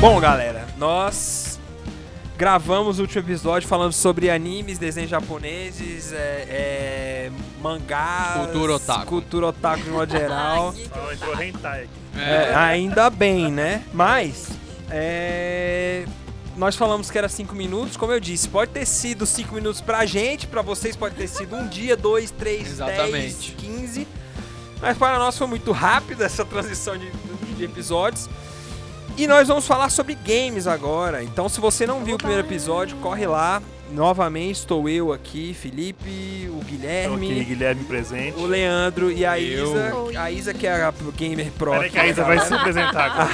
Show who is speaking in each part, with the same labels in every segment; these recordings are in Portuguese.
Speaker 1: Bom, galera, nós gravamos o último episódio falando sobre animes, desenhos japoneses, é, é, mangás,
Speaker 2: Cultura otaku.
Speaker 1: cultura otaku de modo geral.
Speaker 3: Não, entrou hentai aqui.
Speaker 1: É, ainda bem, né? Mas, é, nós falamos que era 5 minutos, como eu disse, pode ter sido 5 minutos pra gente, pra vocês pode ter sido um dia, dois, três, dez,
Speaker 2: Exatamente.
Speaker 1: 15. Mas para nós foi muito rápido essa transição de, de episódios. E nós vamos falar sobre games agora. Então, se você não viu o primeiro episódio, corre lá. Novamente estou eu aqui, Felipe, o
Speaker 3: Então
Speaker 1: Guilherme.
Speaker 3: aqui, Guilherme presente.
Speaker 1: É O Leandro e a
Speaker 2: Eu.
Speaker 1: Isa. A Isa que é a gamer pro.
Speaker 3: Peraí
Speaker 1: aqui
Speaker 3: que a Isa
Speaker 1: da
Speaker 3: vai
Speaker 1: galera.
Speaker 3: se apresentar agora.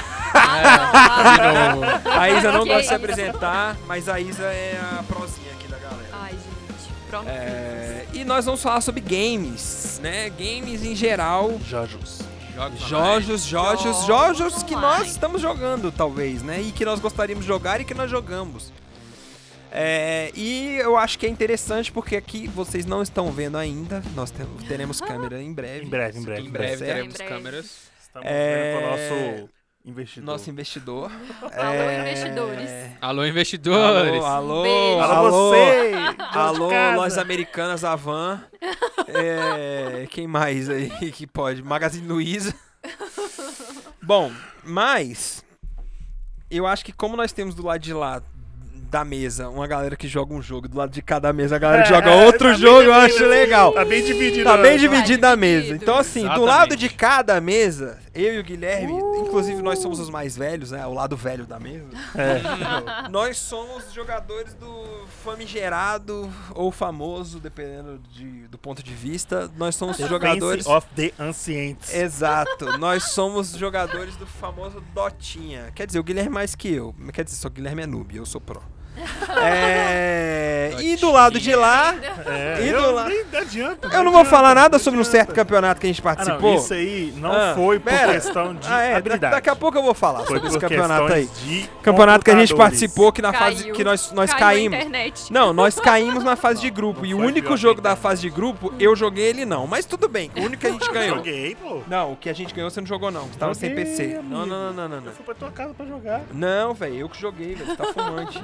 Speaker 2: É, de novo.
Speaker 1: A Isa não
Speaker 4: Que
Speaker 1: gosta de se
Speaker 4: isso?
Speaker 1: apresentar, mas a Isa é a prozinha aqui da galera.
Speaker 4: Ai, gente. Pronto.
Speaker 1: É, e nós vamos falar sobre games, né? Games em geral.
Speaker 3: Jojos.
Speaker 2: Jogos online.
Speaker 1: Jojos, Jojos,
Speaker 4: Jogos
Speaker 1: Jojos que
Speaker 4: online.
Speaker 1: nós estamos jogando, talvez, né? E que nós gostaríamos de jogar e que nós jogamos. É, e eu acho que é interessante porque aqui vocês não estão vendo ainda. Nós te- teremos
Speaker 4: Ah.
Speaker 1: câmera em breve.
Speaker 3: Em breve, em breve.
Speaker 2: Em breve
Speaker 1: Certo.
Speaker 2: teremos
Speaker 4: Em breve.
Speaker 2: câmeras.
Speaker 3: Estamos
Speaker 1: É.
Speaker 3: vendo o nosso investidor.
Speaker 1: Nosso investidor.
Speaker 4: Alô,
Speaker 1: é,
Speaker 4: investidores.
Speaker 2: Alô,
Speaker 1: Alô,
Speaker 2: investidores.
Speaker 1: alô,
Speaker 4: Um beijo.
Speaker 3: Alô,
Speaker 1: alô.
Speaker 3: você!
Speaker 1: Alô,
Speaker 3: casa.
Speaker 1: lojas americanas, Avan. É, quem mais aí que pode? Magazine Luiza. Bom, mas eu acho que como nós temos do lado de lá da mesa uma galera que joga um jogo, do lado de cada mesa a galera que
Speaker 3: É,
Speaker 1: joga
Speaker 3: tá
Speaker 1: outro
Speaker 3: bem
Speaker 1: jogo, eu
Speaker 3: dividido.
Speaker 1: acho legal.
Speaker 3: Tá bem dividido.
Speaker 1: Tá bem
Speaker 3: hoje.
Speaker 1: dividido a mesa.
Speaker 4: dividido.
Speaker 1: Então, assim, do
Speaker 2: Exatamente.
Speaker 1: lado de cada mesa, eu e o Guilherme, inclusive nós somos os mais velhos, né? O lado velho da mesa.
Speaker 3: É.
Speaker 4: Ah.
Speaker 1: nós somos jogadores do famigerado ou famoso, dependendo de- do ponto de vista. Nós somos
Speaker 4: Ah.
Speaker 1: os jogadores. É.
Speaker 3: Defense of the Ancients.
Speaker 1: Exato, nós somos jogadores do famoso Dotinha. Quer dizer, o Guilherme é mais que eu. Quer dizer, só que o Guilherme é noob, eu sou pro. É, E do lado de lá,
Speaker 3: É,
Speaker 1: E
Speaker 3: eu
Speaker 1: do la-
Speaker 3: nem não adianta.
Speaker 1: eu não
Speaker 3: adianta,
Speaker 1: vou falar nada
Speaker 3: não
Speaker 1: sobre um
Speaker 3: adianta.
Speaker 1: certo campeonato que a gente
Speaker 3: Ah,
Speaker 1: participou.
Speaker 3: não, isso aí não
Speaker 1: Ah,
Speaker 3: foi por
Speaker 1: pera.
Speaker 3: questão de
Speaker 1: Ah, é, da-
Speaker 3: habilidade.
Speaker 1: daqui a pouco eu vou falar
Speaker 3: foi
Speaker 1: sobre esse
Speaker 3: por
Speaker 1: campeonato aí.
Speaker 3: questões de
Speaker 1: Campeonato que a gente
Speaker 3: computadores.
Speaker 1: participou, que na fase
Speaker 4: Caiu.
Speaker 1: que nós, nós
Speaker 4: Caiu
Speaker 1: caímos.
Speaker 4: a internet.
Speaker 1: Não, nós caímos na fase de grupo.
Speaker 3: não
Speaker 1: e o
Speaker 3: foi
Speaker 1: único
Speaker 3: pior
Speaker 1: jogo
Speaker 3: que
Speaker 1: da
Speaker 3: então.
Speaker 1: fase de grupo, eu joguei ele não. Mas tudo bem, o único que a gente ganhou.
Speaker 3: Joguei, pô.
Speaker 1: Não, o que a gente ganhou você não jogou não, você tava sem
Speaker 3: Joguei,
Speaker 1: PC.
Speaker 3: amigo.
Speaker 1: Não, não, não, não, não.
Speaker 3: Eu
Speaker 1: Não,
Speaker 3: fui pra tua casa pra jogar.
Speaker 1: não velho, eu que joguei, velho, você tá fumante.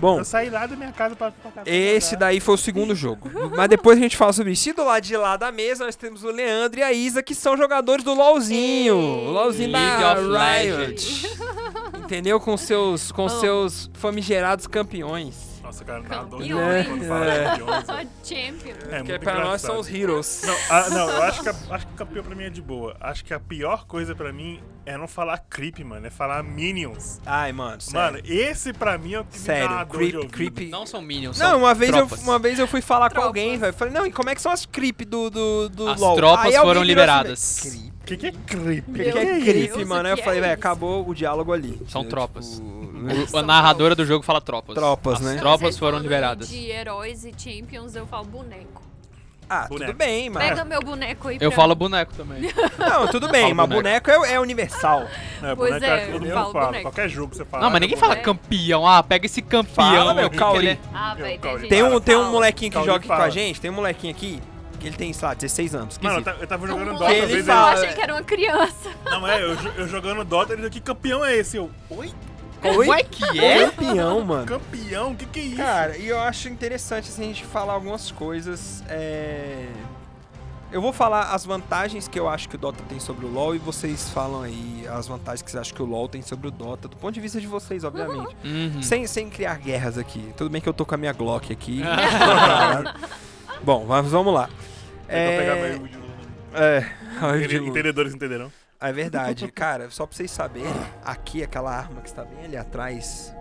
Speaker 1: Bom,
Speaker 3: Eu saí lá da minha casa pra pra casa.
Speaker 1: Esse daí foi o segundo jogo. Mas depois a gente fala sobre isso. E do lado de lá da mesa, nós temos o Leandro e a Isa, que são jogadores do LOLzinho. O LOLzinho da
Speaker 2: League of
Speaker 1: Riot. Entendeu? Com seus, com seus famigerados campeões.
Speaker 3: Nossa, cara, tá doido
Speaker 4: Milhões.
Speaker 3: quando fala de Jones.
Speaker 4: Ah, Champion.
Speaker 3: É
Speaker 1: que
Speaker 3: muito
Speaker 1: pra nós são
Speaker 3: engraçado.
Speaker 1: os heroes.
Speaker 3: Ah, não, eu acho que, a, acho que o campeão pra mim é de boa. Acho que a pior coisa pra mim é não falar creep, mano. É falar minions.
Speaker 1: Ai, mano. Sério.
Speaker 3: Mano, esse pra mim é o que me dá uma
Speaker 1: sério.
Speaker 3: dor de
Speaker 1: Creep,
Speaker 3: ouvido.
Speaker 1: creep.
Speaker 2: Não são minions,
Speaker 1: Não,
Speaker 2: são
Speaker 1: uma vez, eu,
Speaker 2: tropas.
Speaker 1: uma vez eu fui falar com
Speaker 4: Tropas.
Speaker 1: alguém, velho. Falei, não, e como é que são as creep do, do, do
Speaker 2: As
Speaker 1: LOL?
Speaker 2: tropas
Speaker 1: Aí alguém
Speaker 2: foram
Speaker 1: virou assim,
Speaker 2: liberadas.
Speaker 1: "Creep?"
Speaker 3: O que, que é creep?
Speaker 1: O que, que é
Speaker 4: Deus,
Speaker 1: creep,
Speaker 4: o
Speaker 1: mano?
Speaker 4: que
Speaker 1: Aí eu
Speaker 4: é
Speaker 1: falei, velho,
Speaker 4: isso?
Speaker 1: acabou o diálogo ali.
Speaker 2: São
Speaker 1: Entendeu?
Speaker 2: tropas.
Speaker 1: Tipo,
Speaker 2: O- a narradora do jogo fala tropas.
Speaker 1: Tropas,
Speaker 2: As
Speaker 1: né?
Speaker 2: tropas
Speaker 4: Vocês
Speaker 2: foram
Speaker 4: falam
Speaker 2: liberadas.
Speaker 4: De heróis e champions, eu falo boneco.
Speaker 1: ah, tudo
Speaker 3: Boneco.
Speaker 1: bem, mano.
Speaker 4: Pega meu boneco aí
Speaker 2: Eu
Speaker 4: pra-
Speaker 2: falo boneco também.
Speaker 1: Não, tudo bem,
Speaker 2: Fala
Speaker 1: mas boneco é, é universal.
Speaker 3: Não,
Speaker 4: Pois
Speaker 3: boneco, eu
Speaker 4: é,
Speaker 3: acho que todo
Speaker 4: eu
Speaker 3: mundo
Speaker 4: falo
Speaker 3: fala.
Speaker 4: boneco.
Speaker 3: Qualquer jogo que você fala.
Speaker 2: Não, mas
Speaker 3: é
Speaker 2: ninguém fala
Speaker 3: boneco.
Speaker 2: campeão. Ah, pega esse campeão.
Speaker 1: Fala, meu,
Speaker 2: aqui,
Speaker 1: Cauri.
Speaker 2: ele é-
Speaker 4: Ah, velho,
Speaker 3: Meu,
Speaker 4: tem
Speaker 3: Cauri.
Speaker 4: gente.
Speaker 1: Tem um,
Speaker 3: Fala,
Speaker 1: tem um
Speaker 4: fala.
Speaker 1: molequinho que
Speaker 3: Calma,
Speaker 1: joga aqui com
Speaker 3: fala.
Speaker 1: a gente, tem um molequinho aqui, que ele tem, sei lá, 16 anos.
Speaker 3: Mano, eu
Speaker 1: esquisito.
Speaker 3: tava, eu tava jogando
Speaker 4: Um
Speaker 3: Dota.
Speaker 4: moleque,
Speaker 3: às
Speaker 1: Ele
Speaker 3: vezes
Speaker 4: Eu
Speaker 1: fala-
Speaker 4: achei que era uma criança.
Speaker 3: Eu, não, é, eu, jo- eu jogando Dota, ele que campeão é esse? Eu, oi?
Speaker 1: Oi?
Speaker 2: Ué, que é?
Speaker 1: Campeão, mano.
Speaker 3: Campeão? O que, que é isso?
Speaker 1: Hum. Cara, e eu acho interessante assim, a gente falar algumas coisas. é, Eu vou falar as vantagens que eu acho que o Dota tem sobre o LoL e vocês falam aí as vantagens que vocês acham que o LoL tem sobre o Dota, do ponto de vista de vocês, obviamente.
Speaker 2: Uhum.
Speaker 1: Sem, sem criar guerras aqui. Tudo bem que eu tô com a minha Glock aqui. Bom, mas vamos lá.
Speaker 3: Eu vou pegar
Speaker 1: É,
Speaker 3: meu de novo.
Speaker 1: é, ai, de
Speaker 3: Entende-
Speaker 1: luz.
Speaker 3: Entendedores entenderão.
Speaker 1: é verdade. Cara, só pra vocês saberem, aqui aquela arma que está bem ali atrás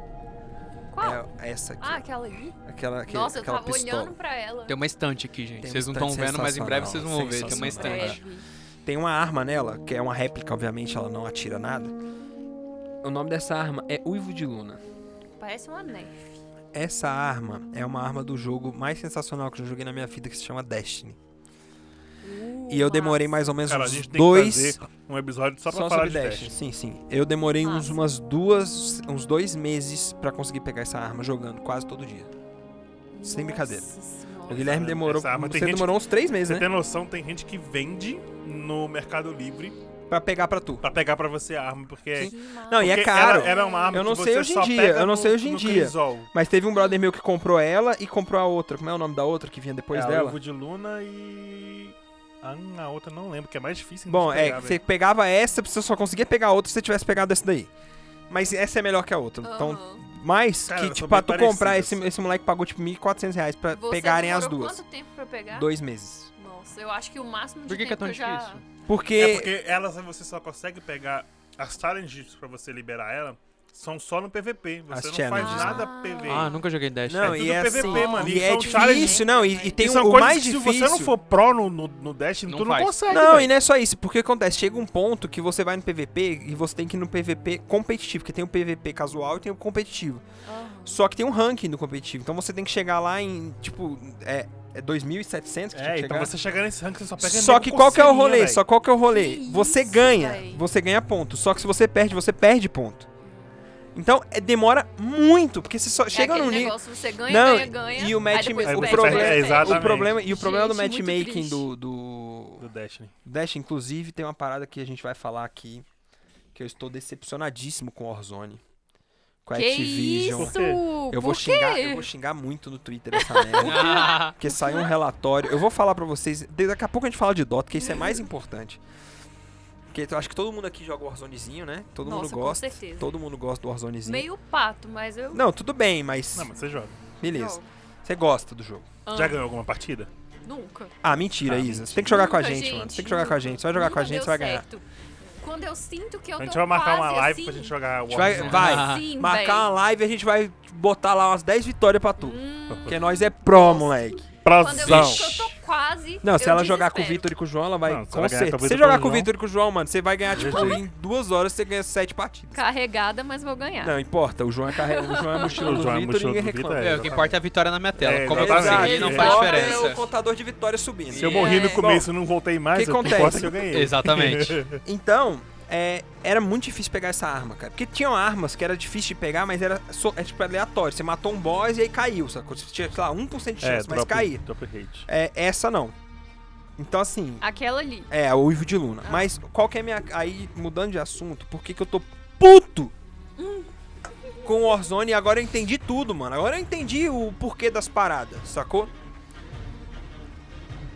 Speaker 4: Qual?
Speaker 1: é essa aqui.
Speaker 4: Ah, aquela ali?
Speaker 1: Aquela, aquele-
Speaker 4: Nossa, eu
Speaker 1: aquela
Speaker 4: tava
Speaker 1: pistola.
Speaker 4: olhando pra ela.
Speaker 2: Tem uma estante aqui, gente.
Speaker 1: Tem
Speaker 2: Vocês não
Speaker 1: uma
Speaker 2: estão
Speaker 1: estante
Speaker 2: vendo, mas em breve vocês vão ver. Tem uma
Speaker 1: sensacional.
Speaker 2: estante.
Speaker 4: Breve.
Speaker 1: Tem uma arma nela, que é uma réplica, obviamente, ela não atira nada. O nome dessa arma é Uivo de Luna.
Speaker 4: Parece um uma neve.
Speaker 1: Essa arma é uma arma do jogo mais sensacional que eu joguei na minha vida, que se chama Destiny. E eu demorei mais ou menos
Speaker 3: Cara, a
Speaker 1: uns
Speaker 3: gente tem
Speaker 1: dois... né?
Speaker 3: que fazer um episódio só pra
Speaker 1: Só
Speaker 3: falar
Speaker 1: sobre
Speaker 3: de
Speaker 1: Destiny.
Speaker 3: Dash.
Speaker 1: Sim, sim. Eu demorei uns,
Speaker 4: Massa.
Speaker 1: umas duas, uns dois meses pra conseguir pegar essa arma jogando quase todo dia. Sem brincadeira. O Guilherme
Speaker 3: Essa
Speaker 1: demorou,
Speaker 3: arma tem
Speaker 1: você
Speaker 3: gente-
Speaker 1: né? demorou uns três meses,
Speaker 3: Você
Speaker 1: né?
Speaker 3: tem noção, tem gente que vende no Mercado Livre
Speaker 1: Pra pegar pra tu.
Speaker 3: Pra pegar pra você a arma, porque...
Speaker 1: Sim. Não, e é
Speaker 3: porque
Speaker 1: caro.
Speaker 3: Era, era uma arma
Speaker 1: Eu não
Speaker 3: que
Speaker 1: sei
Speaker 3: você
Speaker 1: hoje em
Speaker 3: só
Speaker 1: dia,
Speaker 3: pega
Speaker 1: eu não
Speaker 3: no-
Speaker 1: sei hoje em
Speaker 3: no
Speaker 1: dia.
Speaker 3: Crisol.
Speaker 1: Mas teve um brother meu que comprou ela e comprou a outra. Como é o nome da outra que vinha depois
Speaker 3: é,
Speaker 1: dela?
Speaker 3: Ovo de Luna e... Ah, a outra não lembro, que é mais difícil.
Speaker 1: Bom,
Speaker 3: de
Speaker 1: é,
Speaker 3: pegar,
Speaker 1: você
Speaker 3: velho.
Speaker 1: pegava essa, você só conseguia pegar a outra se você tivesse pegado essa daí. Mas essa é melhor que a outra. Então,
Speaker 4: Aham.
Speaker 1: mas
Speaker 3: Cara,
Speaker 1: que,
Speaker 3: elas
Speaker 1: tipo,
Speaker 3: são bem assim.
Speaker 1: pra tu comprar,
Speaker 3: parecidas.
Speaker 1: esse, esse moleque pagou, tipo, 1.400 reais pra
Speaker 4: Você
Speaker 1: pegarem as
Speaker 4: demorou
Speaker 1: duas.
Speaker 4: quanto tempo pra pegar?
Speaker 1: Dois meses.
Speaker 4: Nossa, eu acho que o máximo de
Speaker 2: Por que que é
Speaker 4: tempo
Speaker 2: tão
Speaker 4: eu já...
Speaker 2: difícil?
Speaker 1: Porque...
Speaker 3: É porque elas, você só consegue pegar as challenges pra você liberar ela, são só no PVP. Você
Speaker 1: As
Speaker 3: não
Speaker 1: challenges,
Speaker 3: faz
Speaker 1: né?
Speaker 3: nada PVP.
Speaker 2: Ah, nunca joguei Dash.
Speaker 1: Não,
Speaker 3: é
Speaker 1: e
Speaker 3: tudo
Speaker 1: é
Speaker 3: PVP,
Speaker 1: assim,
Speaker 3: mano,
Speaker 1: E
Speaker 3: e
Speaker 1: é
Speaker 3: são challenges-
Speaker 1: difícil, não, e, e tem
Speaker 3: E
Speaker 1: um-
Speaker 3: são
Speaker 1: o
Speaker 3: coisas
Speaker 1: mais
Speaker 3: é que
Speaker 1: difícil...
Speaker 3: Se você não for pro no, no, no Destiny,
Speaker 2: Não
Speaker 3: tu não
Speaker 2: faz.
Speaker 3: consegue.
Speaker 1: Não,
Speaker 3: velho.
Speaker 1: e não é só isso, porque acontece, chega um ponto que você vai no PVP e você tem que ir no PVP competitivo, porque tem o PVP casual e tem o competitivo.
Speaker 4: Aham.
Speaker 1: Só que tem um ranking no competitivo, então você tem que chegar lá em, tipo, é, é 2.700 que tinha
Speaker 3: É,
Speaker 1: que
Speaker 3: então
Speaker 1: chegar.
Speaker 3: você chegar nesse rank, você só pega
Speaker 1: Só
Speaker 3: nego
Speaker 1: que
Speaker 3: com
Speaker 1: qual que é o
Speaker 3: coceirinha,
Speaker 1: rolê?
Speaker 3: velho.
Speaker 1: Só qual que é o rolê?
Speaker 4: Que
Speaker 1: você
Speaker 4: isso,
Speaker 1: ganha,
Speaker 4: véi.
Speaker 1: você ganha ponto. Só que se você perde, você perde ponto. Então, é- demora muito, porque você só chega
Speaker 4: é
Speaker 1: num
Speaker 4: aquele
Speaker 1: nível
Speaker 4: negócio, você ganha,
Speaker 1: Não,
Speaker 4: ganha, ganha.
Speaker 1: e o
Speaker 4: aí depois
Speaker 1: matchma-
Speaker 3: o
Speaker 4: perde,
Speaker 3: problema-
Speaker 4: perde,
Speaker 3: é,
Speaker 4: perde.
Speaker 1: o
Speaker 3: exatamente.
Speaker 1: problema e o problema do
Speaker 4: Gente, muito
Speaker 1: matchmaking
Speaker 4: triste.
Speaker 1: do, do
Speaker 3: Do Destiny.
Speaker 1: Dash, inclusive, tem uma parada que a gente vai falar aqui que eu estou decepcionadíssimo com Warzone. Com a
Speaker 4: Que
Speaker 1: Activision.
Speaker 4: isso?
Speaker 1: Eu vou
Speaker 4: Por quê?
Speaker 1: xingar, eu vou xingar muito no Twitter essa merda.
Speaker 2: Ah,
Speaker 1: Porque saiu um relatório. Eu vou falar pra vocês. de- Daqui a pouco a gente fala de Dota, que isso é mais importante. Porque eu acho que todo mundo aqui joga Warzonezinho, né? Todo mundo
Speaker 4: Nossa, com
Speaker 1: gosta.
Speaker 4: certeza.
Speaker 1: Todo mundo gosta do Warzonezinho.
Speaker 4: Meio pato, mas eu...
Speaker 1: Não, tudo bem, mas.
Speaker 3: Não, mas você joga.
Speaker 1: Beleza.
Speaker 4: Não.
Speaker 1: Você gosta do jogo.
Speaker 4: Ah,
Speaker 3: Já ganhou alguma partida?
Speaker 4: Nunca.
Speaker 1: Ah, mentira,
Speaker 3: Ah,
Speaker 1: Isa. Você tem que jogar com a
Speaker 4: Nunca,
Speaker 1: gente, mano. Você tem que jogar com a gente. Você vai jogar com a
Speaker 4: Nunca
Speaker 1: gente,
Speaker 4: deu
Speaker 1: você vai ganhar.
Speaker 4: certo. Quando eu sinto que eu
Speaker 3: A gente
Speaker 4: tô
Speaker 3: vai marcar uma
Speaker 4: quase
Speaker 3: live
Speaker 4: assim,
Speaker 3: pra gente jogar
Speaker 1: gente vai-
Speaker 3: Warzone.
Speaker 1: vai.
Speaker 4: Sim,
Speaker 1: Marcar uma
Speaker 4: véi.
Speaker 1: live e a gente vai botar lá umas 10 vitórias pra tu.
Speaker 4: Hum,
Speaker 1: Porque nós é pro, moleque.
Speaker 4: quando eu
Speaker 3: Prozão.
Speaker 4: sinto que eu tô quase,
Speaker 1: Não, se
Speaker 4: eu
Speaker 1: ela jogar com o
Speaker 4: desespero.
Speaker 1: Vitor e com o João, ela vai.
Speaker 3: Não, se
Speaker 1: com
Speaker 3: ela ganhar
Speaker 1: certeza.
Speaker 3: com o
Speaker 1: Se você
Speaker 3: Vitor e
Speaker 1: jogar
Speaker 3: com o
Speaker 1: com o
Speaker 3: João-
Speaker 1: Vitor e com o João, mano, você vai ganhar, tipo,
Speaker 3: Justo.
Speaker 1: em duas horas você ganha sete partidas.
Speaker 4: Carregada, mas vou ganhar.
Speaker 1: Não importa, o João é, carre... o João é mochila
Speaker 3: O
Speaker 1: do
Speaker 3: João é
Speaker 1: Vitor e
Speaker 3: mochila
Speaker 1: ninguém
Speaker 3: do Vitor,
Speaker 1: reclama.
Speaker 3: é.
Speaker 2: é, o que importa é a vitória na minha tela.
Speaker 3: É,
Speaker 2: Como eu
Speaker 3: exatamente.
Speaker 2: consegui, não faz
Speaker 1: Importa
Speaker 2: diferença.
Speaker 1: o contador de vitórias subindo.
Speaker 3: Se eu morri no
Speaker 4: É.
Speaker 3: começo e não voltei mais,
Speaker 1: que
Speaker 3: eu importa
Speaker 1: acontece?
Speaker 3: que eu ganhei.
Speaker 2: Exatamente.
Speaker 1: Então, é, era muito difícil pegar essa arma, cara. Porque tinham armas que era difícil de pegar, mas era so- é, tipo aleatório. Você matou um boss e aí caiu, sacou? Você tinha, sei lá, 1% de chance, mas
Speaker 3: É, drop-
Speaker 1: caía.
Speaker 3: drop hate.
Speaker 1: É, essa não. Então, assim,
Speaker 4: Aquela ali.
Speaker 1: É, o Ivo de Luna. Mas qual que é a minha. Aí, mudando de assunto, por que, que eu tô puto com o Warzone e agora eu entendi tudo, mano. Agora eu entendi o porquê das paradas, sacou?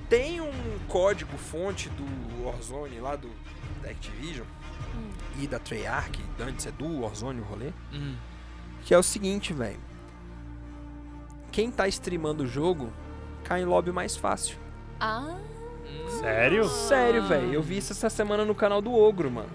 Speaker 1: Tem um código fonte do Warzone lá do da Activision e da Treyarch, antes é do Warzone o rolê,
Speaker 2: Hum.
Speaker 1: que é o seguinte, velho. Quem tá streamando o jogo cai em lobby mais fácil.
Speaker 4: Ah,
Speaker 3: Sério?
Speaker 1: Sério, velho. Eu vi isso essa semana no canal do Ogro, mano.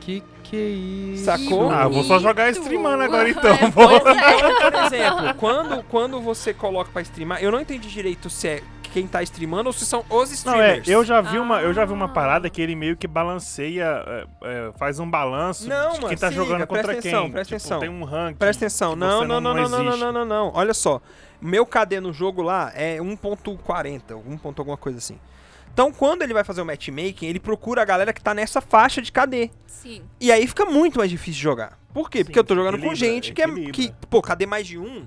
Speaker 2: Que que é isso?
Speaker 1: Sacou?
Speaker 3: Ah, vou só jogar
Speaker 4: Bonito.
Speaker 3: streamando agora então.
Speaker 4: É,
Speaker 3: Vou-
Speaker 4: pois é.
Speaker 1: Por exemplo, quando, quando você coloca pra streamar, eu não entendi direito se é quem tá streamando ou se são os
Speaker 3: Não, é,
Speaker 1: streamers.
Speaker 3: eu já vi uma, eu já vi uma
Speaker 4: Ah.
Speaker 3: parada que ele meio que balanceia, é, é, faz um balanço
Speaker 1: Não,
Speaker 3: de quem
Speaker 1: mano,
Speaker 3: tá
Speaker 1: se
Speaker 3: jogando
Speaker 1: liga,
Speaker 3: contra
Speaker 1: presta
Speaker 3: quem.
Speaker 1: atenção, presta
Speaker 3: Tipo,
Speaker 1: atenção.
Speaker 3: Tem um ranking.
Speaker 1: Presta atenção.
Speaker 3: que
Speaker 1: Não,
Speaker 3: você
Speaker 1: não, não, não,
Speaker 3: não
Speaker 1: não, não,
Speaker 3: existe.
Speaker 1: não, não, não. Olha só. Meu KD no jogo lá é 1.40, 1. ponto alguma coisa assim. Então, quando ele vai fazer o matchmaking, ele procura a galera que tá nessa faixa de KD.
Speaker 4: Sim.
Speaker 1: E aí fica muito mais difícil de jogar. Por quê? Porque eu tô jogando com
Speaker 3: equilibra,
Speaker 1: gente que é. Que,
Speaker 3: equilibra.
Speaker 1: pô, KD mais de um.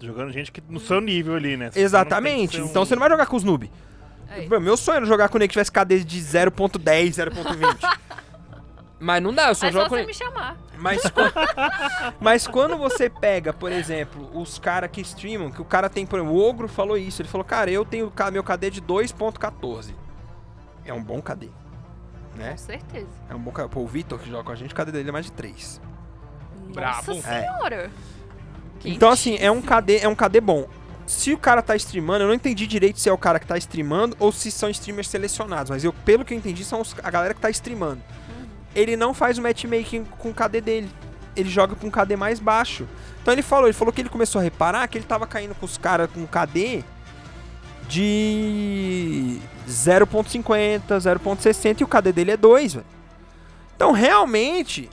Speaker 3: Jogando gente que no seu nível ali, né? Você
Speaker 1: Exatamente.
Speaker 3: não tem que ser um-
Speaker 1: Então você não vai jogar com os noob.
Speaker 4: Aí.
Speaker 1: Meu, meu sonho era jogar com o nego que tivesse KD de 0.10, 0.20. Mas não dá, eu só
Speaker 4: É
Speaker 1: jogo
Speaker 4: só
Speaker 1: com
Speaker 4: você
Speaker 1: ele.
Speaker 4: me chamar.
Speaker 1: Mas, quan- mas quando você pega, por exemplo, os caras que streamam, que o cara tem, por exemplo, o Ogro falou isso, ele falou, cara, eu tenho ca- meu KD de 2.14. É um bom KD. Né?
Speaker 4: Com certeza.
Speaker 1: É um bom KD. Pô, o Vitor que joga com a gente, o KD dele é mais de 3.
Speaker 2: Brabo.
Speaker 4: Nossa
Speaker 1: É.
Speaker 4: senhora.
Speaker 1: Então, assim, é um KD, é um KD bom. Se o cara tá streamando, eu não entendi direito se é o cara que tá streamando ou se são streamers selecionados, mas eu, pelo que eu entendi, são os- a galera que tá streamando. Ele não faz o matchmaking com o KD dele. Ele joga com um KD mais baixo. Então ele falou, ele falou que ele começou a reparar que ele tava caindo com os caras com KD de 0.50, 0.60 e o KD dele é 2, velho. Então realmente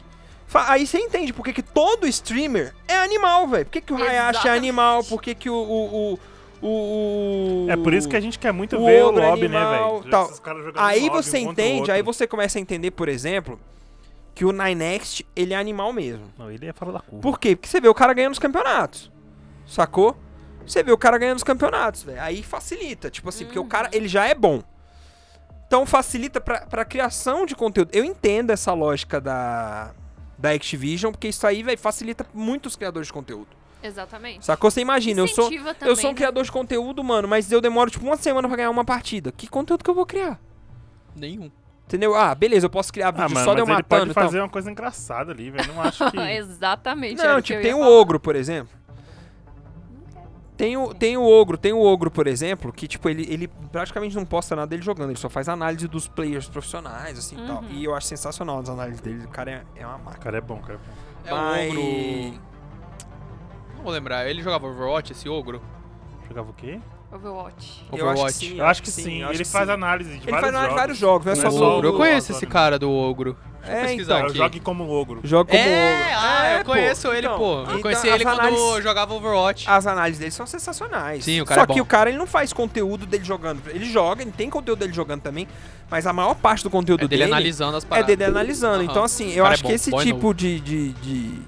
Speaker 1: Fa- Aí você entende por que, que todo streamer é animal, velho. Por que, que o Hayashi é
Speaker 4: Exatamente.
Speaker 1: animal? Por que, que o, o, o, o- o-
Speaker 3: É por isso que a gente quer muito
Speaker 1: o
Speaker 3: ver o
Speaker 1: ogro
Speaker 3: lobby,
Speaker 1: animal,
Speaker 3: né, velho?
Speaker 1: tal.
Speaker 3: Esses caras jogando
Speaker 1: Aí
Speaker 3: lobby
Speaker 1: você
Speaker 3: um contra o
Speaker 1: entende,
Speaker 3: outro.
Speaker 1: aí você começa a entender, por exemplo, que o Ninext, ele é animal mesmo.
Speaker 3: Não, ele é fora da curva.
Speaker 1: Por quê? Porque você vê o cara ganhando os campeonatos. Sacou?
Speaker 4: Uhum.
Speaker 1: Você vê o cara ganhando os campeonatos, velho. Aí facilita, tipo assim, porque o cara, ele já é bom. Então facilita pra, pra criação de conteúdo. Eu entendo essa lógica da, da Activision, porque isso aí, velho, facilita muitos criadores de conteúdo.
Speaker 4: Exatamente.
Speaker 1: Sacou? Você é- imagina, eu sou,
Speaker 4: Incentiva
Speaker 1: eu
Speaker 4: também,
Speaker 1: sou um
Speaker 4: né?
Speaker 1: criador de conteúdo, mano, mas eu demoro tipo uma semana pra ganhar uma partida. Que conteúdo que eu vou criar?
Speaker 2: Nenhum.
Speaker 1: Entendeu? Ah, beleza, eu posso criar vídeo
Speaker 3: Ah, mano,
Speaker 1: só
Speaker 3: mas
Speaker 1: de eu
Speaker 3: ele
Speaker 1: matando
Speaker 3: pode
Speaker 1: e tal.
Speaker 3: fazer uma coisa engraçada ali, velho. Não acho que...
Speaker 4: Exatamente. era
Speaker 1: Não,
Speaker 4: o que
Speaker 1: tipo,
Speaker 4: eu
Speaker 1: tem
Speaker 4: ia
Speaker 1: o
Speaker 4: falar.
Speaker 1: ogro, por exemplo. Tem o, tem o ogro, tem o ogro, por exemplo, que tipo, ele, ele praticamente não posta nada dele jogando, ele só faz análise dos players profissionais, assim e tal.
Speaker 4: Uhum.
Speaker 1: E eu acho sensacional as análises dele. O cara é, é uma
Speaker 3: O
Speaker 1: máquina.
Speaker 3: cara é bom, o cara é
Speaker 2: É
Speaker 3: bom.
Speaker 2: um ogro. Não vou lembrar. Ele jogava Overwatch, esse ogro?
Speaker 3: Jogava o quê?
Speaker 4: Overwatch.
Speaker 1: Eu acho que
Speaker 2: Overwatch.
Speaker 1: sim.
Speaker 3: Eu acho que sim. Ele faz análise de
Speaker 1: Ele
Speaker 3: vários
Speaker 1: faz análise
Speaker 3: jogos.
Speaker 1: de vários jogos, não é
Speaker 3: Não
Speaker 1: só
Speaker 3: é
Speaker 2: O
Speaker 1: do
Speaker 3: só
Speaker 2: ogro. Eu
Speaker 3: do-
Speaker 2: conheço esse
Speaker 3: Amazônia.
Speaker 2: cara do ogro. Deixa eu
Speaker 1: É,
Speaker 2: pesquisar
Speaker 1: então.
Speaker 3: Eu
Speaker 2: aqui.
Speaker 3: jogue como ogro.
Speaker 1: Joga como ogro.
Speaker 2: é, ah,
Speaker 1: É,
Speaker 2: eu
Speaker 1: pô.
Speaker 2: conheço ele,
Speaker 1: Então,
Speaker 2: pô.
Speaker 1: então,
Speaker 2: eu conheci
Speaker 1: as
Speaker 2: ele quando
Speaker 1: análises- Ah,
Speaker 2: eu jogava Overwatch.
Speaker 1: As análises dele são sensacionais.
Speaker 2: Sim, o cara
Speaker 1: Só
Speaker 2: é bom.
Speaker 1: que o cara ele não faz conteúdo dele jogando. Ele joga, ele tem conteúdo dele jogando também, mas a maior parte do conteúdo
Speaker 2: é dele analisando as
Speaker 1: é
Speaker 2: paradas.
Speaker 1: dele analisando.
Speaker 2: Aham.
Speaker 1: Então, assim,
Speaker 2: O
Speaker 1: eu
Speaker 2: cara é
Speaker 1: acho que
Speaker 2: bom,
Speaker 1: esse
Speaker 2: boy
Speaker 1: tipo de, de, de,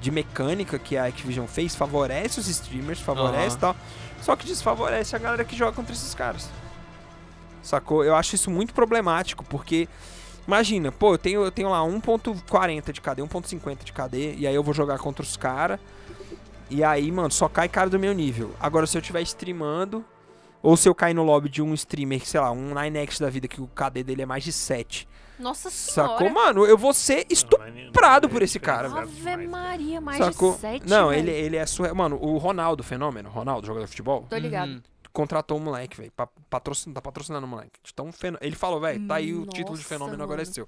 Speaker 1: de mecânica que a Activision fez favorece os streamers, favorece e tal. Só que desfavorece a galera que joga contra esses caras. Sacou? Eu acho isso muito problemático, porque. Imagina, pô, eu tenho, eu tenho lá 1.40 de KD, 1.50 de KD, e aí eu vou jogar contra os caras. E aí, mano, só cai cara do meu nível. Agora, se eu estiver streamando, ou se eu cair no lobby de um streamer, que, sei lá, um 9x da vida, que o KD dele é mais de 7,
Speaker 4: Nossa senhora.
Speaker 1: Sacou, mano? Eu vou ser estuprado. Estuprado por esse cara,
Speaker 3: velho.
Speaker 4: Ave Maria, mais
Speaker 1: Sacou?
Speaker 4: de sete.
Speaker 1: não,
Speaker 4: velho.
Speaker 1: ele, ele é surreal. Mano, o Ronaldo, fenômeno, Ronaldo, jogador de futebol,
Speaker 4: Tô ligado.
Speaker 2: Uhum.
Speaker 1: contratou o moleque, velho. pra- Patrocin... Tá patrocinando o moleque. Então, fenô... Ele falou, velho, tá aí o título de
Speaker 4: Hum, Nossa,
Speaker 1: fenômeno agora é
Speaker 4: mano.
Speaker 1: seu.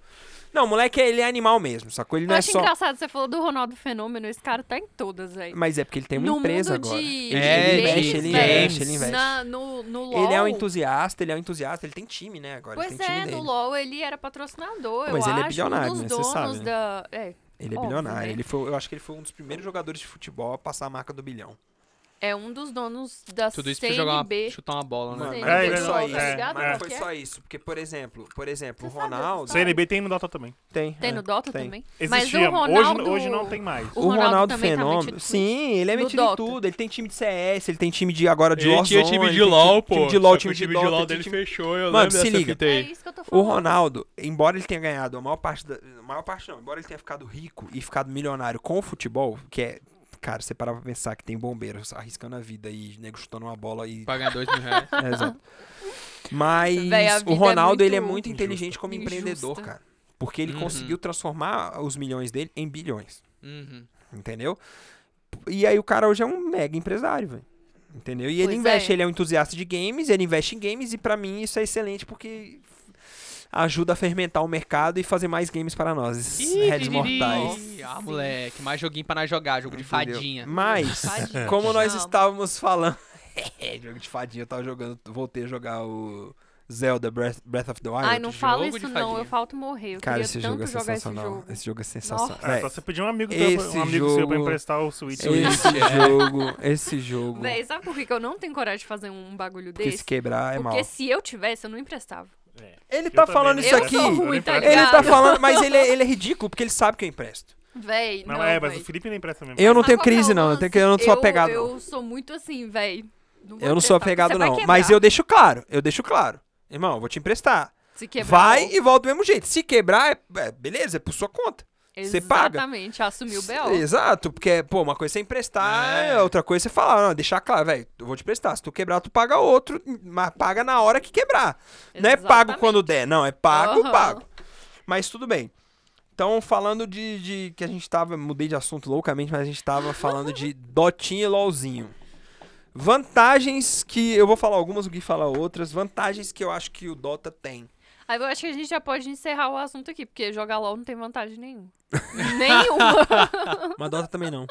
Speaker 1: Não, o moleque, ele é animal mesmo, sacou? Ele
Speaker 4: Eu
Speaker 1: não é
Speaker 4: acho
Speaker 1: só.
Speaker 4: engraçado, você falou do Ronaldo Fenômeno, esse cara tá em todas, velho.
Speaker 1: Mas é porque ele tem uma
Speaker 4: no
Speaker 1: empresa
Speaker 4: mundo
Speaker 1: agora.
Speaker 4: De...
Speaker 1: Ele,
Speaker 2: É,
Speaker 1: ele
Speaker 2: de
Speaker 1: investe, ele
Speaker 2: games.
Speaker 1: investe, ele investe.
Speaker 4: Na- no, no LOL.
Speaker 1: Ele é um entusiasta, ele é um entusiasta, ele tem time, né? Agora ele
Speaker 4: Pois
Speaker 1: tem time
Speaker 4: é, no
Speaker 1: dele.
Speaker 4: LOL ele era patrocinador, eu
Speaker 1: Mas
Speaker 4: acho.
Speaker 1: ele é bilionário,
Speaker 4: um dos
Speaker 1: né? Cê
Speaker 4: donos
Speaker 1: sabe, né?
Speaker 4: da... É,
Speaker 1: Ele é
Speaker 4: Óbvio,
Speaker 1: bilionário.
Speaker 4: né?
Speaker 1: Ele foi, eu acho que ele foi um dos primeiros jogadores de futebol a passar a marca do bilhão.
Speaker 4: é um dos donos da
Speaker 2: Tudo isso pra jogar uma,
Speaker 4: CNB.
Speaker 2: chutar uma bola, né?
Speaker 1: Mano,
Speaker 4: Sim,
Speaker 1: mas
Speaker 3: é,
Speaker 1: não
Speaker 3: é,
Speaker 1: foi só
Speaker 3: é,
Speaker 1: isso.
Speaker 3: tá ligado?
Speaker 1: Mas não foi
Speaker 4: Qualquer.
Speaker 1: só isso. Porque, por exemplo, por exemplo, o
Speaker 4: Você sabe
Speaker 1: Ronaldo.
Speaker 4: essa história?
Speaker 3: CNB tem no Dota também.
Speaker 1: Tem.
Speaker 4: Tem
Speaker 1: é,
Speaker 4: no Dota
Speaker 1: tem.
Speaker 4: também?
Speaker 3: Existia.
Speaker 4: Mas o Ronaldo...
Speaker 3: hoje, hoje não tem mais.
Speaker 1: O Ronaldo,
Speaker 4: também tá
Speaker 1: Fenômeno.
Speaker 4: metido com isso.
Speaker 1: Sim, ele é
Speaker 4: No
Speaker 1: metido em
Speaker 4: Dota.
Speaker 1: tudo. Ele tem time de CS, ele tem time de agora de
Speaker 2: Ele tinha
Speaker 1: Warzone,
Speaker 2: time
Speaker 1: ele
Speaker 2: de
Speaker 1: tem
Speaker 2: LOL,
Speaker 1: ti-
Speaker 2: pô.
Speaker 1: Time de LOL,
Speaker 2: só que
Speaker 1: time
Speaker 2: o
Speaker 1: de
Speaker 2: time
Speaker 1: Dota,
Speaker 2: de LOL
Speaker 1: ele
Speaker 2: dele
Speaker 1: tinha time-
Speaker 2: fechou, eu
Speaker 1: Mano,
Speaker 2: lembro
Speaker 1: se
Speaker 2: dessa
Speaker 1: liga.
Speaker 2: fita
Speaker 4: É
Speaker 2: aí.
Speaker 4: isso que eu tô
Speaker 1: O
Speaker 4: falando.
Speaker 1: Ronaldo, embora ele tenha ganhado a maior parte da. a maior parte não, embora ele tenha ficado rico e ficado milionário com o futebol, que é. Cara, você parava pra pensar que tem bombeiros arriscando a vida e nego chutando uma bola e
Speaker 2: Pra ganhar dois mil reais.
Speaker 1: É, Exato. Mas
Speaker 4: Véi, a vida
Speaker 1: o
Speaker 4: é
Speaker 1: Ronaldo,
Speaker 4: muito
Speaker 1: ele é muito inteligente como
Speaker 4: Injusta.
Speaker 1: empreendedor, cara. Porque ele
Speaker 2: Uhum.
Speaker 1: conseguiu transformar os milhões dele em bilhões,
Speaker 2: Uhum.
Speaker 1: entendeu? E aí o cara hoje é um mega empresário, velho. Entendeu? E ele
Speaker 4: Pois
Speaker 1: investe,
Speaker 4: é.
Speaker 1: ele é um entusiasta de games, ele investe em games e pra mim isso é excelente porque ajuda a fermentar o mercado e fazer mais games para nós, esses heads mortais.
Speaker 2: Ih, Ah, moleque. Mais joguinho pra nós jogar. Jogo de
Speaker 1: entendeu? Hum.
Speaker 2: fadinha.
Speaker 1: Mas,
Speaker 4: Fadinha.
Speaker 1: como nós
Speaker 4: Não.
Speaker 1: estávamos falando. É, jogo de fadinha, eu tava jogando. Voltei a jogar o Zelda Breath, Breath of the Wild.
Speaker 4: Ai, não
Speaker 2: jogo
Speaker 4: fala
Speaker 2: de
Speaker 4: isso não,
Speaker 2: fadinha.
Speaker 4: eu falto morrer. Eu
Speaker 1: Cara,
Speaker 4: queria
Speaker 1: esse
Speaker 4: tanto
Speaker 1: jogo é
Speaker 4: jogar
Speaker 1: sensacional.
Speaker 4: esse jogo.
Speaker 1: é sensacional.
Speaker 4: Nossa.
Speaker 3: É,
Speaker 1: Véi,
Speaker 3: só você pedir um amigo, teu-
Speaker 1: esse
Speaker 3: um amigo seu
Speaker 1: jogo-
Speaker 3: pra emprestar o Switch.
Speaker 1: esse
Speaker 3: né?
Speaker 2: É.
Speaker 1: jogo, esse jogo.
Speaker 4: Véi, sabe por que que eu não tenho coragem de fazer um bagulho
Speaker 1: Porque
Speaker 4: desse?
Speaker 1: se quebrar é mal.
Speaker 4: Porque se eu tivesse, eu não emprestava.
Speaker 3: É.
Speaker 1: Ele
Speaker 3: Eu
Speaker 1: tá
Speaker 3: também
Speaker 1: falando
Speaker 3: não
Speaker 1: isso
Speaker 4: eu
Speaker 1: aqui.
Speaker 3: empresto.
Speaker 4: sou
Speaker 3: Eu
Speaker 4: ruim,
Speaker 3: não
Speaker 4: tá
Speaker 3: empresto.
Speaker 4: ligado?
Speaker 1: Ele tá falando, mas ele é, ele é ridículo, porque ele sabe que eu empresto.
Speaker 4: Véi,
Speaker 3: Não,
Speaker 4: não,
Speaker 3: é, mas
Speaker 4: véi.
Speaker 3: o Felipe não empresta mesmo.
Speaker 1: Eu não
Speaker 4: Sabe
Speaker 1: tenho
Speaker 4: qual que é
Speaker 1: crise,
Speaker 4: o
Speaker 1: não. Eu,
Speaker 4: lance?
Speaker 1: tenho, que- eu não sou apegado, não.
Speaker 4: Eu sou muito assim, véi. vou
Speaker 1: Eu não sou
Speaker 4: emprestar, porque
Speaker 1: apegado,
Speaker 4: você vai
Speaker 1: não.
Speaker 4: quebrar.
Speaker 1: Mas eu deixo claro, eu deixo claro. Irmão, eu vou te emprestar.
Speaker 4: Se quebrar,
Speaker 1: Vai
Speaker 4: eu-
Speaker 1: e volta do mesmo jeito. Se quebrar, é, é, beleza, é por sua conta. você paga.
Speaker 4: Exatamente, assumiu o B.O.
Speaker 1: Exato, porque, pô, uma coisa é emprestar,
Speaker 2: É.
Speaker 1: outra coisa é você falar, não, deixar claro, velho, eu vou te emprestar. Se tu quebrar, tu paga outro, mas paga na hora que quebrar. Não é pago
Speaker 4: Exatamente.
Speaker 1: quando der, não, é pago,
Speaker 4: Aham.
Speaker 1: pago. Mas tudo bem. Então, falando de, de que a gente tava, mudei de assunto loucamente, mas a gente tava falando de Dotinha e LOLzinho. Vantagens que, eu vou falar algumas, o Gui fala outras, vantagens que eu acho que o Dota tem.
Speaker 4: Aí eu acho que a gente já pode encerrar o assunto aqui, porque jogar LOL não tem vantagem nenhuma. nenhuma.
Speaker 1: Mas Dota também não.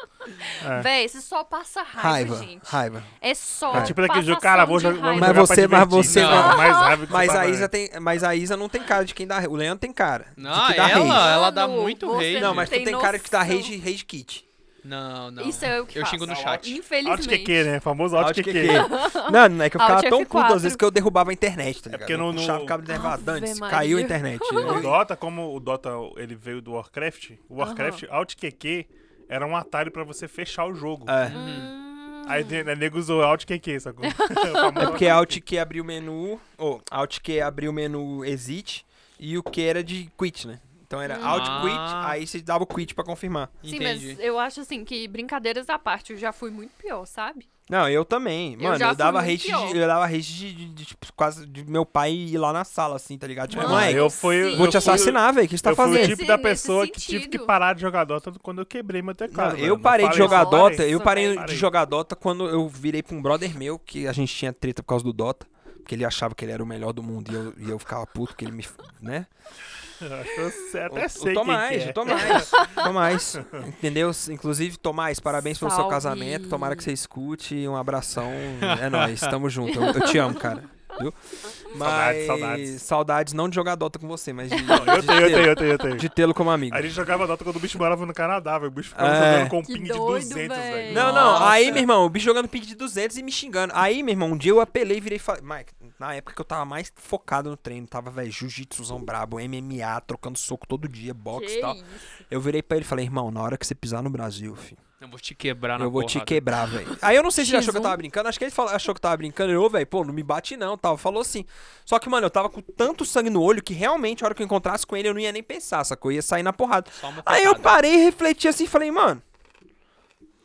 Speaker 3: É.
Speaker 4: Véi, você só passa raiva,
Speaker 1: Raiva,
Speaker 4: gente.
Speaker 1: raiva.
Speaker 4: É só
Speaker 3: É tipo daquele jogo,
Speaker 4: passação
Speaker 3: cara, vou
Speaker 4: de
Speaker 3: jogar, vamos
Speaker 4: raiva.
Speaker 1: Mas
Speaker 3: jogar pra
Speaker 1: você- mas
Speaker 3: divertir.
Speaker 1: você-
Speaker 3: Não, mais raiva que
Speaker 1: Mas
Speaker 3: você
Speaker 1: a,
Speaker 3: né? passa,
Speaker 1: Isa tem, mas a Isa não tem cara de quem dá. O Leandro tem cara.
Speaker 2: Não,
Speaker 1: de que dá
Speaker 2: ela,
Speaker 1: rage.
Speaker 2: ela dá
Speaker 4: Mano,
Speaker 2: muito
Speaker 4: você
Speaker 2: rage.
Speaker 1: Não, mas tu
Speaker 4: Tem
Speaker 1: tem cara de que dá
Speaker 4: noção.
Speaker 1: rage, rage kit.
Speaker 2: Não, não.
Speaker 4: Isso é eu que
Speaker 2: Eu
Speaker 4: faço.
Speaker 2: xingo no chat.
Speaker 3: velho. Alt
Speaker 4: Infelizmente.
Speaker 3: QQ, né? Famoso Alt
Speaker 1: Alt
Speaker 3: QQ.
Speaker 1: QQ. Não, não é que eu
Speaker 4: Alt
Speaker 1: ficava tão
Speaker 4: F4.
Speaker 1: puto às vezes que eu derrubava a internet, tá ligado?
Speaker 3: porque no-
Speaker 1: eu
Speaker 3: no-
Speaker 1: puxava o cabo de nervado. Dane-se,
Speaker 4: Maria.
Speaker 1: caiu a internet.
Speaker 3: O
Speaker 1: Eu-
Speaker 3: Dota, como o Dota ele veio do Warcraft, o Warcraft Alt QQ era um atalho pra você fechar o jogo.
Speaker 1: É.
Speaker 4: Hum,
Speaker 3: Aí de- né, nego usou Alt QQ, sacou? O famoso
Speaker 1: É porque
Speaker 3: Alt
Speaker 1: Alt Q abriu o menu, ou Alt Q abriu o menu exit e o Q era de quit, né? Então era
Speaker 4: Hum.
Speaker 1: Alt quit,
Speaker 2: Ah.
Speaker 1: aí você dava o quit pra confirmar.
Speaker 4: Sim,
Speaker 2: Entendi.
Speaker 4: mas eu acho assim que brincadeiras à parte, eu já fui muito pior, sabe?
Speaker 1: Não, eu também. Mano,
Speaker 4: já
Speaker 1: eu,
Speaker 4: fui
Speaker 1: dava
Speaker 4: muito
Speaker 1: hate
Speaker 4: pior.
Speaker 1: de, eu dava hate de, de- de, tipo, quase de meu pai ir lá na sala, assim, tá ligado? Tipo,
Speaker 4: Mano,
Speaker 1: moleque,
Speaker 3: eu fui-
Speaker 1: vou
Speaker 3: eu
Speaker 1: te
Speaker 3: fui-
Speaker 1: assassinar, velho. O que você tá
Speaker 3: eu fui
Speaker 1: fazendo?
Speaker 3: o tipo da
Speaker 4: Sim, nesse
Speaker 3: pessoa que tive
Speaker 4: sentido.
Speaker 3: que parar de jogar Dota quando eu quebrei meu teclado.
Speaker 1: Não,
Speaker 3: velho.
Speaker 1: eu parei de
Speaker 3: falei
Speaker 1: jogar
Speaker 3: isso?
Speaker 1: Dota,
Speaker 4: Parei.
Speaker 1: eu parei de
Speaker 3: Parei.
Speaker 1: jogar Dota quando eu virei pra um brother meu, que a gente tinha treta por causa do Dota, porque ele achava que ele era o melhor do mundo e eu, e eu ficava puto que ele me, né?
Speaker 3: Eu acho que eu sei- até
Speaker 1: o,
Speaker 3: sei
Speaker 1: o
Speaker 3: quem
Speaker 1: Tomás,
Speaker 3: que é.
Speaker 1: o Tomás, Tomás, entendeu? Inclusive, Tomás, parabéns pelo seu
Speaker 4: Salve.
Speaker 1: casamento, tomara que você escute, um abração, é nóis, tamo junto, eu, eu te amo, cara, viu?
Speaker 3: Saudades,
Speaker 1: Mas-
Speaker 3: saudades.
Speaker 1: saudades, não de jogar Dota com você, mas de,
Speaker 3: Eu
Speaker 1: de
Speaker 3: tenho, eu tenho,
Speaker 1: tê-lo-
Speaker 3: eu tenho, eu tenho.
Speaker 1: de tê-lo como amigo.
Speaker 3: A gente jogava Dota quando o bicho morava no Canadá, velho. O bicho ficava
Speaker 1: É.
Speaker 3: jogando com um
Speaker 4: Que
Speaker 3: ping
Speaker 4: doido,
Speaker 3: de 200,
Speaker 4: velho.
Speaker 3: velho.
Speaker 1: Não, não,
Speaker 2: Nossa.
Speaker 1: aí, meu irmão, o bicho jogando pique de 200 e me xingando. Aí, meu irmão, um dia eu apelei e virei e falei, Mike, na época que eu tava mais focado no treino, tava, velho, jiu-jitsuzão brabo, MMA, trocando soco todo dia, boxe e
Speaker 4: Que
Speaker 1: tal.
Speaker 4: isso.
Speaker 1: Eu virei pra ele e falei, irmão, na hora que você pisar no Brasil, filho,
Speaker 2: Eu vou te quebrar Tá na
Speaker 1: eu vou te
Speaker 2: porrada.
Speaker 1: quebrar, velho. Aí eu não sei se ele achou que eu
Speaker 4: X1.
Speaker 1: tava brincando, acho que ele falou- achou que eu tava brincando, eu, velho, pô, não me bate não, tal. Falou assim. Só que, mano, eu tava com tanto sangue no olho que realmente, a hora que eu encontrasse com ele, eu não ia nem pensar, sacou? Eu ia sair na porrada.
Speaker 2: Só uma
Speaker 1: Aí eu
Speaker 2: patada.
Speaker 1: parei, refleti assim e falei, mano.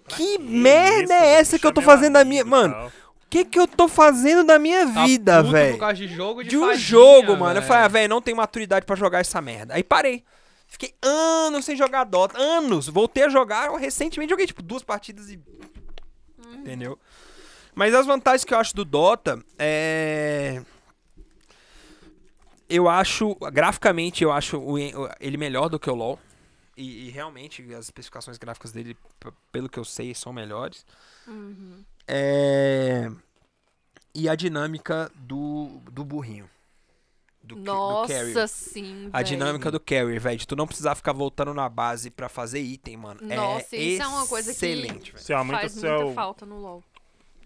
Speaker 1: Que merda
Speaker 3: isso,
Speaker 1: é
Speaker 3: velho?
Speaker 1: essa que eu tô
Speaker 3: Chamei um
Speaker 1: fazendo da
Speaker 3: amigo
Speaker 1: minha.
Speaker 3: e
Speaker 1: Mano,
Speaker 3: tal.
Speaker 1: o que que eu tô fazendo da minha
Speaker 2: Tá
Speaker 1: vida,
Speaker 2: puto por
Speaker 1: velho?
Speaker 2: causa de jogo de,
Speaker 1: De um
Speaker 2: fadinha,
Speaker 1: jogo, mano. Eu
Speaker 2: velho.
Speaker 1: falei, ah, velho, não tenho maturidade pra jogar essa merda. Aí parei. Fiquei anos sem jogar Dota. Anos. Voltei a jogar eu recentemente. Joguei, tipo, duas partidas e. Entendeu? Mas as vantagens que eu acho do Dota é. Eu acho, graficamente, eu acho o- o- ele melhor do que o LoL. E, e realmente, as especificações gráficas dele, p- pelo que eu sei, são melhores.
Speaker 4: Uhum.
Speaker 1: É... E a dinâmica do, do burrinho. Do, ca- do carry.
Speaker 4: Nossa, sim,
Speaker 1: A
Speaker 4: velho.
Speaker 1: dinâmica do carry, velho. De tu não precisar ficar voltando na base pra fazer item, mano.
Speaker 4: Nossa,
Speaker 1: é
Speaker 4: isso é uma coisa que-
Speaker 1: excelente, velho.
Speaker 3: Você aumenta o
Speaker 4: faz muita
Speaker 3: seu,
Speaker 4: falta no LoL.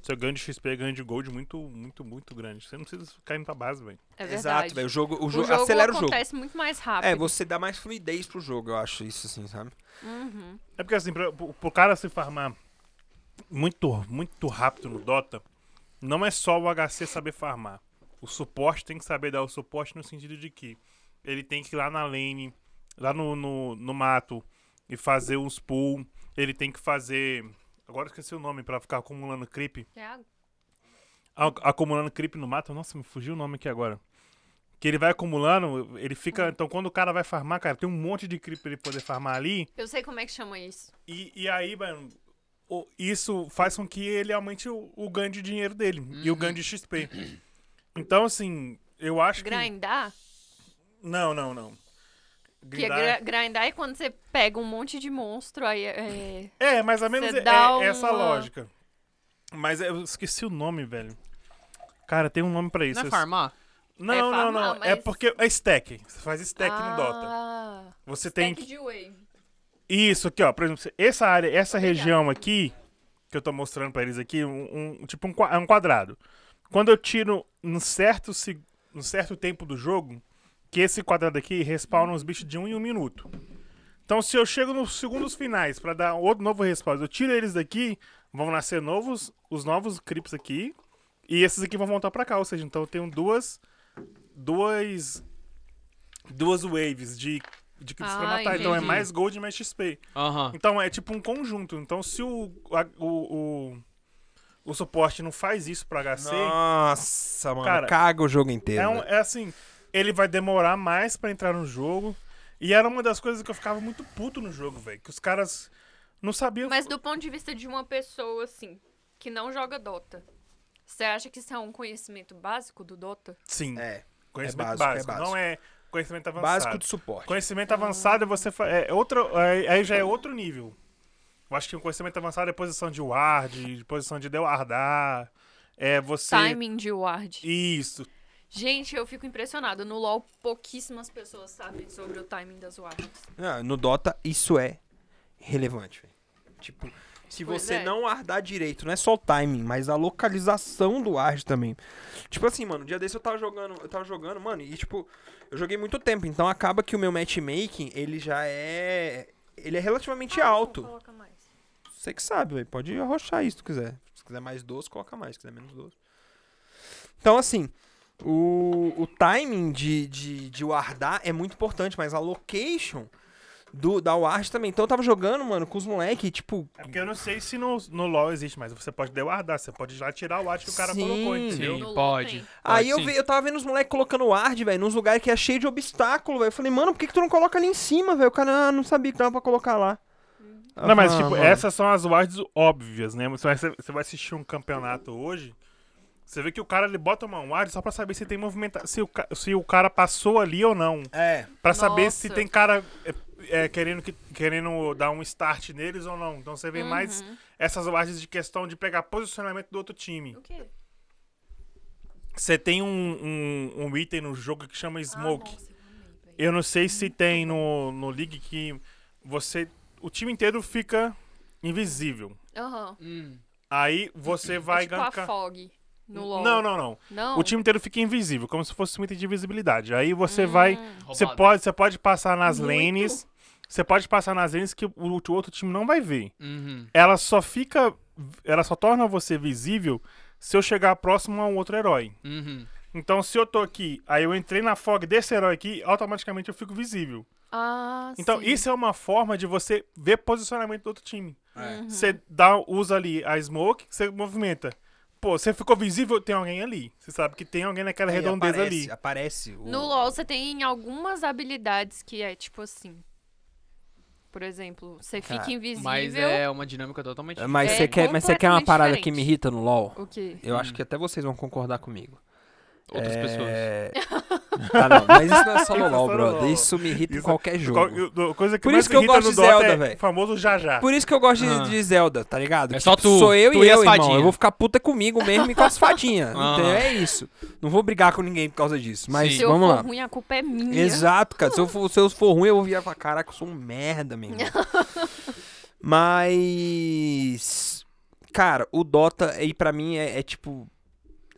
Speaker 3: seu ganho de XP, ganho de gold muito, muito, muito grande. Você não precisa ficar indo pra base, velho.
Speaker 4: É verdade.
Speaker 1: Exato, velho. O jogo, o
Speaker 4: O
Speaker 1: jogo
Speaker 4: jogo
Speaker 1: acelera o jogo.
Speaker 4: acontece muito mais rápido.
Speaker 1: É, você dá mais fluidez pro jogo, eu acho isso, assim, sabe?
Speaker 4: Uhum.
Speaker 3: É porque assim, pra, pro, pro cara se farmar muito, muito rápido no Dota, não é só o HC saber farmar. O suporte tem que saber dar o suporte no sentido de que ele tem que ir lá na lane, lá no, no, no mato, e fazer uns pull. Ele tem que fazer. Agora eu esqueci o nome pra ficar acumulando creep.
Speaker 4: É a-
Speaker 3: a- acumulando creep no mato. Nossa, me fugiu o nome aqui agora. Que ele vai acumulando, ele fica. Então, quando o cara vai farmar, cara, tem um monte de creep pra ele poder farmar ali.
Speaker 4: Eu sei como é que chama isso.
Speaker 3: E, e aí, mano, o- isso faz com que ele aumente o, o ganho de dinheiro dele e o ganho de XP. Então, assim, eu acho que.
Speaker 4: Grindar?
Speaker 3: Não, não, não.
Speaker 4: Que é
Speaker 3: Grindar-
Speaker 4: gra- grindar é quando você pega um monte de monstro, aí é... é-
Speaker 3: É, mais ou menos
Speaker 4: Cê
Speaker 3: é,
Speaker 4: dá
Speaker 3: é essa a
Speaker 4: uma-
Speaker 3: lógica. Mas eu esqueci o nome, velho. Cara, tem um nome pra isso.
Speaker 2: Não é
Speaker 3: Eu-
Speaker 2: farmar?
Speaker 3: Não,
Speaker 4: É
Speaker 3: não,
Speaker 4: farmar,
Speaker 3: não.
Speaker 4: mas-
Speaker 3: É porque é stack. Você faz stack no Dota.
Speaker 4: Ah,
Speaker 3: Você tem
Speaker 4: stack
Speaker 3: que.
Speaker 4: de wave.
Speaker 3: Isso aqui, ó. Por exemplo, essa área, essa região aqui, que eu tô mostrando pra eles aqui, um, um- tipo um, qua- é um quadrado. Quando eu tiro num certo, se- num certo tempo do jogo, que esse quadrado aqui respawna uns bichos de um em um minuto. Então, se eu chego nos segundos finais pra dar outro novo respawn, eu tiro eles daqui, vão nascer novos, os novos creeps aqui, e esses aqui vão voltar pra cá. Ou seja, então eu tenho duas. Duas. Duas waves de, de creeps pra
Speaker 4: Ah,
Speaker 3: matar. Então é
Speaker 4: entendi.
Speaker 3: mais gold e mais XP.
Speaker 2: Aham.
Speaker 3: Então é tipo um conjunto. Então se o, a- o, o, o suporte não faz isso pro HC,
Speaker 1: Nossa, mano.
Speaker 3: Cara,
Speaker 1: caga o jogo inteiro. né?
Speaker 3: é, um-
Speaker 1: velho.
Speaker 3: é assim, ele vai demorar mais pra entrar no jogo. E era uma das coisas que eu ficava muito puto no jogo, velho. Que os caras não sabiam.
Speaker 4: Mas do ponto de vista de uma pessoa, assim, que não joga Dota, você acha que isso é um conhecimento básico do Dota?
Speaker 3: Sim,
Speaker 1: É,
Speaker 3: conhecimento
Speaker 1: é básico,
Speaker 3: básico,
Speaker 1: é básico.
Speaker 3: Não é conhecimento avançado.
Speaker 1: básico de suporte.
Speaker 3: Conhecimento avançado é você. fa- É outro, é- aí já é outro nível. Eu acho que o conhecimento avançado é posição de ward, posição de dewardar. É você.
Speaker 4: Timing de ward.
Speaker 3: Isso.
Speaker 4: Gente, eu fico impressionado. No LoL, pouquíssimas pessoas sabem sobre o timing das wards.
Speaker 1: Ah, no Dota, isso é relevante, velho. Tipo, se
Speaker 4: Pois
Speaker 1: você
Speaker 4: é.
Speaker 1: não ardar direito, não é só o timing, mas a localização do ard também. Tipo assim, mano, um dia desse eu tava jogando, eu tava jogando, mano, e tipo, eu joguei muito tempo, então acaba que o meu matchmaking, ele já é. Ele é relativamente alto.
Speaker 4: Ah, então Coloca mais.
Speaker 1: Você que sabe, velho. Pode arrochar isso se tu quiser. quiser mais doce, coloca mais. Se quiser menos doce. Então, assim, o, o timing de, de, de guardar é muito importante, mas a location do, da ward também. Então eu tava jogando, mano, com os moleques, tipo.
Speaker 3: É porque eu não sei se no, no LoL existe, mas você pode guardar, você pode já tirar o arte que o cara
Speaker 1: Sim.
Speaker 3: colocou, entendeu?
Speaker 2: Sim,
Speaker 4: No
Speaker 2: pode.
Speaker 4: loop, hein?
Speaker 2: Pode
Speaker 1: aí eu,
Speaker 2: sim.
Speaker 1: vi- eu tava vendo os moleques colocando ward, velho, nos lugares que é cheio de obstáculo, velho. Eu falei, mano, por que, que tu não coloca ali em cima, velho? O cara ah, não sabia que dava pra colocar lá. Aí eu
Speaker 3: Não, mas
Speaker 1: falei,
Speaker 3: tipo,
Speaker 1: "Ah, mano."
Speaker 3: essas são as wards óbvias, né? Você vai, você vai assistir um campeonato hoje, você vê que o cara ele bota uma ward só pra saber se tem movimentação, se o, ca- se o cara passou ali ou não.
Speaker 1: É.
Speaker 3: Pra saber se
Speaker 4: Nossa.
Speaker 3: tem cara é, é, querendo, que- querendo dar um start neles ou não. Então você vê mais essas wards de questão de pegar posicionamento do outro time.
Speaker 4: O quê?
Speaker 3: Você tem um, um, um item no jogo que chama
Speaker 4: Ah,
Speaker 3: Smoke.
Speaker 4: nossa, eu amei, velho.
Speaker 3: Eu não sei se tem no, no League que você. O time inteiro fica invisível.
Speaker 4: Aham.
Speaker 2: Hum.
Speaker 3: Aí você vai
Speaker 4: é tipo a
Speaker 3: gankar.
Speaker 4: Fog no LoL.
Speaker 3: Não, não, não.
Speaker 4: Não?
Speaker 3: O time inteiro fica invisível, como se fosse um item de visibilidade. Aí você vai. Você
Speaker 2: Roubado.
Speaker 3: pode, você pode passar nas
Speaker 4: Hum. Muito.
Speaker 3: lanes. Você pode passar nas lanes que o o outro time não vai ver.
Speaker 2: Uhum.
Speaker 3: Ela só fica. Ela só torna você visível se eu chegar próximo a um outro herói.
Speaker 2: Uhum.
Speaker 3: Então, se eu tô aqui, aí eu entrei na fog desse herói aqui, automaticamente eu fico visível.
Speaker 4: Ah,
Speaker 3: Então,
Speaker 4: sim.
Speaker 3: isso é uma forma de você ver posicionamento do outro time.
Speaker 1: É.
Speaker 3: Você dá, usa ali a smoke, você movimenta. Pô, você ficou visível, tem alguém ali. Você sabe que tem alguém naquela
Speaker 1: Aí
Speaker 3: redondeza
Speaker 1: aparece,
Speaker 3: ali.
Speaker 1: Aparece.
Speaker 2: Tipo,
Speaker 1: O...
Speaker 4: No LoL você tem algumas habilidades que é tipo assim. Por exemplo, você
Speaker 1: Cara,
Speaker 4: fica invisível.
Speaker 2: Mas é uma dinâmica totalmente.
Speaker 1: Mas
Speaker 4: É
Speaker 1: você quer, mas você quer uma
Speaker 4: completamente
Speaker 1: parada que
Speaker 4: diferente.
Speaker 1: me irrita no LoL?
Speaker 4: O quê?
Speaker 1: Eu acho que até vocês vão concordar comigo.
Speaker 2: Outras pessoas.
Speaker 1: pessoas. Ah, não, mas isso não é só no
Speaker 3: É.
Speaker 1: LoL,
Speaker 3: Isso é só no
Speaker 1: brother.
Speaker 3: LoL.
Speaker 1: Isso me irrita em
Speaker 3: Isso-
Speaker 1: qualquer jogo.
Speaker 3: Qual- eu- do- coisa que
Speaker 1: Por
Speaker 3: mais
Speaker 1: isso que eu
Speaker 3: irrita
Speaker 1: gosto
Speaker 3: no
Speaker 1: de
Speaker 3: Dota
Speaker 1: Zelda,
Speaker 3: é
Speaker 1: véi.
Speaker 3: O famoso já já.
Speaker 1: Por isso que eu gosto de-
Speaker 2: Ah.
Speaker 1: de Zelda, tá ligado?
Speaker 2: É só tu.
Speaker 1: Sou eu
Speaker 2: Tu
Speaker 1: e
Speaker 2: e as
Speaker 1: eu, irmão.
Speaker 2: fadinhas.
Speaker 1: Eu vou ficar puta comigo mesmo e com as fadinhas.
Speaker 2: Ah.
Speaker 1: Então é isso. Não vou brigar com ninguém por causa disso. Mas
Speaker 2: Sim.
Speaker 4: Se eu
Speaker 1: vamos
Speaker 4: for
Speaker 1: lá.
Speaker 4: ruim, a culpa é minha.
Speaker 1: Exato, cara. Se eu, for, se eu for ruim, eu vou virar e falar, caraca, eu sou um merda, meu irmão." Mas... Cara, o Dota aí pra mim é, é tipo...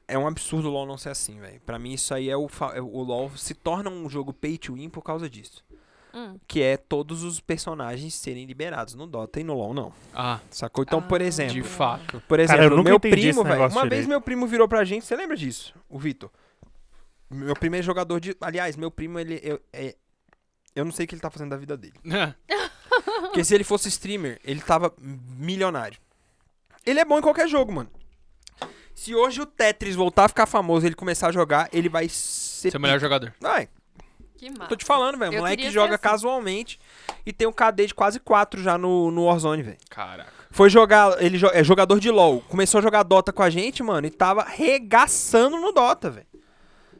Speaker 1: É um absurdo o LoL não ser assim, velho. Pra mim isso aí é o... fa- é O LoL se torna um jogo pay to win por causa disso.
Speaker 4: Hum.
Speaker 1: Que é todos os personagens serem liberados. No Dota e no LoL não.
Speaker 2: Ah,
Speaker 1: Sacou? Então, por
Speaker 4: Ah.
Speaker 1: exemplo...
Speaker 2: de fato.
Speaker 1: Por
Speaker 3: Cara,
Speaker 1: exemplo,
Speaker 3: eu nunca
Speaker 1: meu
Speaker 3: entendi esse
Speaker 1: primo, velho. Uma
Speaker 3: negócio
Speaker 1: vez
Speaker 3: direito.
Speaker 1: meu primo virou pra gente, você lembra disso? O Vitor. Meu primo é jogador de. Aliás, meu primo, ele. Eu, é- eu não sei o que ele tá fazendo da vida dele. Porque se ele fosse streamer, ele tava milionário. Ele é bom em qualquer jogo, mano. Se hoje o Tetris voltar a ficar famoso e ele começar a jogar, ele vai ser.
Speaker 2: Você é o melhor jogador.
Speaker 1: Vai,
Speaker 4: Que massa.
Speaker 1: tô te falando, velho.
Speaker 4: Eu
Speaker 1: Moleque
Speaker 4: queria ser
Speaker 1: joga
Speaker 4: assim.
Speaker 1: casualmente e tem um KD de quase 4 já no, no Warzone, velho.
Speaker 2: Caraca.
Speaker 1: Foi jogar, ele jo- é jogador de LoL, começou a jogar Dota com a gente, mano, e tava regaçando no Dota, velho.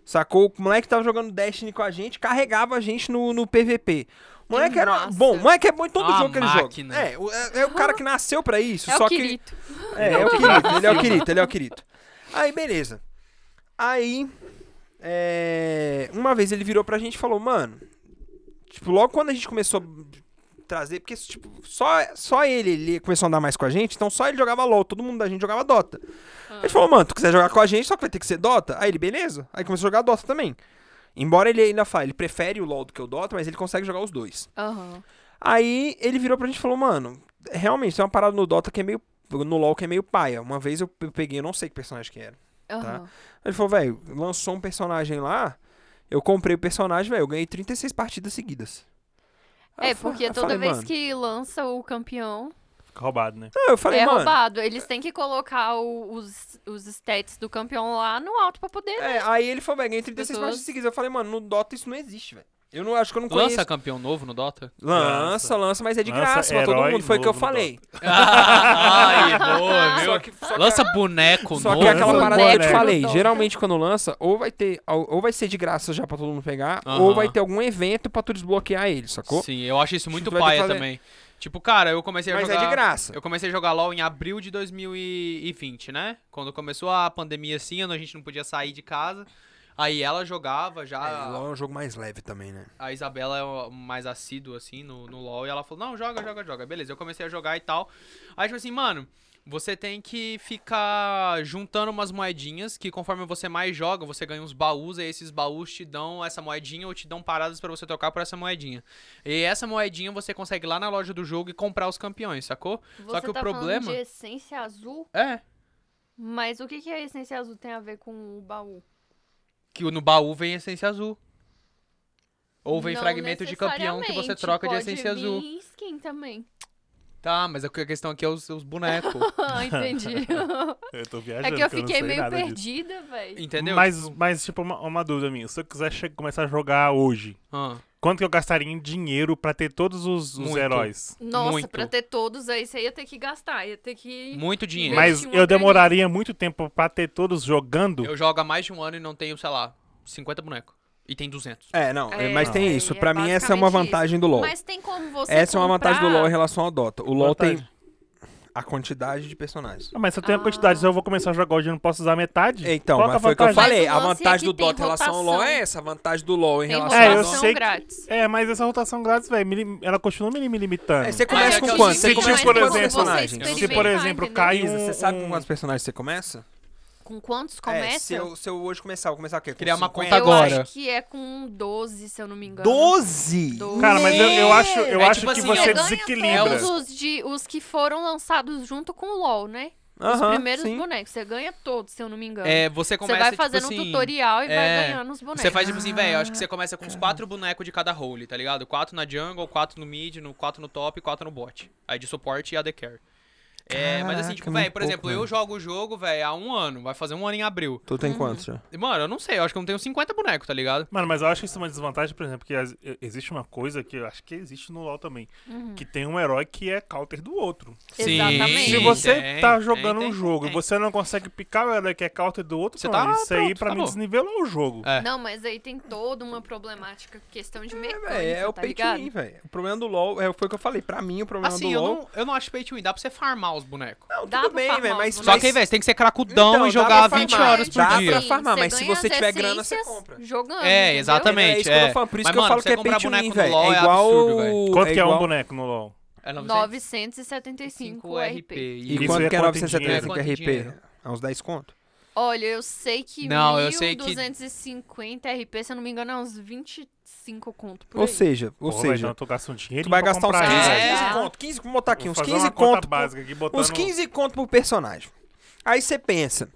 Speaker 1: Sacou? O moleque tava jogando Destiny com a gente, carregava a gente no, no PVP. O moleque era
Speaker 4: Nossa.
Speaker 1: bom, o moleque é bom em todo
Speaker 2: Uma
Speaker 1: jogo que ele
Speaker 2: máquina.
Speaker 1: joga. É, o- é, é o cara que nasceu pra isso,
Speaker 4: É
Speaker 1: só
Speaker 4: o
Speaker 1: que
Speaker 4: Kirito.
Speaker 1: é, é o Kirito, ele é o Kirito, ele é o Kirito. Aí, beleza. Aí, é, uma vez ele virou pra gente e falou, mano, tipo, logo quando a gente começou a trazer, porque, tipo, só, só ele, ele começou a andar mais com a gente, então só ele jogava LOL, todo mundo da gente jogava Dota. Aí ele falou, mano, tu quiser jogar com a gente, só que vai ter que ser Dota. Aí ele, beleza. Aí começou a jogar Dota também. Embora ele ainda fale, ele prefere o LoL do que o Dota, mas ele consegue jogar os dois.
Speaker 4: Aham.
Speaker 1: Aí ele virou pra gente e falou, mano, realmente, tem uma parada no Dota que é meio. No LoL que é meio paia. Uma vez eu pe- peguei, eu não sei que personagem que era.
Speaker 2: Tá.
Speaker 4: Aham.
Speaker 1: Ele falou, velho, lançou um personagem lá, eu comprei o personagem, velho, eu ganhei 36 partidas seguidas. Aí
Speaker 4: É,
Speaker 1: eu fa-
Speaker 4: porque
Speaker 1: eu
Speaker 4: toda
Speaker 1: falei,
Speaker 4: vez
Speaker 1: mano-
Speaker 4: que lança o campeão,
Speaker 3: Fica Roubado, né?
Speaker 1: Não, eu falei,
Speaker 4: é
Speaker 1: mano.
Speaker 4: roubado. Eles têm que colocar o- os, os stats do campeão lá no alto pra poder.
Speaker 1: É, aí ele falou, velho, ganhei 36
Speaker 4: pessoas-
Speaker 1: partidas seguidas. Eu falei, mano, no Dota isso não existe, velho. Eu não acho que eu não conheço.
Speaker 2: Lança campeão novo no Dota?
Speaker 1: lança, lança, mas é de
Speaker 3: Lança
Speaker 1: graça pra todo
Speaker 3: herói
Speaker 1: mundo. Foi o que eu
Speaker 3: novo no
Speaker 1: falei.
Speaker 2: Ai, boa,
Speaker 1: Só
Speaker 2: viu?
Speaker 1: que, só que
Speaker 2: Lança boneco
Speaker 1: Só
Speaker 2: novo.
Speaker 1: que é aquela
Speaker 3: Lança um
Speaker 1: parada que eu te
Speaker 3: boneco.
Speaker 1: falei,
Speaker 4: Dota.
Speaker 1: geralmente quando lança, ou vai ter, ou vai ser de graça já pra todo mundo pegar,
Speaker 2: Aham.
Speaker 1: ou vai ter algum evento pra tu desbloquear ele, sacou?
Speaker 2: Sim, eu acho isso
Speaker 1: Acho que
Speaker 2: muito
Speaker 1: tu vai ter
Speaker 2: paia
Speaker 1: que fazer-
Speaker 2: também. Tipo, cara, eu comecei a
Speaker 1: Mas
Speaker 2: jogar.
Speaker 1: é de graça.
Speaker 2: Eu comecei a jogar LOL em abril de 2020, né? Quando começou a pandemia assim, a gente não podia sair de casa. Aí ela jogava já.
Speaker 1: é um jogo mais leve também, né?
Speaker 2: a Isabela é o- mais assídua, assim, no, no LoL, e ela falou, não, joga, joga, joga. Beleza, eu comecei a jogar e tal. Aí, tipo assim, mano, você tem que ficar juntando umas moedinhas, que conforme você mais joga, você ganha uns baús, e esses baús te dão essa moedinha ou te dão paradas pra você trocar por essa moedinha. E essa moedinha você consegue ir lá na loja do jogo e comprar os campeões, sacou?
Speaker 4: Você
Speaker 2: Só que
Speaker 4: tá
Speaker 2: o
Speaker 4: falando
Speaker 2: problema...
Speaker 4: de essência azul?
Speaker 2: É.
Speaker 4: Mas o que, que a essência azul tem a ver com o baú?
Speaker 2: Que no baú vem essência azul. Ou vem
Speaker 4: Não
Speaker 2: fragmento de campeão que você
Speaker 4: necessariamente,
Speaker 2: troca de
Speaker 4: pode
Speaker 2: essência azul.
Speaker 4: vir skin também.
Speaker 2: Tá, mas a que- a questão aqui é os, os bonecos.
Speaker 4: Ah, entendi.
Speaker 3: Tá Eu tô
Speaker 4: é
Speaker 3: viajando.
Speaker 4: que eu
Speaker 3: porque não
Speaker 4: fiquei
Speaker 3: sei
Speaker 4: meio
Speaker 3: nada disso.
Speaker 4: perdida, velho.
Speaker 2: entendeu?
Speaker 3: Mas,
Speaker 2: Tipo,
Speaker 3: mas tipo, uma, uma dúvida minha. Se eu quiser che- começar a jogar hoje,
Speaker 2: ah,
Speaker 3: quanto que eu gastaria em dinheiro pra ter todos os, os
Speaker 2: Muito.
Speaker 3: heróis?
Speaker 4: Nossa,
Speaker 2: Muito.
Speaker 4: pra ter todos aí, você ia ter que gastar, ia ter que...
Speaker 2: muito dinheiro.
Speaker 4: Mas-
Speaker 3: Mas
Speaker 4: Investir uma
Speaker 3: eu demoraria muito tempo pra ter todos jogando.
Speaker 2: Eu jogo há mais de um ano e não tenho, sei lá, 50 bonecos. E tem 200.
Speaker 1: É, não,
Speaker 4: É,
Speaker 1: mas tem
Speaker 4: é,
Speaker 1: isso.
Speaker 4: é
Speaker 1: Pra mim, essa é uma
Speaker 4: basicamente
Speaker 1: vantagem do LoL.
Speaker 4: Mas tem como você
Speaker 1: Essa é uma vantagem do
Speaker 4: comprar-
Speaker 1: LoL em relação ao Dota. O LoL tem
Speaker 3: Vantagem.
Speaker 1: a quantidade de personagens.
Speaker 3: Ah, Mas se eu tenho a quantidade, se eu vou começar a jogar hoje, eu não posso usar metade?
Speaker 1: Então,
Speaker 3: Qual que é a
Speaker 1: mas foi o que eu
Speaker 3: vantagem?
Speaker 1: falei.
Speaker 4: Mas o
Speaker 1: A
Speaker 4: lance é
Speaker 1: vantagem
Speaker 4: que
Speaker 1: do Dota
Speaker 4: tem
Speaker 1: em relação ao LoL é
Speaker 4: rotação.
Speaker 1: essa. A vantagem do LoL em
Speaker 4: Tem
Speaker 1: relação ao
Speaker 3: eu
Speaker 1: Dota.
Speaker 4: rotação
Speaker 3: sei que-
Speaker 4: grátis.
Speaker 3: É, mas essa rotação grátis, velho, me lim- ela continua me, lim- me limitando.
Speaker 1: É, você
Speaker 4: Ah,
Speaker 1: começa
Speaker 4: eu
Speaker 1: com
Speaker 4: te
Speaker 1: quantos?
Speaker 4: digo,
Speaker 1: Você começa
Speaker 4: mas
Speaker 1: com
Speaker 3: quando
Speaker 1: quantos
Speaker 3: você
Speaker 1: personagens?
Speaker 2: experimenta,
Speaker 3: Se, por exemplo,
Speaker 4: entendeu?
Speaker 3: cai
Speaker 1: Isa,
Speaker 3: um...
Speaker 1: você sabe com
Speaker 3: um-
Speaker 1: quantos personagens você começa?
Speaker 4: Com quantos começa?
Speaker 1: É, se eu, se eu hoje começar, eu vou começar o quê? Com
Speaker 2: Criar uma
Speaker 1: 50?
Speaker 2: conta
Speaker 4: eu
Speaker 2: agora.
Speaker 4: acho que é com 12, se eu não me engano.
Speaker 1: 12?
Speaker 4: Doze.
Speaker 3: Cara, mas eu, eu acho, eu
Speaker 2: É
Speaker 3: acho
Speaker 2: tipo
Speaker 3: que
Speaker 2: assim,
Speaker 3: você
Speaker 2: eu
Speaker 4: ganho
Speaker 3: desequilibra.
Speaker 4: todos os, de, os que foram lançados junto com o LoL, né? Os
Speaker 1: Aham,
Speaker 4: primeiros
Speaker 1: sim.
Speaker 4: bonecos. Você ganha todos, se eu não me engano.
Speaker 2: É, você
Speaker 4: você
Speaker 2: começa,
Speaker 4: vai
Speaker 2: tipo
Speaker 4: fazendo um
Speaker 2: assim,
Speaker 4: tutorial Ah. e
Speaker 2: é,
Speaker 4: vai ganhando os bonecos.
Speaker 2: Você faz tipo assim, velho, eu acho que você começa com uns quatro bonecos de cada role, tá ligado? Quatro na jungle, quatro no mid, no, quatro no top e quatro no bot. Aí de suporte e AD carry. É, mas assim,
Speaker 1: Caraca,
Speaker 2: tipo,
Speaker 1: muito
Speaker 2: velho, por
Speaker 1: pouco,
Speaker 2: exemplo,
Speaker 1: velho.
Speaker 2: eu jogo o jogo, velho, há um ano. Vai fazer um ano em abril.
Speaker 1: Tu
Speaker 4: Hum.
Speaker 1: tem quantos já?
Speaker 2: E, Mano, eu não sei, eu acho que eu não tenho 50 bonecos, tá ligado?
Speaker 3: Mano, mas eu acho isso é uma desvantagem, por exemplo, que as- e- existe uma coisa que eu acho que existe no LoL também,
Speaker 2: Uhum.
Speaker 3: que tem um herói que é counter do outro.
Speaker 4: Exatamente.
Speaker 3: Se
Speaker 4: Sim,
Speaker 3: você
Speaker 2: tem,
Speaker 3: tá
Speaker 2: tem,
Speaker 3: jogando um
Speaker 2: tem,
Speaker 3: jogo e
Speaker 2: tem.
Speaker 3: você não consegue picar o herói que é counter do outro,
Speaker 2: Você
Speaker 3: mano,
Speaker 2: tá
Speaker 3: isso aí
Speaker 2: pronto,
Speaker 3: pra mim
Speaker 2: acabou.
Speaker 3: desnivelou o jogo.
Speaker 2: É.
Speaker 4: Não, mas aí tem toda uma problemática, questão de
Speaker 1: É,
Speaker 4: mecânica,
Speaker 1: véi, é o
Speaker 4: tá
Speaker 1: pay to
Speaker 4: ligado?
Speaker 1: win, velho. O problema do LoL, é, foi o que eu falei. Pra mim, o
Speaker 3: tá
Speaker 1: problema
Speaker 2: Assim,
Speaker 1: do
Speaker 2: eu
Speaker 1: LoL...
Speaker 2: não, eu não acho pay to win, dá pra você farmar os bonecos.
Speaker 1: Não,
Speaker 4: Dá
Speaker 1: tudo
Speaker 4: pra
Speaker 1: bem,
Speaker 4: farmar
Speaker 1: velho,
Speaker 4: os
Speaker 1: mas... é
Speaker 2: Só que,
Speaker 1: mas-
Speaker 2: velho, você tem que ser cracudão
Speaker 1: Então,
Speaker 2: e
Speaker 1: dá
Speaker 2: jogar
Speaker 1: pra
Speaker 2: 20
Speaker 1: farmar,
Speaker 2: horas por
Speaker 1: dá
Speaker 2: dia.
Speaker 1: pra farmar,
Speaker 4: Sim,
Speaker 1: mas se
Speaker 4: ganha
Speaker 1: você
Speaker 4: as
Speaker 1: tiver grana, você
Speaker 4: essências
Speaker 1: compra.
Speaker 4: Jogando,
Speaker 2: É,
Speaker 4: entendeu?
Speaker 2: exatamente.
Speaker 1: É isso que eu tô
Speaker 2: é.
Speaker 1: falando. Por isso
Speaker 2: Mas,
Speaker 1: que eu
Speaker 2: mano,
Speaker 1: falo
Speaker 2: você
Speaker 1: que é
Speaker 2: comprar
Speaker 1: pay to win,
Speaker 2: boneco no
Speaker 1: velho.
Speaker 2: LoL
Speaker 1: É
Speaker 2: é
Speaker 1: igual...
Speaker 2: absurdo, velho.
Speaker 3: Quanto que é um
Speaker 1: igual-
Speaker 3: boneco no LoL?
Speaker 2: É
Speaker 4: 975 RP.
Speaker 1: E
Speaker 3: Isso
Speaker 1: quanto
Speaker 3: é
Speaker 1: que é
Speaker 3: quanto em dinheiro?
Speaker 1: 975
Speaker 2: Quanto em
Speaker 1: RP?
Speaker 2: dinheiro?
Speaker 1: É uns 10 conto?
Speaker 4: Olha, eu sei que
Speaker 2: Não, eu sei que-
Speaker 4: 1250 RP, se eu não me engano, é uns 25 conto por
Speaker 1: Ou
Speaker 4: aí.
Speaker 1: seja, ou
Speaker 3: Pô,
Speaker 1: seja...
Speaker 3: velho, não, eu tô gastando dinheiro
Speaker 1: Tu vai gastar uns 15,
Speaker 4: comprar.
Speaker 2: É.
Speaker 1: 15 conto, 15, vamos botar aqui,
Speaker 3: Vou
Speaker 1: uns
Speaker 3: fazer
Speaker 1: 15
Speaker 3: uma conta
Speaker 1: conto. por-
Speaker 3: básica aqui, botando...
Speaker 1: Uns 15 conto por personagem. Aí você pensa,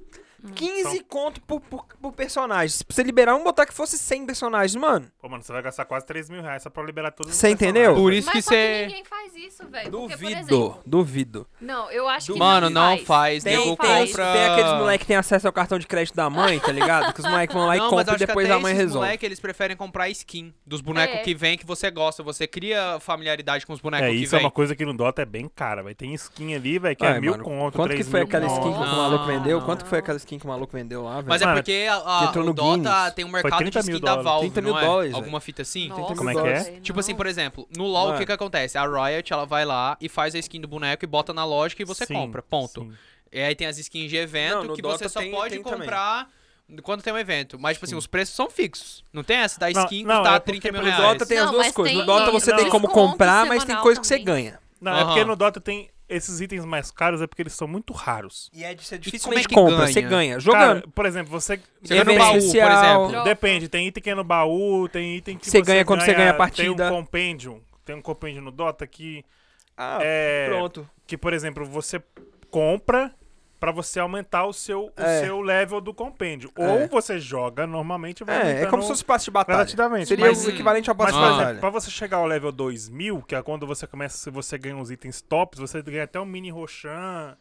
Speaker 4: Hum.
Speaker 1: 15 conto por, por, por personagem. Se você liberar, um botar que fosse 100 personagens, mano.
Speaker 3: Pô, mano, você vai gastar quase 3 mil reais só pra liberar todos os
Speaker 1: Você entendeu?
Speaker 3: personagens,
Speaker 2: Por
Speaker 3: velho.
Speaker 2: isso
Speaker 4: Mas
Speaker 2: que é
Speaker 4: só que
Speaker 2: você.
Speaker 4: ninguém faz isso, velho. Porque, por
Speaker 1: Duvido,
Speaker 4: exemplo,
Speaker 1: duvido.
Speaker 4: não, eu acho que
Speaker 2: Mano, não
Speaker 4: faz.
Speaker 2: faz.
Speaker 1: Tem,
Speaker 2: Nego
Speaker 1: tem,
Speaker 4: faz.
Speaker 1: tem,
Speaker 2: compra.
Speaker 1: aqueles moleques que tem acesso ao cartão de crédito da mãe, tá ligado? Que os moleques vão lá e
Speaker 2: não, mas
Speaker 1: compram e
Speaker 2: acho que
Speaker 1: depois
Speaker 2: até
Speaker 1: a mãe
Speaker 2: esses
Speaker 1: resolve.
Speaker 2: Moleque, eles preferem comprar skin dos bonecos
Speaker 4: É.
Speaker 2: que vem que você gosta. Você cria familiaridade com os bonecos
Speaker 3: É,
Speaker 2: que
Speaker 3: isso é
Speaker 2: vem.
Speaker 3: uma coisa que no Dota é bem cara, velho. Tem skin ali, velho, que
Speaker 1: Ai,
Speaker 3: é mil
Speaker 1: mano,
Speaker 3: conto,
Speaker 1: Quanto que
Speaker 3: três
Speaker 1: foi
Speaker 3: mil
Speaker 1: aquela
Speaker 3: conto.
Speaker 1: skin que o
Speaker 4: Não,
Speaker 1: maluco vendeu?
Speaker 4: não.
Speaker 1: Quanto que foi aquela skin que o maluco vendeu lá, velho?
Speaker 2: Mas é
Speaker 3: Mano,
Speaker 2: porque a, a,
Speaker 1: entrou
Speaker 2: o
Speaker 1: no
Speaker 2: Dota
Speaker 1: Guinness.
Speaker 2: tem um mercado de
Speaker 3: 30 mil
Speaker 2: skin da
Speaker 3: dólares.
Speaker 2: Valve,
Speaker 1: 30 mil
Speaker 2: não é?
Speaker 1: dólares,
Speaker 2: Alguma fita assim?
Speaker 4: Nossa,
Speaker 3: Como é que é?
Speaker 4: velho,
Speaker 2: Tipo
Speaker 4: não.
Speaker 2: assim, por exemplo, no LoL o que
Speaker 1: Mano.
Speaker 2: que acontece? A Riot, ela vai lá e faz a skin do boneco e bota na loja e você
Speaker 3: Sim,
Speaker 2: compra, ponto.
Speaker 3: sim.
Speaker 2: E aí tem as skins de
Speaker 1: Não,
Speaker 2: evento
Speaker 1: no
Speaker 2: que
Speaker 1: Dota
Speaker 2: você só
Speaker 1: tem-
Speaker 2: pode
Speaker 1: tem também.
Speaker 2: comprar quando tem um evento. Mas, tipo assim, os preços são fixos. Não tem essa da
Speaker 3: Não,
Speaker 2: skin
Speaker 3: não,
Speaker 2: custar
Speaker 3: é porque
Speaker 2: 30 mil
Speaker 1: No
Speaker 2: reais.
Speaker 1: Dota tem
Speaker 4: Não,
Speaker 1: as duas
Speaker 4: mas
Speaker 1: coisas. No
Speaker 4: tem
Speaker 1: Dota você tem como
Speaker 4: desconto
Speaker 1: comprar, mas tem
Speaker 4: semanal
Speaker 1: coisa que você
Speaker 4: também.
Speaker 1: ganha.
Speaker 3: Não, é
Speaker 2: Aham.
Speaker 3: porque no Dota tem esses itens mais caros, é porque eles são muito raros.
Speaker 1: E é
Speaker 2: dificilmente
Speaker 1: dificilmente compra,
Speaker 2: ganha?
Speaker 1: você ganha. Jogando.
Speaker 3: Cara, por exemplo, você.
Speaker 2: Você ganha no
Speaker 1: Evento
Speaker 2: baú, por
Speaker 1: especial.
Speaker 2: exemplo.
Speaker 3: Depende, tem item que é no baú, tem item que
Speaker 1: Você ganha quando você ganha a partida.
Speaker 3: Tem um compêndio, tem um compêndio no Dota que
Speaker 1: Ah,
Speaker 3: é
Speaker 1: pronto.
Speaker 3: que por exemplo, você compra pra você aumentar o seu o
Speaker 1: É.
Speaker 3: seu level do compêndio.
Speaker 1: É.
Speaker 3: Ou você joga normalmente vai
Speaker 1: É, é
Speaker 3: aumentando-
Speaker 1: como se fosse passe de batalha.
Speaker 3: Relativamente,
Speaker 1: Seria
Speaker 3: mas-
Speaker 1: o equivalente ao passe
Speaker 3: Mas,
Speaker 1: de
Speaker 3: por
Speaker 2: Ah.
Speaker 1: batalha.
Speaker 3: exemplo, pra você chegar ao level 2000, que é quando você começa, se você ganha os itens tops, você ganha até um mini Roshan,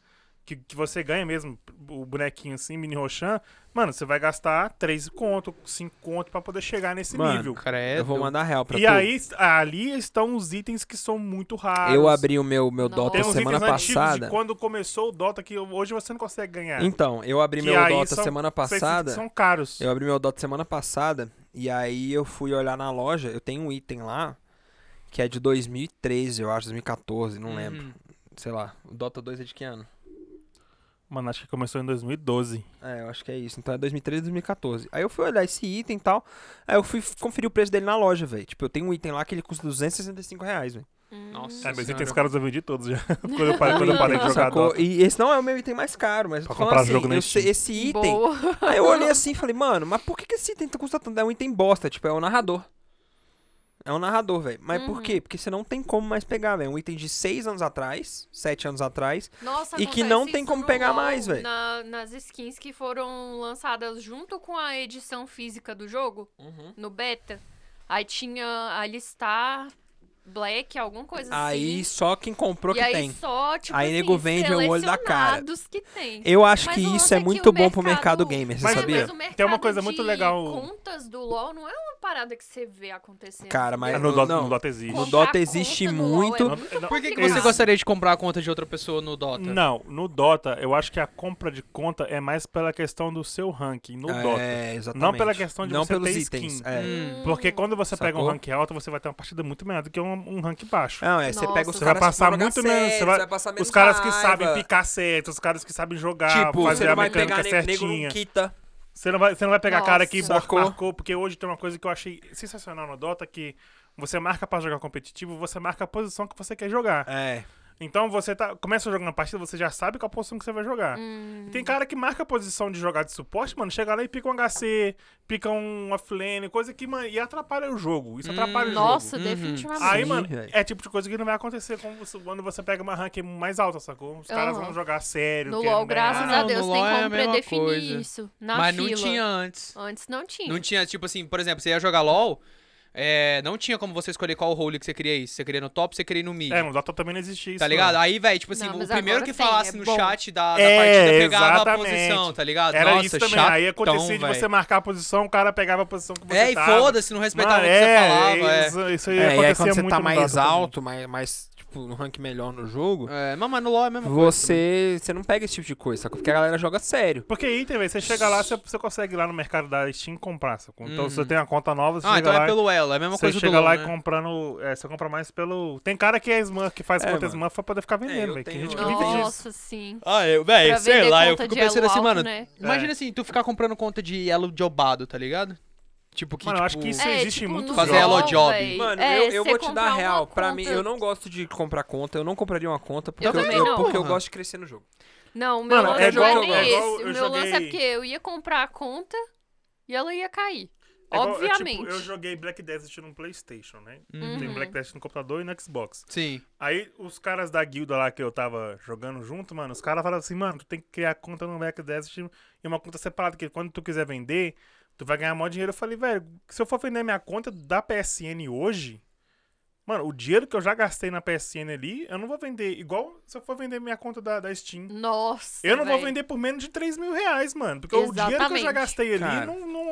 Speaker 3: que, que você ganha mesmo, o bonequinho assim, mini Roshan, mano, você vai gastar 3 conto, 5 conto pra poder chegar nesse
Speaker 1: Mano,
Speaker 3: nível.
Speaker 2: Credo.
Speaker 1: Eu vou mandar real pra
Speaker 3: E
Speaker 1: tu.
Speaker 3: aí, ali estão os itens que são muito raros.
Speaker 1: Eu abri o meu, meu
Speaker 4: Nossa.
Speaker 1: Dota
Speaker 3: Tem uns
Speaker 1: semana
Speaker 3: itens antigos de
Speaker 1: passada.
Speaker 3: quando começou o Dota, que hoje você não consegue ganhar.
Speaker 1: Então, eu abri
Speaker 3: Que
Speaker 1: meu
Speaker 3: aí
Speaker 1: Dota
Speaker 3: são-
Speaker 1: semana
Speaker 3: são esses
Speaker 1: passada.
Speaker 3: que São caros.
Speaker 1: Eu abri meu Dota semana passada e aí eu fui olhar na loja, eu tenho um item lá que é de 2013, eu acho, 2014,
Speaker 2: Hum.
Speaker 3: Hum.
Speaker 1: não lembro. Sei lá, o Dota 2 é de que ano?
Speaker 3: Mano, acho que começou em 2012.
Speaker 1: É, eu acho que é isso. Então é 2013, 2014. Aí eu fui olhar esse item e tal. Aí eu fui conferir o preço dele na loja, velho. Tipo, eu tenho um item lá que ele custa 265 reais, velho.
Speaker 2: Nossa.
Speaker 3: É, mas
Speaker 2: senhora.
Speaker 3: itens caros eu vendi todos já. quando eu parei, quando eu parei de jogar
Speaker 1: Sacou?
Speaker 3: Dota.
Speaker 1: E esse não é o meu item mais caro, mas eu tô
Speaker 3: Pra
Speaker 1: falando
Speaker 3: comprar
Speaker 1: assim,
Speaker 3: jogo na
Speaker 1: eu sei-
Speaker 3: Steam.
Speaker 1: esse item.
Speaker 4: Boa.
Speaker 1: Aí eu olhei assim e falei, mano, mas por que, que esse item tá custa tanto? É um item bosta, tipo, é o narrador. É um narrador, velho. Mas por
Speaker 4: Uhum.
Speaker 1: quê? Porque você não tem como mais pegar, velho. Um item de 6 anos atrás, 7 anos atrás.
Speaker 4: Nossa,
Speaker 1: E que não
Speaker 4: acontece
Speaker 1: tem
Speaker 4: isso
Speaker 1: como
Speaker 4: no
Speaker 1: pegar
Speaker 4: LoL,
Speaker 1: mais, véi.
Speaker 4: na- nas skins que foram lançadas junto com a edição física do jogo,
Speaker 1: Uhum.
Speaker 4: no beta. Aí tinha Alistar, Black, alguma coisa
Speaker 1: Aí
Speaker 4: assim.
Speaker 1: só quem comprou
Speaker 4: e
Speaker 1: que
Speaker 4: aí
Speaker 1: tem.
Speaker 4: só, tipo
Speaker 1: Aí
Speaker 4: assim,
Speaker 1: nego vende o olho da cara.
Speaker 4: selecionados que tem.
Speaker 1: Eu acho
Speaker 4: Mas
Speaker 1: que
Speaker 4: o lance
Speaker 1: isso é
Speaker 4: que
Speaker 1: muito
Speaker 4: o
Speaker 1: bom pro mercado gamer, você
Speaker 3: Mas-
Speaker 4: É,
Speaker 1: sabia?
Speaker 4: Mas o mercado
Speaker 3: Tem uma coisa muito
Speaker 4: de
Speaker 3: legal-
Speaker 4: contas do LoL não é uma parada que você vê acontecendo.
Speaker 1: Cara, mas-
Speaker 3: Ah,
Speaker 4: entendeu?
Speaker 3: No, Dota,
Speaker 1: não.
Speaker 3: no Dota existe.
Speaker 1: No
Speaker 4: Comprar
Speaker 1: Dota
Speaker 4: conta
Speaker 1: existe
Speaker 4: do LoL
Speaker 1: muito-
Speaker 4: É muito
Speaker 3: Não,
Speaker 2: Por que, que
Speaker 4: complicado.
Speaker 2: você gostaria de comprar a conta de outra pessoa no Dota?
Speaker 3: Não, no Dota, eu acho que a compra de conta é mais pela questão do seu ranking, no Dota.
Speaker 1: É, exatamente.
Speaker 3: Não pela questão de
Speaker 1: Não
Speaker 3: você
Speaker 1: pelos
Speaker 3: ter
Speaker 1: itens.
Speaker 3: skin.
Speaker 1: É.
Speaker 2: Hum.
Speaker 3: Porque quando você pega um
Speaker 1: Sacou?
Speaker 3: rank alto, você vai ter uma partida muito melhor do que um, um rank baixo.
Speaker 1: Não, é, você
Speaker 4: Nossa.
Speaker 1: pega os
Speaker 4: Você
Speaker 3: vai
Speaker 1: caras
Speaker 3: passar
Speaker 1: que vão jogar
Speaker 3: muito menos,
Speaker 1: sério,
Speaker 3: você vai-
Speaker 1: passar menos
Speaker 3: Os caras que
Speaker 1: raiva.
Speaker 3: sabem picar certo, os caras que sabem jogar,
Speaker 1: Tipo, você
Speaker 3: Ah, fazer a
Speaker 1: não vai
Speaker 3: mecânica
Speaker 1: pegar ne- nego
Speaker 3: certinha.
Speaker 1: não quita.
Speaker 3: Você não vai, você não vai pegar
Speaker 4: Nossa.
Speaker 3: cara que
Speaker 1: Sacou?
Speaker 3: marcou, porque hoje tem uma coisa que eu achei sensacional no Dota, que você marca pra jogar competitivo, você marca a posição que você quer jogar.
Speaker 1: É.
Speaker 3: Então você tá, começa jogando na partida, você já sabe qual posição que você vai jogar.
Speaker 4: Hum.
Speaker 3: E tem cara que marca a posição de jogar de suporte, mano, chega lá e pica um HC, pica um offlane, coisa que, mano, e atrapalha o jogo. Isso atrapalha o jogo.
Speaker 4: Hum. Nossa,
Speaker 2: Uhum.
Speaker 4: definitivamente.
Speaker 3: Aí,
Speaker 1: Sim,
Speaker 3: mano,
Speaker 1: velho.
Speaker 3: é tipo de coisa que não vai acontecer com você- quando você pega uma ranking mais alta, sacou? Os caras
Speaker 4: Aham.
Speaker 3: vão jogar sério.
Speaker 4: No
Speaker 3: querem
Speaker 4: LoL,
Speaker 3: ganhar.
Speaker 4: graças
Speaker 2: Ah,
Speaker 4: a
Speaker 2: não,
Speaker 4: Deus,
Speaker 2: no
Speaker 4: tem
Speaker 2: LoL é a
Speaker 4: como
Speaker 2: mesma
Speaker 4: predefinir
Speaker 2: coisa.
Speaker 4: isso. Na
Speaker 2: Mas
Speaker 4: fila.
Speaker 2: não tinha antes.
Speaker 4: Antes não tinha.
Speaker 2: Não tinha, tipo assim, por exemplo, você ia jogar LOL, é, não tinha como você escolher qual role que você queria ir. Se você queria ir no top, se você queria ir no mid.
Speaker 3: É, no Dota também não existe isso.
Speaker 2: Tá ligado?
Speaker 3: mano.
Speaker 2: Aí, velho, tipo assim,
Speaker 4: Não,
Speaker 2: o
Speaker 4: mas
Speaker 2: primeiro
Speaker 4: agora
Speaker 2: que
Speaker 4: tem,
Speaker 2: falasse
Speaker 4: é
Speaker 2: no
Speaker 4: bom.
Speaker 2: chat da, da
Speaker 3: É,
Speaker 2: partida pegava
Speaker 3: exatamente.
Speaker 2: a posição, tá ligado?
Speaker 3: Era
Speaker 2: Nossa,
Speaker 3: isso também.
Speaker 2: chatão,
Speaker 3: aí acontecia de
Speaker 2: véi.
Speaker 3: você marcar a posição, o cara pegava a posição que você
Speaker 2: É, e
Speaker 3: tava.
Speaker 2: foda-se, não respeitava
Speaker 3: Mano,
Speaker 2: o que você
Speaker 3: é,
Speaker 2: falava. é.
Speaker 3: Isso, isso aí
Speaker 1: É, e aí
Speaker 3: acontecia
Speaker 1: quando você
Speaker 3: muito
Speaker 1: tá
Speaker 3: no
Speaker 1: mais
Speaker 3: Dota também.
Speaker 1: alto, mais, mais, tipo, no rank melhor no jogo,
Speaker 2: É, mas, mano, LOL é mesmo.
Speaker 1: você, você não pega esse tipo de coisa, sacou? Porque a galera joga sério.
Speaker 3: Porque item, velho, você chega lá, você, você consegue ir lá no mercado da Steam e comprar. Sacou? Então,
Speaker 2: Uhum.
Speaker 3: se você tem uma conta nova, você
Speaker 2: Ah,
Speaker 3: chega
Speaker 2: então
Speaker 3: lá...
Speaker 2: é pelo elo, é a mesma
Speaker 3: Você
Speaker 2: coisa do
Speaker 3: chega
Speaker 2: LOL,
Speaker 3: lá e
Speaker 2: né?
Speaker 3: comprando. É, você compra mais pelo. Tem cara que é smurf, que faz
Speaker 1: É,
Speaker 3: conta
Speaker 1: mano.
Speaker 3: smurf pra poder ficar
Speaker 2: É,
Speaker 3: vendendo,
Speaker 1: eu
Speaker 3: velho. Tem
Speaker 1: tenho-
Speaker 3: gente que
Speaker 2: um-
Speaker 3: vive disso.
Speaker 4: Nossa, sim.
Speaker 2: Ah, eu,
Speaker 4: Pra
Speaker 3: É,
Speaker 2: velho, sei
Speaker 4: vender
Speaker 2: lá, eu
Speaker 4: conta
Speaker 2: fico
Speaker 4: de elo
Speaker 2: pensando assim,
Speaker 4: alto,
Speaker 2: mano,
Speaker 4: né?
Speaker 2: imagina assim, tu ficar comprando conta de elo jobado, tá ligado? Tipo que,
Speaker 3: Mano, eu acho
Speaker 2: tipo,
Speaker 3: que Isso
Speaker 4: é,
Speaker 3: existe
Speaker 4: tipo,
Speaker 3: em muitos
Speaker 4: no
Speaker 2: Fazer
Speaker 4: LoL,
Speaker 2: elo job.
Speaker 4: véi.
Speaker 1: Mano,
Speaker 4: É,
Speaker 1: eu, eu
Speaker 4: você
Speaker 1: vou te
Speaker 4: comprar
Speaker 1: dar
Speaker 4: uma
Speaker 1: real. Pra
Speaker 4: conta-
Speaker 1: mim, eu não gosto de comprar conta, eu não compraria uma conta porque
Speaker 4: Eu
Speaker 1: eu,
Speaker 4: também não.
Speaker 1: porque eu
Speaker 2: Porra.
Speaker 1: gosto de crescer no jogo.
Speaker 4: Não, o meu
Speaker 3: Mano,
Speaker 4: lance
Speaker 1: é
Speaker 4: não é
Speaker 1: igual-
Speaker 4: nem
Speaker 1: é
Speaker 3: igual
Speaker 4: esse.
Speaker 3: eu
Speaker 4: O meu lance é
Speaker 3: joguei-
Speaker 4: porque eu ia comprar a conta e ela ia cair.
Speaker 3: É igual, é, tipo,
Speaker 4: Obviamente.
Speaker 3: eu joguei Black Desert no PlayStation, né?
Speaker 2: Uhum.
Speaker 3: Tem Black Desert no computador e no Xbox.
Speaker 2: Sim.
Speaker 3: Aí os caras da guilda lá que eu tava jogando junto, mano, os caras falaram assim, mano, tu tem que criar conta no Black Desert e uma conta separada, que quando tu quiser vender, tu vai ganhar maior dinheiro. Eu falei, velho, se eu for vender minha conta da PSN hoje, mano, o dinheiro que eu já gastei na PSN ali, eu não vou vender. Igual se eu for vender minha conta da, da Steam.
Speaker 4: Nossa.
Speaker 3: Eu não vou
Speaker 4: véi.
Speaker 3: vender por menos de 3 mil reais, mano. Porque o dinheiro que eu já
Speaker 4: Exatamente.
Speaker 3: gastei ali
Speaker 1: Cara.
Speaker 3: não, não.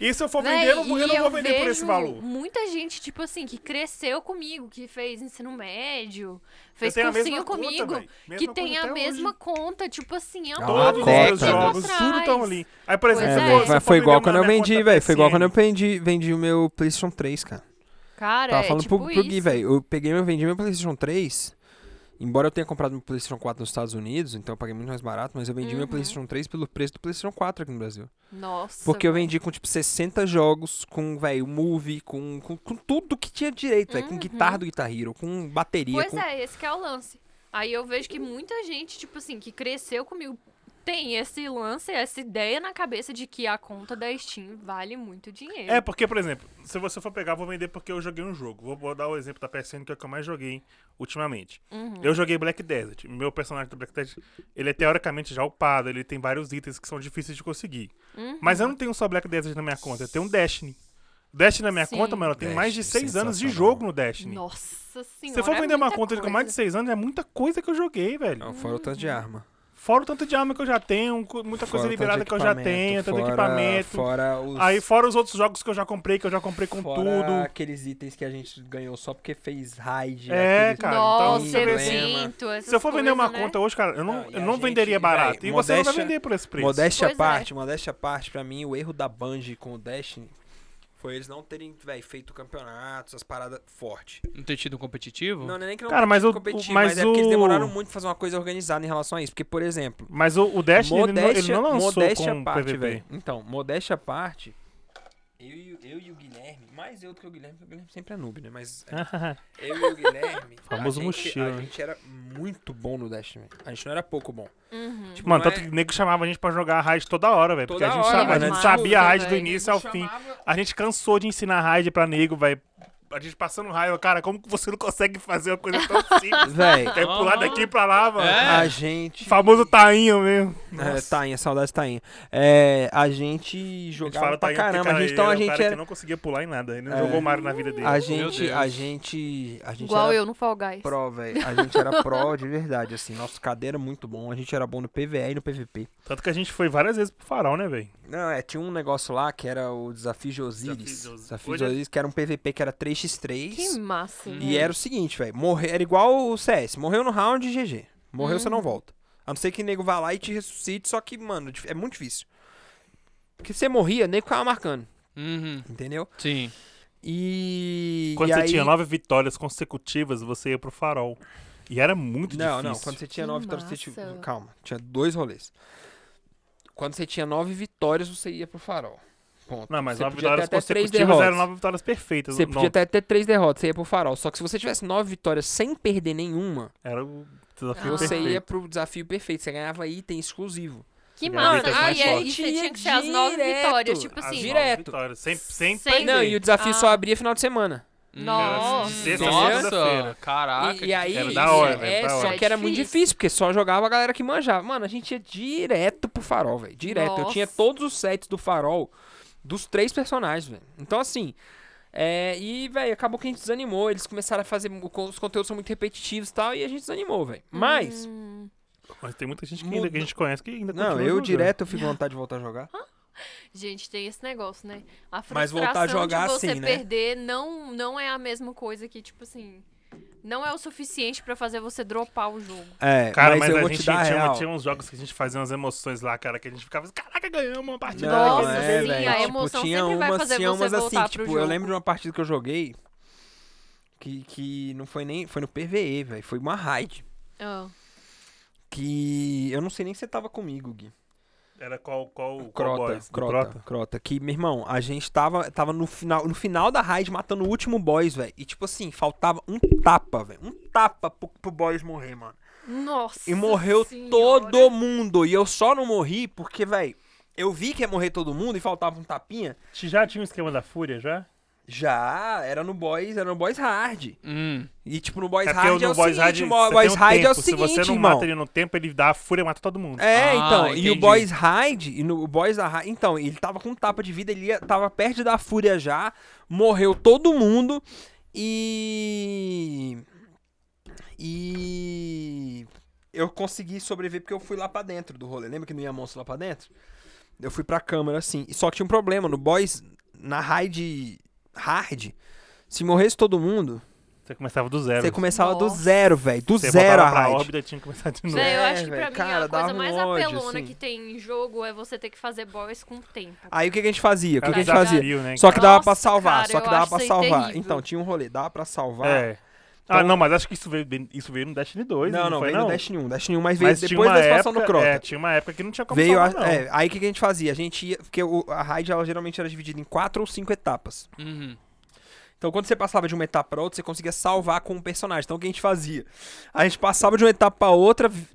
Speaker 3: E se eu for
Speaker 4: Véi,
Speaker 3: vender, eu não vou, eu
Speaker 4: e
Speaker 3: não vou vender por esse
Speaker 4: vejo
Speaker 3: valor.
Speaker 4: Muita gente, tipo assim, que cresceu comigo, que fez ensino médio,
Speaker 3: Eu
Speaker 4: fez
Speaker 3: tenho a
Speaker 4: cursinho
Speaker 3: mesma conta,
Speaker 4: comigo,
Speaker 3: véi. Mesma
Speaker 4: que
Speaker 3: conta
Speaker 4: tem a
Speaker 3: até hoje.
Speaker 4: mesma conta, tipo assim, há
Speaker 1: Ah,
Speaker 4: muito
Speaker 3: Todos
Speaker 1: a
Speaker 3: os
Speaker 1: cota.
Speaker 4: tempo
Speaker 3: meus jogos,
Speaker 4: atrás.
Speaker 3: tudo estão ali. Aí, por
Speaker 4: Pois é.
Speaker 3: exemplo, se
Speaker 1: mas
Speaker 3: eu for- se eu for
Speaker 1: foi igual
Speaker 3: vender
Speaker 1: quando
Speaker 3: uma
Speaker 1: eu
Speaker 3: minha
Speaker 1: vendi,
Speaker 3: conta
Speaker 1: velho. Foi igual
Speaker 3: PSN.
Speaker 1: quando eu vendi, vendi o meu PlayStation 3, cara.
Speaker 4: Cara,
Speaker 1: Tava
Speaker 4: é
Speaker 1: Tá falando
Speaker 4: tipo
Speaker 1: pro, pro Gui,
Speaker 4: isso.
Speaker 1: velho. Eu peguei meu, vendi meu PlayStation 3. Embora eu tenha comprado meu PlayStation 4 nos Estados Unidos, então eu paguei muito mais barato, mas eu vendi meu
Speaker 4: Uhum.
Speaker 1: PlayStation 3 pelo preço do PlayStation 4 aqui no Brasil.
Speaker 4: Nossa.
Speaker 1: Porque eu vendi com, tipo, 60 jogos, com, velho, movie, com, com, com tudo que tinha direito, velho. Com guitarra do Guitar Hero, com bateria,
Speaker 4: Uhum. Pois
Speaker 1: com...
Speaker 4: é, esse que é o lance. Aí eu vejo que muita gente, tipo assim, que cresceu comigo, tem esse lance, essa ideia na cabeça de que a conta da Steam vale muito dinheiro.
Speaker 3: É, porque, por exemplo, se você for pegar, eu vou vender porque eu joguei um jogo. Vou, vou dar o exemplo da PSN, que é o que eu mais joguei ultimamente.
Speaker 4: Uhum.
Speaker 3: Eu joguei Black Desert. Meu personagem do Black Desert, ele é teoricamente já upado, ele tem vários itens que são difíceis de conseguir.
Speaker 4: Uhum.
Speaker 3: Mas eu não tenho só Black Desert na minha conta, eu tenho um Destiny. Destiny na minha
Speaker 4: Sim.
Speaker 3: conta, mano, eu tenho mais de
Speaker 1: Destiny,
Speaker 3: 6 anos de
Speaker 1: sensacional.
Speaker 3: jogo no Destiny.
Speaker 4: Nossa
Speaker 3: Se
Speaker 4: senhora.
Speaker 3: você for
Speaker 4: é
Speaker 3: vender uma
Speaker 4: muita
Speaker 3: conta de com
Speaker 4: coisa.
Speaker 3: mais de 6 anos, é muita coisa que eu joguei, velho.
Speaker 1: Não, fora o tanto de arma.
Speaker 3: Fora o tanto de arma que eu já tenho, um co- muita
Speaker 1: Fora
Speaker 3: coisa
Speaker 1: o tanto
Speaker 3: liberada
Speaker 1: de
Speaker 3: que eu já
Speaker 1: equipamento,
Speaker 3: tenho, tanto
Speaker 1: fora-
Speaker 3: equipamento.
Speaker 1: Fora os...
Speaker 3: Aí fora os outros jogos que eu já comprei, que eu já comprei com
Speaker 1: fora
Speaker 3: tudo.
Speaker 1: aqueles itens que a gente ganhou só porque fez raid.
Speaker 3: É,
Speaker 1: aqueles-
Speaker 3: cara, então
Speaker 4: Nossa,
Speaker 1: você vê assim-
Speaker 4: evento, essas
Speaker 3: Se eu for vender uma
Speaker 4: coisas, né?
Speaker 3: conta hoje, cara, eu não,
Speaker 1: Não, e
Speaker 3: eu
Speaker 1: a
Speaker 3: não
Speaker 1: gente,
Speaker 3: venderia barato.
Speaker 1: véi,
Speaker 3: e você não
Speaker 1: modéstia-
Speaker 3: vai vender por esse preço.
Speaker 1: Modéstia à
Speaker 4: Pois é.
Speaker 1: parte, modéstia à parte, pra mim, o erro da Bungie com o Destiny foi eles não terem, velho, feito campeonatos, as paradas forte.
Speaker 2: Não ter tido um competitivo?
Speaker 1: Não, não é nem que não
Speaker 3: Hum. Cara, mas o-
Speaker 1: competir,
Speaker 3: o-
Speaker 1: mas,
Speaker 3: mas
Speaker 1: é porque eles
Speaker 3: o-
Speaker 1: demoraram muito pra fazer uma coisa organizada em relação a isso. Porque, por exemplo,
Speaker 3: Mas o, o Destiny, ele não-
Speaker 1: modéstia,
Speaker 3: ele não lançou
Speaker 1: modéstia à
Speaker 3: com
Speaker 1: parte,
Speaker 3: PVP.
Speaker 1: velho. Então, modéstia à parte, eu, e o- eu e o Guilherme, mais eu do que o Guilherme, porque o Guilherme sempre é noob, né? Mas é, eu e o Guilherme,
Speaker 3: Famoso
Speaker 1: a, gente,
Speaker 3: mochila,
Speaker 1: a
Speaker 3: né?
Speaker 1: gente era muito bom no Destiny. A gente não era pouco bom.
Speaker 4: Uhum.
Speaker 1: Tipo,
Speaker 3: Mano,
Speaker 1: não
Speaker 3: tanto
Speaker 1: é-
Speaker 3: que o nego chamava a gente pra jogar a raid toda hora, velho. Porque a
Speaker 1: Toda
Speaker 3: gente,
Speaker 1: hora,
Speaker 3: sabia, a
Speaker 1: né?
Speaker 3: gente sabia a raid do
Speaker 4: Também.
Speaker 3: início ao fim. A gente cansou de ensinar raid pra nego, velho. a gente passando raiva, cara, como que você não consegue fazer uma coisa tão simples?
Speaker 1: Véi,
Speaker 3: Quer pular daqui pra lá, mano.
Speaker 2: É.
Speaker 1: a gente.
Speaker 3: O Famoso tainho mesmo.
Speaker 1: É, tainha, saudade tainha. É, a gente
Speaker 3: A gente
Speaker 1: jogava
Speaker 3: fala
Speaker 1: pra
Speaker 3: tainho porque,
Speaker 1: caramba.
Speaker 3: cara,
Speaker 1: a gente, então
Speaker 3: ele
Speaker 1: a
Speaker 3: era
Speaker 1: gente
Speaker 3: um cara que
Speaker 1: era.
Speaker 3: não conseguia pular em nada. Ele não
Speaker 1: É.
Speaker 3: jogou Mario na vida dele.
Speaker 1: A
Speaker 2: Meu
Speaker 1: gente,
Speaker 2: Deus.
Speaker 1: a gente. A gente
Speaker 4: Igual
Speaker 1: era
Speaker 4: eu no Fall Guys.
Speaker 1: pró, velho. A gente era pró de verdade, assim. Nosso cadeira era muito bom. A gente era bom no PVE e no PVP.
Speaker 3: Tanto que a gente foi várias vezes pro farol, né, velho?
Speaker 1: Não, é, tinha um negócio lá que era o Desafio de Osiris.
Speaker 3: Desafio é de Os-
Speaker 1: Desafio de
Speaker 3: Olha-
Speaker 1: Osiris, que era um PVP que era 3x3.
Speaker 4: Que massa.
Speaker 1: E
Speaker 3: Uhum.
Speaker 1: era o seguinte, velho. Morrer era igual o CS. Morreu no round, GG. Morreu, você
Speaker 3: Uhum.
Speaker 1: não volta. A não ser que nego vá lá e te ressuscite, só que, mano, dif- é muito difícil. Porque você morria, nego ficava marcando,
Speaker 2: Uhum,
Speaker 1: entendeu?
Speaker 2: sim.
Speaker 1: E.
Speaker 3: Quando
Speaker 1: e
Speaker 3: você
Speaker 1: aí...
Speaker 3: tinha nove vitórias consecutivas, você ia pro farol. E era muito
Speaker 1: Não, não.
Speaker 3: difícil.
Speaker 1: Quando você tinha
Speaker 4: Que
Speaker 1: nove vitórias, você tinha.
Speaker 4: massa.
Speaker 1: Calma, tinha dois rolês. Quando você tinha nove vitórias, você ia pro farol. Ponto.
Speaker 3: Não, mas
Speaker 1: você
Speaker 3: nove
Speaker 1: podia ter
Speaker 3: vitórias
Speaker 1: até três
Speaker 3: consecutivas eram
Speaker 1: derrotas.
Speaker 3: nove vitórias perfeitas.
Speaker 1: Você
Speaker 3: não,
Speaker 1: podia até ter três derrotas, você ia pro farol. Só que se você tivesse nove vitórias sem perder nenhuma,
Speaker 3: Era o desafio
Speaker 1: você
Speaker 3: perfeito.
Speaker 1: ia tipo pro desafio perfeito. Você ganhava item exclusivo.
Speaker 4: Que
Speaker 3: Não,
Speaker 4: massa.
Speaker 3: então,
Speaker 4: Ah,
Speaker 3: mais
Speaker 4: e é-
Speaker 3: forte.
Speaker 4: e você tinha que ser as nove
Speaker 1: Direto.
Speaker 4: vitórias. Tipo
Speaker 1: As
Speaker 4: assim.
Speaker 1: vira- direto.
Speaker 3: Nove vitórias, sem, sem
Speaker 4: Sem-
Speaker 3: perder.
Speaker 1: Não, e o desafio só
Speaker 4: Ah.
Speaker 1: abria final de semana.
Speaker 4: Nossa.
Speaker 3: Sexta,
Speaker 2: Nossa,
Speaker 3: segunda-feira.
Speaker 2: caraca.
Speaker 1: E, e aí,
Speaker 3: Era da hora,
Speaker 1: é,
Speaker 3: velho, da
Speaker 1: só
Speaker 3: hora.
Speaker 1: que era muito
Speaker 4: Difícil.
Speaker 1: difícil, porque só jogava a galera que manjava. Mano, a gente ia direto pro farol, velho. Direto. Eu
Speaker 4: Nossa.
Speaker 1: tinha todos os sets do farol dos três personagens, velho. Então, assim. é, e, velho, acabou que a gente desanimou. Eles começaram a fazer. Os conteúdos são muito repetitivos e tal. E a gente desanimou, velho. Mas.
Speaker 4: Hum.
Speaker 3: Mas tem muita gente que,
Speaker 1: Muda-
Speaker 3: ainda, que a gente conhece que ainda
Speaker 1: Não,
Speaker 3: continua
Speaker 1: eu
Speaker 3: jogando.
Speaker 1: direto eu fico com vontade de voltar a jogar.
Speaker 4: Gente, tem esse negócio, né? A frustração
Speaker 1: Mas voltar a jogar
Speaker 4: de você
Speaker 1: assim, né?
Speaker 4: perder não, não é a mesma coisa que, tipo assim... Não é o suficiente pra fazer você dropar o jogo.
Speaker 1: É,
Speaker 3: Cara,
Speaker 1: mas,
Speaker 3: mas,
Speaker 1: eu
Speaker 3: a
Speaker 1: vou
Speaker 3: gente
Speaker 1: te dar a
Speaker 3: tinha,
Speaker 1: real.
Speaker 3: tinha uns jogos que a gente fazia umas emoções lá, cara, que a gente ficava assim, caraca, ganhamos uma partida. né,
Speaker 4: Não,
Speaker 3: aqui,
Speaker 4: Nossa,
Speaker 3: sei
Speaker 1: é,
Speaker 4: sim,
Speaker 3: o quê".
Speaker 1: velho.
Speaker 4: a
Speaker 1: Tipo,
Speaker 4: emoção
Speaker 1: tinha
Speaker 4: sempre vai
Speaker 1: umas,
Speaker 4: fazer
Speaker 1: tinha
Speaker 4: você
Speaker 1: umas assim,
Speaker 4: voltar
Speaker 1: que,
Speaker 4: pro
Speaker 1: tipo, eu
Speaker 4: jogo.
Speaker 1: lembro de uma partida que eu joguei que, que não foi nem, foi no PVE, velho, foi uma raid
Speaker 4: Ah.
Speaker 1: que eu não sei nem se você tava comigo, Gui.
Speaker 3: Era qual, qual, qual
Speaker 1: Crota,
Speaker 3: boys? Do
Speaker 1: Crota, Crota, que, meu irmão, a gente tava, tava no final, no final da raid matando o último boss, velho, e tipo assim, faltava um tapa, velho, um tapa pro, pro boss morrer, mano.
Speaker 4: Nossa
Speaker 1: E morreu
Speaker 4: Senhora.
Speaker 1: todo mundo, e eu só não morri porque, velho, eu vi que ia morrer todo mundo e faltava um tapinha.
Speaker 3: Já tinha o esquema da fúria, já?
Speaker 1: Já, era no boys, era no boys hard.
Speaker 2: Hum.
Speaker 1: E tipo, no boys
Speaker 3: É porque
Speaker 1: hard é
Speaker 3: no
Speaker 1: o
Speaker 3: Boys Hard
Speaker 1: seguinte, mo-
Speaker 3: você
Speaker 1: boys
Speaker 3: tem um
Speaker 1: hard é o
Speaker 3: tempo. Se você
Speaker 1: seguinte,
Speaker 3: não
Speaker 1: irmão.
Speaker 3: mata ele no tempo, ele dá a fúria e mata todo mundo.
Speaker 1: É,
Speaker 2: Ah,
Speaker 1: então, e o
Speaker 2: entendi.
Speaker 1: boys hard, e no boys da hard, então, ele tava com tapa de vida, ele ia, tava perto da fúria já, morreu todo mundo e e eu consegui sobreviver porque eu fui lá pra dentro do rolê. Lembra que não ia monstro lá pra dentro? Eu fui pra câmera assim. E Só que tinha um problema, no boys na raid hard, se morresse todo mundo,
Speaker 3: Você começava do zero.
Speaker 1: Você começava do
Speaker 4: Nossa.
Speaker 1: zero, velho. Do
Speaker 3: Você
Speaker 1: zero a
Speaker 3: voltava pra
Speaker 1: raid.
Speaker 3: órbita, tinha que começar de novo.
Speaker 4: Véi, eu
Speaker 1: É,
Speaker 4: acho que pra
Speaker 1: véi,
Speaker 4: mim
Speaker 1: cara,
Speaker 4: a
Speaker 1: dava
Speaker 4: coisa
Speaker 1: um
Speaker 4: mais
Speaker 1: ódio,
Speaker 4: apelona
Speaker 1: assim.
Speaker 4: que tem em jogo é você ter que fazer boys com o tempo.
Speaker 1: Aí o que que a gente fazia? O que,
Speaker 3: Era
Speaker 1: que a gente
Speaker 4: Tá.
Speaker 1: fazia?
Speaker 3: desafio, né?
Speaker 1: Só que dava pra
Speaker 4: Nossa,
Speaker 1: salvar,
Speaker 4: cara,
Speaker 1: só que
Speaker 4: eu
Speaker 1: dava
Speaker 4: acho
Speaker 1: pra
Speaker 4: isso aí
Speaker 1: salvar.
Speaker 4: terrível.
Speaker 1: Então, tinha um rolê, dava pra salvar.
Speaker 3: É. Ah, não, mas acho que isso veio, bem- isso veio no Destiny 2,
Speaker 1: não,
Speaker 3: não,
Speaker 1: não,
Speaker 3: foi,
Speaker 1: veio um,
Speaker 3: não?
Speaker 1: no Dash nenhum. Dash nenhum, mas veio
Speaker 3: Mas tinha
Speaker 1: depois
Speaker 3: uma
Speaker 1: da expansão
Speaker 3: época,
Speaker 1: do Crota.
Speaker 3: é, tinha uma época que não tinha como
Speaker 1: veio a-
Speaker 3: salvar, não.
Speaker 1: é, aí o que que a gente fazia? A gente ia. Porque o- a raid ela geralmente era dividida em quatro ou cinco etapas.
Speaker 2: Uhum.
Speaker 1: Então, quando você passava de uma etapa pra outra, você conseguia salvar com o personagem. Então, o que a gente fazia? A gente passava de uma etapa pra outra, vi-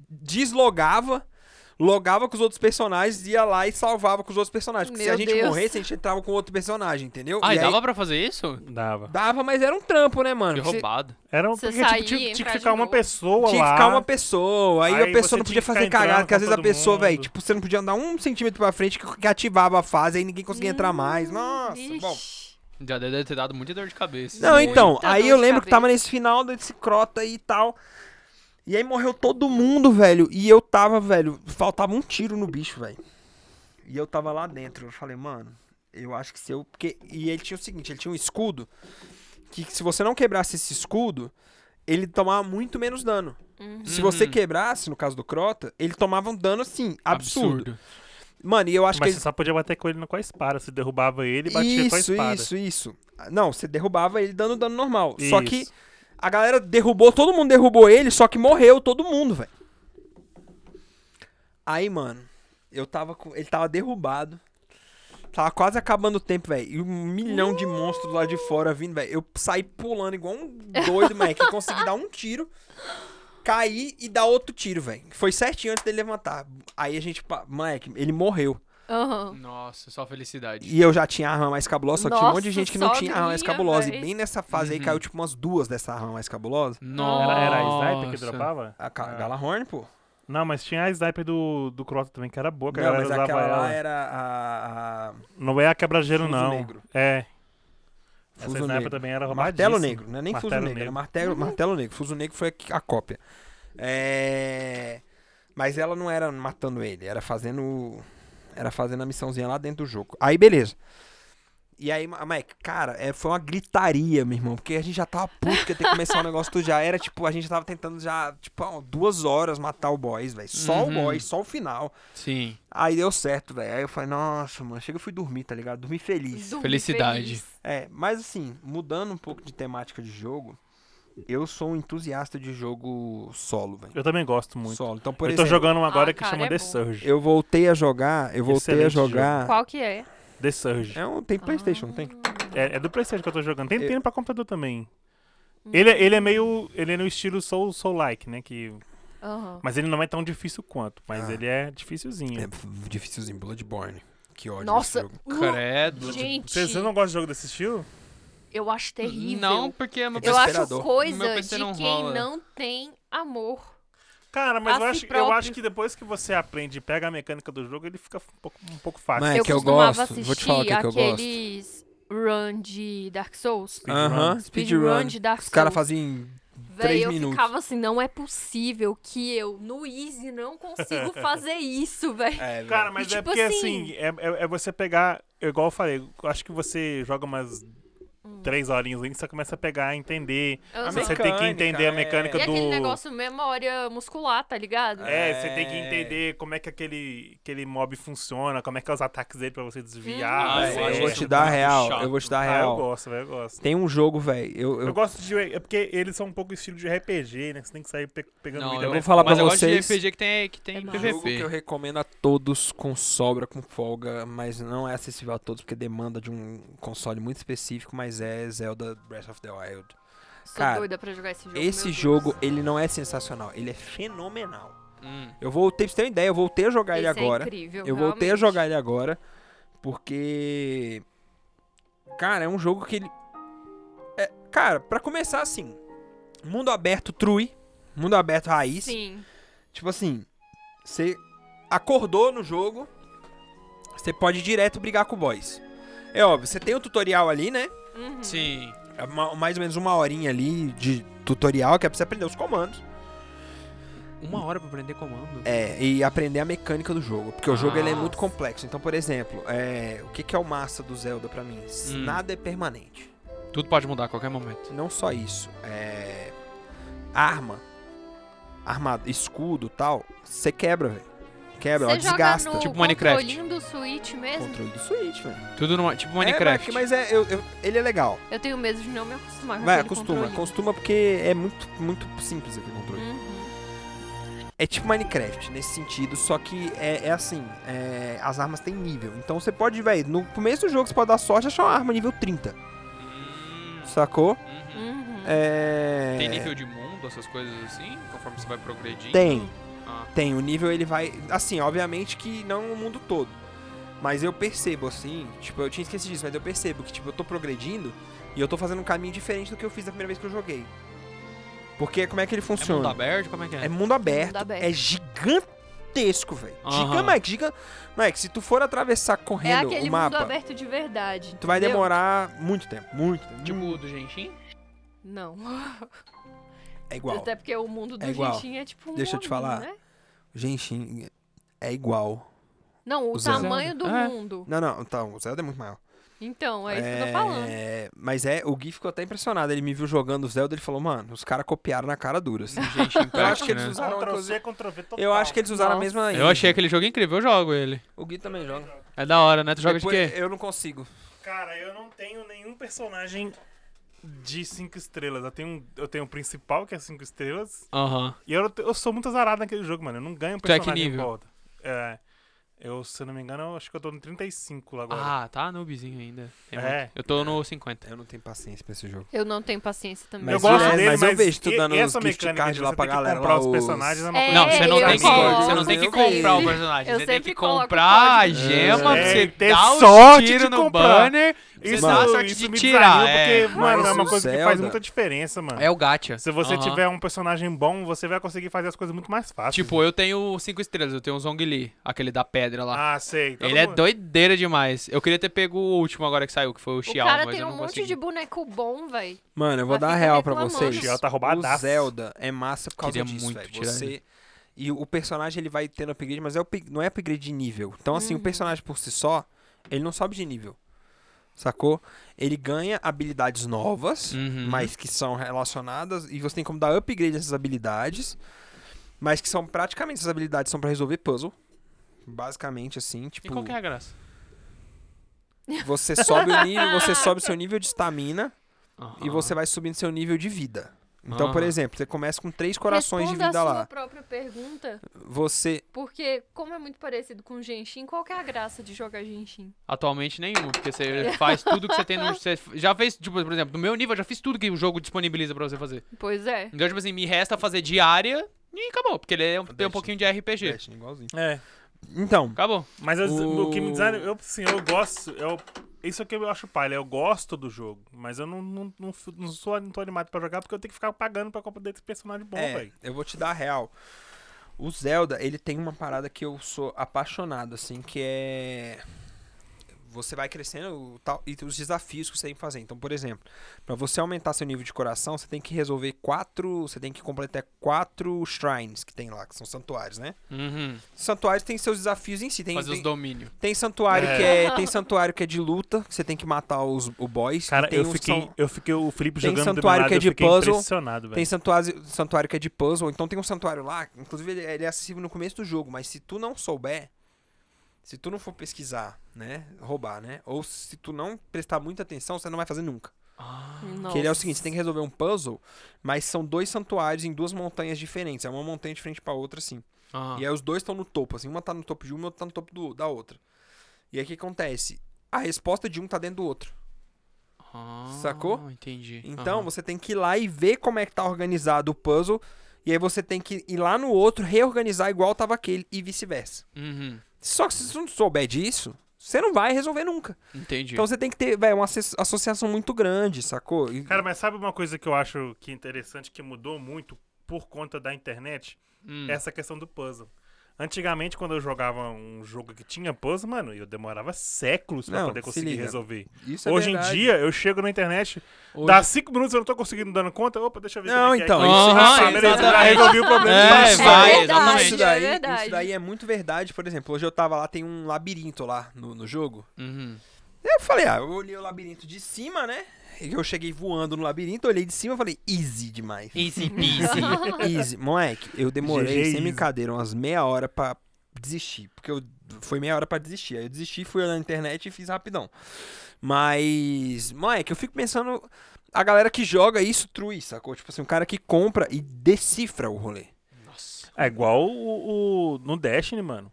Speaker 1: deslogava, logava com os outros personagens, ia lá e salvava com os outros personagens. Porque se
Speaker 4: Meu
Speaker 1: a gente
Speaker 4: Deus.
Speaker 1: morresse, a gente entrava com outro personagem, entendeu?
Speaker 2: Ah,
Speaker 1: E
Speaker 2: e
Speaker 1: aí-
Speaker 2: dava pra fazer isso?
Speaker 3: Dava.
Speaker 1: dava, mas era um trampo, né, mano?
Speaker 2: Que
Speaker 1: Porque você-
Speaker 2: roubado.
Speaker 3: Era um,
Speaker 4: Você
Speaker 3: porque tipo,
Speaker 4: saía,
Speaker 3: tinha, tinha
Speaker 4: entrar
Speaker 3: que
Speaker 4: de
Speaker 3: ficar uma
Speaker 4: novo.
Speaker 3: pessoa
Speaker 1: Tinha que
Speaker 3: lá.
Speaker 1: ficar uma pessoa, aí,
Speaker 3: Aí
Speaker 1: a pessoa
Speaker 3: você
Speaker 1: não
Speaker 3: tinha
Speaker 1: podia
Speaker 3: que ficar
Speaker 1: fazer cagada,
Speaker 3: entrando
Speaker 1: porque às vezes a
Speaker 3: com todo
Speaker 1: pessoa, velho,
Speaker 3: mundo.
Speaker 1: tipo, você não podia andar um centímetro pra frente que, que ativava a fase, aí ninguém conseguia entrar mais. Nossa, bom.
Speaker 4: Hum, Ixi.
Speaker 2: Já deve ter dado muita dor de cabeça.
Speaker 1: Não, então,
Speaker 4: Muita
Speaker 1: aí
Speaker 4: dor
Speaker 1: eu
Speaker 4: de
Speaker 1: lembro que tava nesse final desse crota aí e tal. E aí morreu todo mundo, velho. E eu tava, velho, faltava um tiro no bicho, velho. E eu tava lá dentro. Eu falei, mano, eu acho que se eu. Porque... E ele tinha o seguinte: ele tinha um escudo. Que se você não quebrasse esse escudo, ele tomava muito menos dano. Se você
Speaker 2: Uhum.
Speaker 1: quebrasse, no caso do Crota, ele tomava um dano assim, absurdo. Mano, e eu acho
Speaker 3: Mas
Speaker 1: que.
Speaker 3: você só podia bater com ele no- com a espada. Você derrubava ele e batia com a
Speaker 1: Isso,
Speaker 3: espada.
Speaker 1: isso, isso. Não, você derrubava ele dando dano normal. Só que
Speaker 3: Isso.
Speaker 1: a galera derrubou, todo mundo derrubou ele, só que morreu todo mundo, velho. Aí, mano, eu tava com. Ele tava derrubado. Tava quase acabando o tempo, velho. E um milhão de monstros lá de fora vindo, velho. Eu saí pulando igual um doido, moleque. Eu consegui dar um tiro, cair e dar outro tiro, velho. Foi certinho antes dele levantar. Aí a gente. pa- Moleque, ele morreu.
Speaker 4: Aham.
Speaker 2: Nossa, só felicidade.
Speaker 1: E eu já tinha arma mais cabulosa, só que tinha um monte de
Speaker 4: Nossa,
Speaker 1: gente que não
Speaker 4: só
Speaker 1: tinha arma mais
Speaker 4: minha
Speaker 1: cabulosa. E
Speaker 4: vez.
Speaker 1: bem nessa fase aí
Speaker 2: Uhum.
Speaker 1: caiu tipo umas duas dessa arma mais cabulosa.
Speaker 2: Nossa.
Speaker 3: Era, era a sniper que dropava?
Speaker 1: A Ga-
Speaker 3: Ah.
Speaker 1: Galahorn, pô.
Speaker 3: Não, mas tinha a sniper do, do Crota também, que era boa, que a
Speaker 1: Não,
Speaker 3: galera
Speaker 1: mas
Speaker 3: usava
Speaker 1: aquela
Speaker 3: ela.
Speaker 1: lá era a. a-
Speaker 3: Não é a quebra-gelo,
Speaker 1: Fuso
Speaker 3: não.
Speaker 1: negro.
Speaker 3: É. Essa
Speaker 1: Fuso
Speaker 3: sniper
Speaker 1: negro.
Speaker 3: também era roubadíssima.
Speaker 1: Martelo Negro, não é nem
Speaker 3: Martelo
Speaker 1: Fuso Negro,
Speaker 3: Negro.
Speaker 1: era martelo, martelo Negro. Fuso Negro foi a cópia. É, Mas ela não era matando ele, era fazendo. Era fazendo a missãozinha lá dentro do jogo. Aí, beleza. E aí, Ma- Mike, cara, é, foi uma gritaria, meu irmão, porque a gente já tava puto, porque ter que começar o negócio tudo já era, tipo, a gente tava tentando já, tipo, ó, duas horas matar o boys, velho. Só
Speaker 2: Uhum.
Speaker 1: o boys, só o final.
Speaker 2: Sim.
Speaker 1: Aí deu certo, velho. Aí eu falei, nossa, mano, chega eu fui dormir, tá ligado? Dormi feliz.
Speaker 4: Dormi
Speaker 2: Felicidade.
Speaker 4: feliz.
Speaker 1: É, mas assim, mudando um pouco de temática de jogo, eu sou um entusiasta de jogo solo, velho.
Speaker 3: Eu também gosto muito.
Speaker 1: Solo. Então, por
Speaker 3: Eu tô
Speaker 1: exemplo,
Speaker 3: jogando um agora
Speaker 4: Ah,
Speaker 3: que
Speaker 4: cara,
Speaker 3: chama
Speaker 4: é
Speaker 3: The
Speaker 4: bom.
Speaker 3: Surge.
Speaker 1: eu voltei a jogar, eu voltei a
Speaker 3: Excelente jogo.
Speaker 1: jogar.
Speaker 4: Qual que é?
Speaker 3: The Surge.
Speaker 1: É um, tem PlayStation, não tem.
Speaker 3: É, é do Playstation que eu tô jogando. Tem,
Speaker 1: Eu-
Speaker 3: tem pra computador também.
Speaker 4: Hum.
Speaker 3: Ele, é- ele é meio. Ele é no estilo Soul Soul-like, né? Que,
Speaker 4: Aham.
Speaker 3: mas ele não é tão difícil quanto. Mas
Speaker 1: Ah.
Speaker 3: ele é dificilzinho.
Speaker 1: É f- difícilzinho, Bloodborne. Que ódio.
Speaker 4: Nossa,
Speaker 1: desse jogo. é
Speaker 4: uh,
Speaker 2: Credo.
Speaker 4: gente,
Speaker 3: Você, você não gosta de jogo desse estilo?
Speaker 4: eu acho terrível.
Speaker 2: Não, porque é meu
Speaker 4: eu acho
Speaker 1: É desesperador.
Speaker 2: Meu
Speaker 4: coisa
Speaker 2: PC
Speaker 4: de
Speaker 2: não
Speaker 4: quem
Speaker 2: rola.
Speaker 4: não tem amor.
Speaker 3: Cara, mas
Speaker 4: A
Speaker 3: eu
Speaker 4: si
Speaker 3: acho, eu
Speaker 4: próprio.
Speaker 3: acho que depois que você aprende e pega a mecânica do jogo, ele fica um pouco, um pouco fácil.
Speaker 1: Mas- É
Speaker 4: eu
Speaker 1: que eu
Speaker 4: costumava
Speaker 1: gosto.
Speaker 4: assistir
Speaker 1: Vou te falar o que é que eu gosto.
Speaker 4: aqueles run de Dark Souls.
Speaker 1: Aham,
Speaker 4: Speedrun de Dark
Speaker 1: Os caras
Speaker 4: Souls.
Speaker 1: faziam.
Speaker 4: Véi,
Speaker 1: três
Speaker 4: eu
Speaker 1: minutos.
Speaker 4: ficava assim, não é possível que eu, no Easy, não consigo fazer isso, velho.
Speaker 1: É,
Speaker 3: Cara, mas é
Speaker 4: tipo
Speaker 3: porque assim,
Speaker 4: assim-
Speaker 3: é, é, é você pegar. é Igual eu falei, eu acho que você joga umas
Speaker 4: Hum.
Speaker 3: três horinhas ali, você começa a pegar, a entender.
Speaker 4: Aham.
Speaker 3: Você
Speaker 1: mecânica,
Speaker 3: tem que entender a
Speaker 1: é.
Speaker 3: mecânica
Speaker 4: E
Speaker 3: do.
Speaker 4: aquele negócio memória muscular, tá ligado?
Speaker 3: É, você tem que
Speaker 1: É.
Speaker 3: entender como é que aquele, aquele mob funciona, como é que é os ataques dele pra você
Speaker 4: Hum.
Speaker 3: desviar.
Speaker 2: Ah,
Speaker 3: você-
Speaker 1: eu vou
Speaker 2: isso
Speaker 1: te dar a
Speaker 2: muito
Speaker 1: real.
Speaker 2: chato.
Speaker 1: Eu vou te dar a
Speaker 3: Ah, é eu
Speaker 1: real.
Speaker 3: gosto, velho, eu gosto.
Speaker 1: Tem um jogo, velho. Eu,
Speaker 3: Eu
Speaker 1: eu,
Speaker 3: gosto de. É porque eles são um pouco estilo de RPG, né? que Você tem que sair pe- pegando
Speaker 2: Não,
Speaker 3: muito.
Speaker 2: eu
Speaker 1: vou falar pra
Speaker 2: mas eu
Speaker 1: vocês-
Speaker 2: Gosto de RPG que tem, que tem
Speaker 4: É massa.
Speaker 1: Um jogo que
Speaker 2: PVP.
Speaker 1: eu recomendo a todos com sobra, com folga, mas não é acessível a todos porque demanda de um console muito específico, mas é Zelda Breath of the Wild.
Speaker 4: Sou
Speaker 1: Cara,
Speaker 4: doida pra jogar esse jogo. meu
Speaker 1: Esse
Speaker 4: Deus.
Speaker 1: jogo, ele não é sensacional, ele é fenomenal.
Speaker 2: Hum.
Speaker 1: Eu voltei, pra você ter uma ideia, eu voltei a jogar ele
Speaker 4: Esse é
Speaker 1: agora.
Speaker 4: incrível,
Speaker 1: eu voltei a
Speaker 4: realmente.
Speaker 1: jogar ele agora porque cara, é um jogo que ele é, cara, pra começar assim, mundo aberto true, mundo aberto raiz.
Speaker 4: Sim.
Speaker 1: Tipo assim, você acordou no jogo, você pode direto brigar com o boss. É óbvio, você tem o tutorial ali, né?
Speaker 4: Uhum.
Speaker 2: Sim.
Speaker 1: É uma- mais ou menos uma horinha ali de tutorial que é pra você aprender os comandos.
Speaker 2: Uma hora pra aprender comando.
Speaker 1: É, e aprender a mecânica do jogo. Porque o jogo ele é
Speaker 4: Nossa.
Speaker 1: muito complexo. Então, por exemplo, é, o que, que é o massa do Zelda pra mim? S-
Speaker 2: Hum.
Speaker 1: Nada é permanente.
Speaker 2: Tudo pode mudar a qualquer momento.
Speaker 1: Não só isso. É, arma, armado, escudo tal, você quebra, velho. Quebra, é, ela
Speaker 4: Você joga
Speaker 1: desgasta.
Speaker 4: no
Speaker 2: Tipo Minecraft.
Speaker 4: controlinho do Switch mesmo?
Speaker 1: Controle do Switch, velho.
Speaker 2: Tudo numa, tipo
Speaker 1: É,
Speaker 2: Minecraft.
Speaker 1: mas mas é, eu- eu- ele é legal.
Speaker 4: Eu tenho medo de não me acostumar com
Speaker 1: Vai,
Speaker 4: aquele
Speaker 1: acostuma.
Speaker 4: controle.
Speaker 1: Acostuma porque é muito, muito simples aquele controle.
Speaker 4: Uhum.
Speaker 1: É tipo Minecraft nesse sentido, só que é, é assim: é, as armas têm nível. Então você pode, velho, no começo do jogo você pode dar sorte e achar uma arma nível 30.
Speaker 2: Hum,
Speaker 1: Sacou?
Speaker 2: uhum.
Speaker 4: Uhum.
Speaker 1: É.
Speaker 2: Tem nível de mundo, essas coisas assim, conforme você vai progredindo?
Speaker 4: Então,
Speaker 1: Tem.
Speaker 2: Ah.
Speaker 1: Tem. O nível ele vai. Assim, obviamente que não o mundo todo. Mas eu percebo, assim, tipo, eu tinha esquecido disso, mas eu percebo que, tipo, eu tô progredindo e eu tô fazendo um caminho diferente do que eu fiz da primeira vez que eu joguei. Porque como é que ele
Speaker 2: É mundo
Speaker 1: funciona?
Speaker 2: aberto? Como é que é?
Speaker 1: É mundo aberto.
Speaker 4: Mundo aberto.
Speaker 1: É gigantesco, velho. Giga,
Speaker 2: Aham.
Speaker 1: Mike, giga. Mike, se tu for atravessar
Speaker 4: É
Speaker 1: correndo
Speaker 4: aquele
Speaker 1: o
Speaker 4: mundo
Speaker 1: mapa,
Speaker 4: aberto de verdade.
Speaker 1: tu vai
Speaker 4: entendeu?
Speaker 1: demorar muito tempo. Muito tempo.
Speaker 2: Tipo
Speaker 1: Muito-
Speaker 2: do Genshin?
Speaker 4: Não.
Speaker 1: é igual.
Speaker 4: Até porque o mundo do
Speaker 1: É igual.
Speaker 4: Genshin é tipo um
Speaker 1: Deixa eu te falar.
Speaker 4: mundo, né?
Speaker 1: Gente, é igual.
Speaker 4: Não, o
Speaker 1: O Zelda.
Speaker 4: tamanho do
Speaker 2: É.
Speaker 4: mundo.
Speaker 1: Não, não, então, o Zelda é muito maior.
Speaker 4: Então, é isso que eu tô falando.
Speaker 1: É, Mas é, o Gui ficou até impressionado. Ele me viu jogando o Zelda, ele falou, mano, os caras copiaram na cara dura. assim."
Speaker 2: Genshin
Speaker 1: Eu acho
Speaker 2: Impact,
Speaker 1: que eles
Speaker 2: né?
Speaker 1: usaram. uma coisa-
Speaker 3: Ctrl-V total.
Speaker 1: Eu acho que eles usaram a
Speaker 4: Nossa.
Speaker 1: mesma.
Speaker 2: Eu
Speaker 1: engine.
Speaker 2: achei aquele jogo incrível, eu jogo ele.
Speaker 1: O Gui também joga.
Speaker 2: É da hora, né? Tu joga de
Speaker 1: Depois-
Speaker 2: quê?
Speaker 1: Eu não consigo.
Speaker 3: Cara, eu não tenho nenhum personagem de cinco estrelas. Eu tenho, um- eu tenho o principal, que é cinco estrelas.
Speaker 2: Aham.
Speaker 3: E eu, eu sou muito azarado naquele jogo, mano. Eu não ganho um
Speaker 2: Tu é que
Speaker 3: personagem em
Speaker 2: nível?
Speaker 3: volta. É. Eu, se eu não me engano, eu acho que eu tô no 35 lá agora.
Speaker 2: Ah, tá noobzinho ainda. É
Speaker 3: É.
Speaker 2: muito. Eu tô no 50.
Speaker 1: Eu não tenho paciência pra esse jogo.
Speaker 4: Eu não tenho paciência também.
Speaker 1: Mas
Speaker 3: eu gosto
Speaker 1: é,
Speaker 3: dele,
Speaker 1: mas eu vejo tu
Speaker 3: e-
Speaker 1: dando
Speaker 3: essa
Speaker 1: os gift
Speaker 3: mecânica
Speaker 1: card
Speaker 3: de
Speaker 1: lá
Speaker 3: você
Speaker 1: pra
Speaker 3: ter que
Speaker 1: galera,
Speaker 3: comprar
Speaker 1: lá
Speaker 3: os
Speaker 1: os-
Speaker 3: personagens é uma
Speaker 4: É,
Speaker 3: coisa
Speaker 2: Não, você não
Speaker 4: eu
Speaker 2: tem que,
Speaker 4: coloco-
Speaker 2: você não tem que
Speaker 1: eu
Speaker 2: comprar o
Speaker 1: vejo.
Speaker 2: personagem.
Speaker 4: Eu
Speaker 2: Você tem que
Speaker 4: sempre coloco
Speaker 2: comprar a
Speaker 4: código.
Speaker 2: gema,
Speaker 1: É,
Speaker 2: você
Speaker 3: ter
Speaker 2: dá o
Speaker 3: sorte de
Speaker 2: tiro no
Speaker 3: comprar.
Speaker 2: banner, você
Speaker 3: Isso,
Speaker 2: dá a
Speaker 3: isso
Speaker 2: sorte de
Speaker 3: me
Speaker 2: tirar.
Speaker 3: desanima,
Speaker 2: É.
Speaker 3: porque, mano, é
Speaker 1: Mas
Speaker 3: uma
Speaker 1: o
Speaker 3: coisa que faz
Speaker 1: Zelda-
Speaker 3: muita diferença, mano.
Speaker 2: é o gacha.
Speaker 3: Se você
Speaker 2: Aham.
Speaker 3: tiver um personagem bom, você vai conseguir fazer as coisas muito mais fácil.
Speaker 2: Tipo, eu tenho cinco estrelas, eu tenho o Zhongli, aquele da pedra lá.
Speaker 3: Ah, sei. todo
Speaker 2: Ele é
Speaker 3: mundo-
Speaker 2: doideira demais. Eu queria ter pego o último agora que saiu, que foi o
Speaker 4: O
Speaker 2: Xiao,
Speaker 4: cara
Speaker 2: mas
Speaker 4: tem
Speaker 2: eu
Speaker 4: um
Speaker 2: não
Speaker 4: monte
Speaker 2: consegui.
Speaker 4: de boneco bom, véi.
Speaker 1: Mano, eu vou
Speaker 4: Mas
Speaker 1: dar a
Speaker 4: fica
Speaker 1: real pra
Speaker 4: reclamando.
Speaker 1: vocês.
Speaker 4: O
Speaker 3: Chiel tá roubadaço.
Speaker 1: O Zelda é massa por causa
Speaker 2: Queria
Speaker 1: disso,
Speaker 2: muito
Speaker 1: velho.
Speaker 2: tirar
Speaker 1: Você... E o personagem ele vai tendo upgrade, mas é up- não é upgrade de nível. Então, assim, o personagem por si só, ele não sobe de nível. Sacou? Ele ganha habilidades novas,
Speaker 2: Uhum.
Speaker 1: mas que são relacionadas. E você tem como dar upgrade nessas habilidades. Mas que são praticamente essas habilidades são pra resolver puzzle. Basicamente, assim, tipo.
Speaker 2: E qual que é a graça?
Speaker 1: Você sobe o nível, você sobe o seu nível de estamina e
Speaker 2: Aham.
Speaker 1: você vai subindo seu nível de vida. Então, por
Speaker 2: Aham.
Speaker 1: exemplo, você começa com três corações
Speaker 4: Responda
Speaker 1: de vida
Speaker 4: a sua
Speaker 1: lá.
Speaker 4: própria pergunta,
Speaker 1: Você.
Speaker 4: porque como é muito parecido com Genshin, qual que é a graça de jogar Genshin?
Speaker 2: Atualmente nenhuma, porque você faz tudo que você tem no. Você já fez, tipo, por exemplo, no meu nível, eu já fiz tudo que o jogo disponibiliza pra você fazer.
Speaker 4: Pois é.
Speaker 2: Então, tipo assim, me resta fazer diária e acabou, porque ele é um, tem um
Speaker 1: Destiny.
Speaker 2: pouquinho de RPG.
Speaker 1: Destiny, igualzinho.
Speaker 3: É.
Speaker 1: Então,
Speaker 2: Acabou.
Speaker 3: Mas eu- o... que me
Speaker 1: O-
Speaker 3: desanima, eu, assim, eu gosto, eu, isso é que eu acho palha, eu gosto do jogo, mas eu não, não, não, fu- não sou, não tô animado pra jogar porque eu tenho que ficar pagando pra comprar desse personagem bom,
Speaker 1: é,
Speaker 3: velho.
Speaker 1: eu vou te dar a real. O Zelda, ele tem uma parada que eu sou apaixonado, assim, que é. Você vai crescendo o tal- e os desafios que você tem que fazer. Então, por exemplo, pra você aumentar seu nível de coração, você tem que resolver quatro. Você tem que completar quatro shrines que tem lá, que são santuários, né?
Speaker 2: Uhum.
Speaker 1: Santuários têm seus desafios em si. Tem,
Speaker 2: fazer
Speaker 1: tem,
Speaker 2: os domínios.
Speaker 1: Tem santuário
Speaker 3: É.
Speaker 1: que é, tem santuário que é de luta, que você tem que matar os o boys.
Speaker 3: Cara,
Speaker 1: tem
Speaker 3: eu
Speaker 1: uns que
Speaker 3: fiquei,
Speaker 1: são-
Speaker 3: eu fiquei, o Felipe
Speaker 1: Tem
Speaker 3: jogando do meu
Speaker 1: santuário
Speaker 3: lado,
Speaker 1: que é
Speaker 3: eu
Speaker 1: de
Speaker 3: fiquei
Speaker 1: puzzle,
Speaker 3: impressionado,
Speaker 1: tem
Speaker 3: velho.
Speaker 1: santuário, santuário que é de puzzle, então tem um santuário lá, inclusive ele, ele é acessível no começo do jogo, mas se tu não souber, se tu não for pesquisar, né, roubar, né, ou se tu não prestar muita atenção, você não vai fazer nunca.
Speaker 2: Ah,
Speaker 1: Que ele é o seguinte, você tem que resolver um puzzle, mas são dois santuários em duas montanhas diferentes, é uma montanha de frente pra outra assim.
Speaker 2: Ah.
Speaker 1: E aí os dois estão no topo, assim, uma tá no topo de uma e outra tá no topo do- da outra. E aí o que acontece? A resposta de um tá dentro do outro.
Speaker 2: Ah,
Speaker 1: é- Sacou?
Speaker 2: Entendi.
Speaker 1: Então
Speaker 2: Aham.
Speaker 1: você tem que ir lá e ver como é que tá organizado o puzzle. E aí você tem que ir lá no outro, reorganizar igual tava aquele e vice-versa.
Speaker 2: Uhum.
Speaker 1: Só que se você não souber disso, você não vai resolver nunca.
Speaker 2: Entendi.
Speaker 1: Então você tem que ter, velho, uma asso- associação muito grande, sacou? E-
Speaker 3: Cara, mas sabe uma coisa que eu acho que interessante, que mudou muito por conta da internet?
Speaker 2: Hum.
Speaker 1: é
Speaker 3: Essa questão do puzzle. Antigamente, quando eu jogava um jogo que tinha puzzle, mano, eu demorava séculos pra
Speaker 1: Não,
Speaker 3: poder
Speaker 1: se
Speaker 3: conseguir
Speaker 1: liga.
Speaker 3: resolver.
Speaker 1: Isso é
Speaker 3: Hoje em
Speaker 1: verdade.
Speaker 3: dia, eu chego na internet,
Speaker 2: Hoje-
Speaker 3: dá cinco minutos eu não tô conseguindo dando conta. Opa, deixa eu ver.
Speaker 1: Não,
Speaker 3: como é que é
Speaker 1: então,
Speaker 3: aqui.
Speaker 2: isso-
Speaker 3: Ah,
Speaker 2: Aham,
Speaker 3: beleza, já
Speaker 2: exatamente.
Speaker 3: resolvi o problema.
Speaker 2: É,
Speaker 3: Então,
Speaker 2: é
Speaker 3: isso
Speaker 2: vai,
Speaker 4: verdade,
Speaker 2: exatamente.
Speaker 1: Isso daí,
Speaker 4: é verdade.
Speaker 1: isso daí é muito verdade. Por exemplo, hoje eu tava lá, tem um labirinto lá no, no jogo.
Speaker 2: Uhum.
Speaker 1: Eu falei, ah, eu olhei o labirinto de cima, né? E eu cheguei voando no labirinto, olhei de cima e falei, easy demais.
Speaker 2: Easy peasy.
Speaker 1: Easy. Moleque, eu demorei,
Speaker 3: GG
Speaker 1: sem
Speaker 3: easy.
Speaker 1: brincadeira, umas meia hora pra desistir. Porque eu, foi meia hora pra desistir. Aí eu desisti, fui olhar na internet e fiz rapidão. Mas, moleque, eu fico pensando. A galera que joga isso true, sacou? Tipo assim, um cara que compra e decifra o rolê.
Speaker 2: Nossa.
Speaker 3: É igual o, o- no Destiny, mano.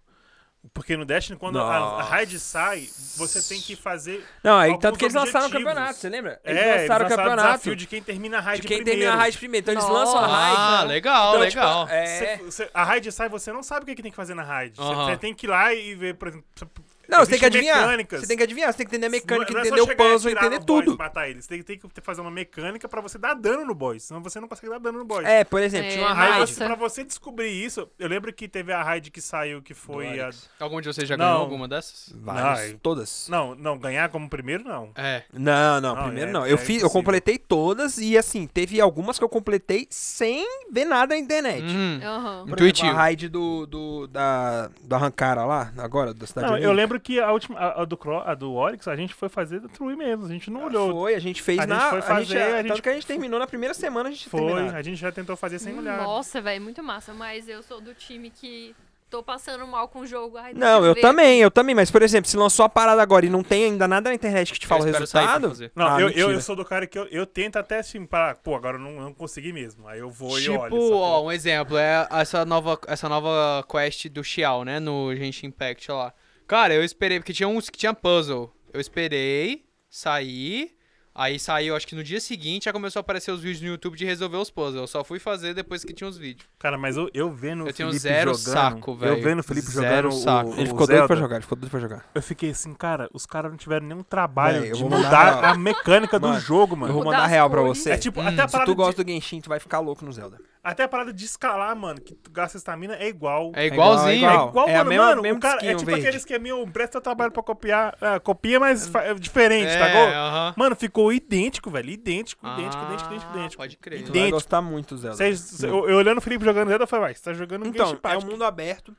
Speaker 3: Porque no Destiny, quando a, a
Speaker 1: Nossa.
Speaker 3: raid sai, você tem que fazer.
Speaker 1: Não, aí
Speaker 3: Alguns
Speaker 1: tanto que eles lançaram o
Speaker 3: objetivos.
Speaker 1: campeonato, você lembra?
Speaker 3: É,
Speaker 1: Eles
Speaker 3: eles
Speaker 1: lançaram o
Speaker 3: o
Speaker 1: campeonato
Speaker 3: desafio de quem termina a raid
Speaker 1: de quem
Speaker 3: primeiro.
Speaker 1: termina a raid primeiro. Então eles lançam a raid.
Speaker 2: Ah,
Speaker 1: né?
Speaker 2: legal,
Speaker 1: Então, tipo,
Speaker 2: legal.
Speaker 1: é...
Speaker 3: Você- você- a raid sai, você não sabe o que, que tem que fazer na raid. Você-
Speaker 2: Aham.
Speaker 3: Você tem que ir lá e ver, por exemplo. você-
Speaker 1: Não, você tem que
Speaker 3: existem
Speaker 1: adivinhar.
Speaker 3: mecânicas.
Speaker 1: Você tem que adivinhar, você tem que entender a mecânica,
Speaker 3: Não é só
Speaker 1: entender o
Speaker 3: chegar e
Speaker 1: puzzle,
Speaker 3: atirar no
Speaker 1: entender
Speaker 3: boss e
Speaker 1: tudo.
Speaker 3: matar eles. Você tem que fazer uma mecânica pra você dar dano no boss. Senão você não consegue dar dano no boss.
Speaker 1: É, por exemplo,
Speaker 4: É,
Speaker 1: tinha uma
Speaker 4: mas
Speaker 1: raid.
Speaker 3: Você, pra você descobrir isso, eu lembro que teve a raid que saiu que foi a.
Speaker 2: Algum de vocês já
Speaker 3: Não.
Speaker 2: ganhou alguma dessas?
Speaker 1: Várias,
Speaker 3: Não, é-
Speaker 1: todas.
Speaker 3: Não, não, ganhar como primeiro não.
Speaker 2: É.
Speaker 1: Não, não,
Speaker 3: Não,
Speaker 1: primeiro
Speaker 3: é-
Speaker 1: não. Eu,
Speaker 3: é
Speaker 1: fiz, eu
Speaker 3: impossível.
Speaker 1: completei todas e, assim, teve algumas que eu completei sem ver nada na internet.
Speaker 3: Hum,
Speaker 2: Uhum.
Speaker 4: Aham.
Speaker 1: Por
Speaker 2: Intuitivo.
Speaker 1: exemplo, a raid do, do, da, do Arrancara lá, agora, da cidade
Speaker 3: Não,
Speaker 1: de
Speaker 3: eu lembro que a última, a, a do, Cro, a do Oryx, a gente foi fazer do True mesmo, a gente não olhou.
Speaker 1: Foi, a gente fez
Speaker 3: A
Speaker 1: na...
Speaker 3: gente foi fazer,
Speaker 1: a
Speaker 3: a
Speaker 1: gente,
Speaker 3: gente-
Speaker 1: Tanto que a gente terminou na primeira semana, a gente
Speaker 3: Foi,
Speaker 1: terminou.
Speaker 3: a gente já tentou fazer sem olhar.
Speaker 4: Nossa, velho, muito massa. Mas eu sou do time que tô passando mal com o jogo. Ai, deixa
Speaker 1: Não, eu
Speaker 4: ver.
Speaker 1: também, eu também. Mas, por exemplo, se lançou a parada agora e não tem ainda nada na internet que te fala o
Speaker 2: espero sair pra
Speaker 1: resultado.
Speaker 2: fazer.
Speaker 3: Não,
Speaker 1: Ah,
Speaker 3: eu, eu,
Speaker 1: mentira.
Speaker 3: eu sou do cara que eu, eu tento até assim, parar. Pô, agora eu não, não consegui mesmo. Aí eu vou e olho.
Speaker 2: Tipo,
Speaker 3: sacou?
Speaker 2: ó, um exemplo, é essa nova, essa nova quest do Xiao, né? No Genshin Impact lá. Cara, eu esperei, porque tinha uns que tinha puzzle. Eu esperei, saí. Aí saiu, acho que no dia seguinte já começou a aparecer os vídeos no YouTube de resolver os puzzles. Eu só fui fazer depois que tinha os vídeos.
Speaker 3: Cara, mas eu, eu vendo o
Speaker 2: Eu tenho
Speaker 3: Felipe
Speaker 2: zero
Speaker 3: jogando,
Speaker 2: saco,
Speaker 3: Eu
Speaker 2: velho.
Speaker 3: vendo o Felipe
Speaker 2: Zero
Speaker 3: jogando o-
Speaker 2: saco.
Speaker 3: o
Speaker 1: Ele ficou
Speaker 3: Zelda,
Speaker 1: doido pra jogar, ele ficou doido pra jogar.
Speaker 3: Eu fiquei assim, cara, os caras não tiveram nenhum trabalho
Speaker 1: Véi, eu
Speaker 3: de
Speaker 1: vou
Speaker 3: mudar
Speaker 1: mandar-
Speaker 3: a mecânica do
Speaker 1: Mano,
Speaker 3: jogo,
Speaker 1: Eu
Speaker 3: mano.
Speaker 1: vou
Speaker 4: Mudar
Speaker 1: mandar
Speaker 4: as
Speaker 1: real pra
Speaker 4: cores.
Speaker 1: você.
Speaker 3: É tipo,
Speaker 2: Hum,
Speaker 3: até, a
Speaker 1: Se
Speaker 3: parada
Speaker 1: tu
Speaker 3: de,
Speaker 1: gosta do Genshin, tu vai ficar louco no Zelda.
Speaker 3: até a parada de escalar, mano, que tu gasta estamina, é igual.
Speaker 2: É
Speaker 1: igual,
Speaker 2: igualzinho.
Speaker 1: igual.
Speaker 3: É igual,
Speaker 1: É a
Speaker 3: mano,
Speaker 1: mesma-
Speaker 3: mano,
Speaker 1: mesmo
Speaker 3: o cara, é
Speaker 1: disquinho
Speaker 3: tipo
Speaker 1: verde.
Speaker 3: aquele esqueminha, o presta trabalho pra copiar, é, copia, mas fa- é diferente, tá
Speaker 2: É,
Speaker 3: bom?
Speaker 2: aham.
Speaker 3: Mano, ficou idêntico, velho, idêntico, idêntico,
Speaker 2: Ah,
Speaker 3: idêntico, idêntico, idêntico.
Speaker 2: Pode crer.
Speaker 1: Tu vai
Speaker 3: Idêntico.
Speaker 1: gostar muito do Zelda.
Speaker 3: Cês- cê- eu, eu olhando o Felipe jogando Zelda, eu falei, uai, você tá jogando um
Speaker 1: Então,
Speaker 3: Genshin
Speaker 1: é um
Speaker 3: Impact.
Speaker 1: mundo aberto.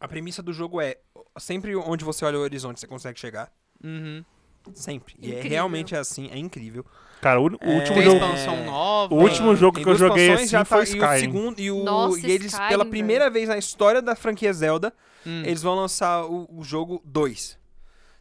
Speaker 1: A premissa do jogo é sempre onde você olha o horizonte, você consegue chegar.
Speaker 2: Uhum.
Speaker 1: Sempre. E é
Speaker 4: Incrível.
Speaker 1: realmente assim, é incrível.
Speaker 3: Cara, o, o
Speaker 1: É.
Speaker 3: último
Speaker 2: Tem
Speaker 1: Tem
Speaker 3: jogo.
Speaker 2: expansão nova. Uhum.
Speaker 3: O último jogo
Speaker 1: Tem
Speaker 3: que eu
Speaker 1: duas
Speaker 3: joguei
Speaker 1: expansões,
Speaker 3: assim
Speaker 1: já
Speaker 3: foi
Speaker 1: tá- E o
Speaker 3: Sky.
Speaker 1: segundo e o
Speaker 4: Nossa,
Speaker 1: e eles
Speaker 4: Skyrim,
Speaker 1: pela
Speaker 4: velho.
Speaker 1: primeira vez na história da franquia Zelda,
Speaker 2: Hum.
Speaker 1: eles vão lançar o, o jogo 2.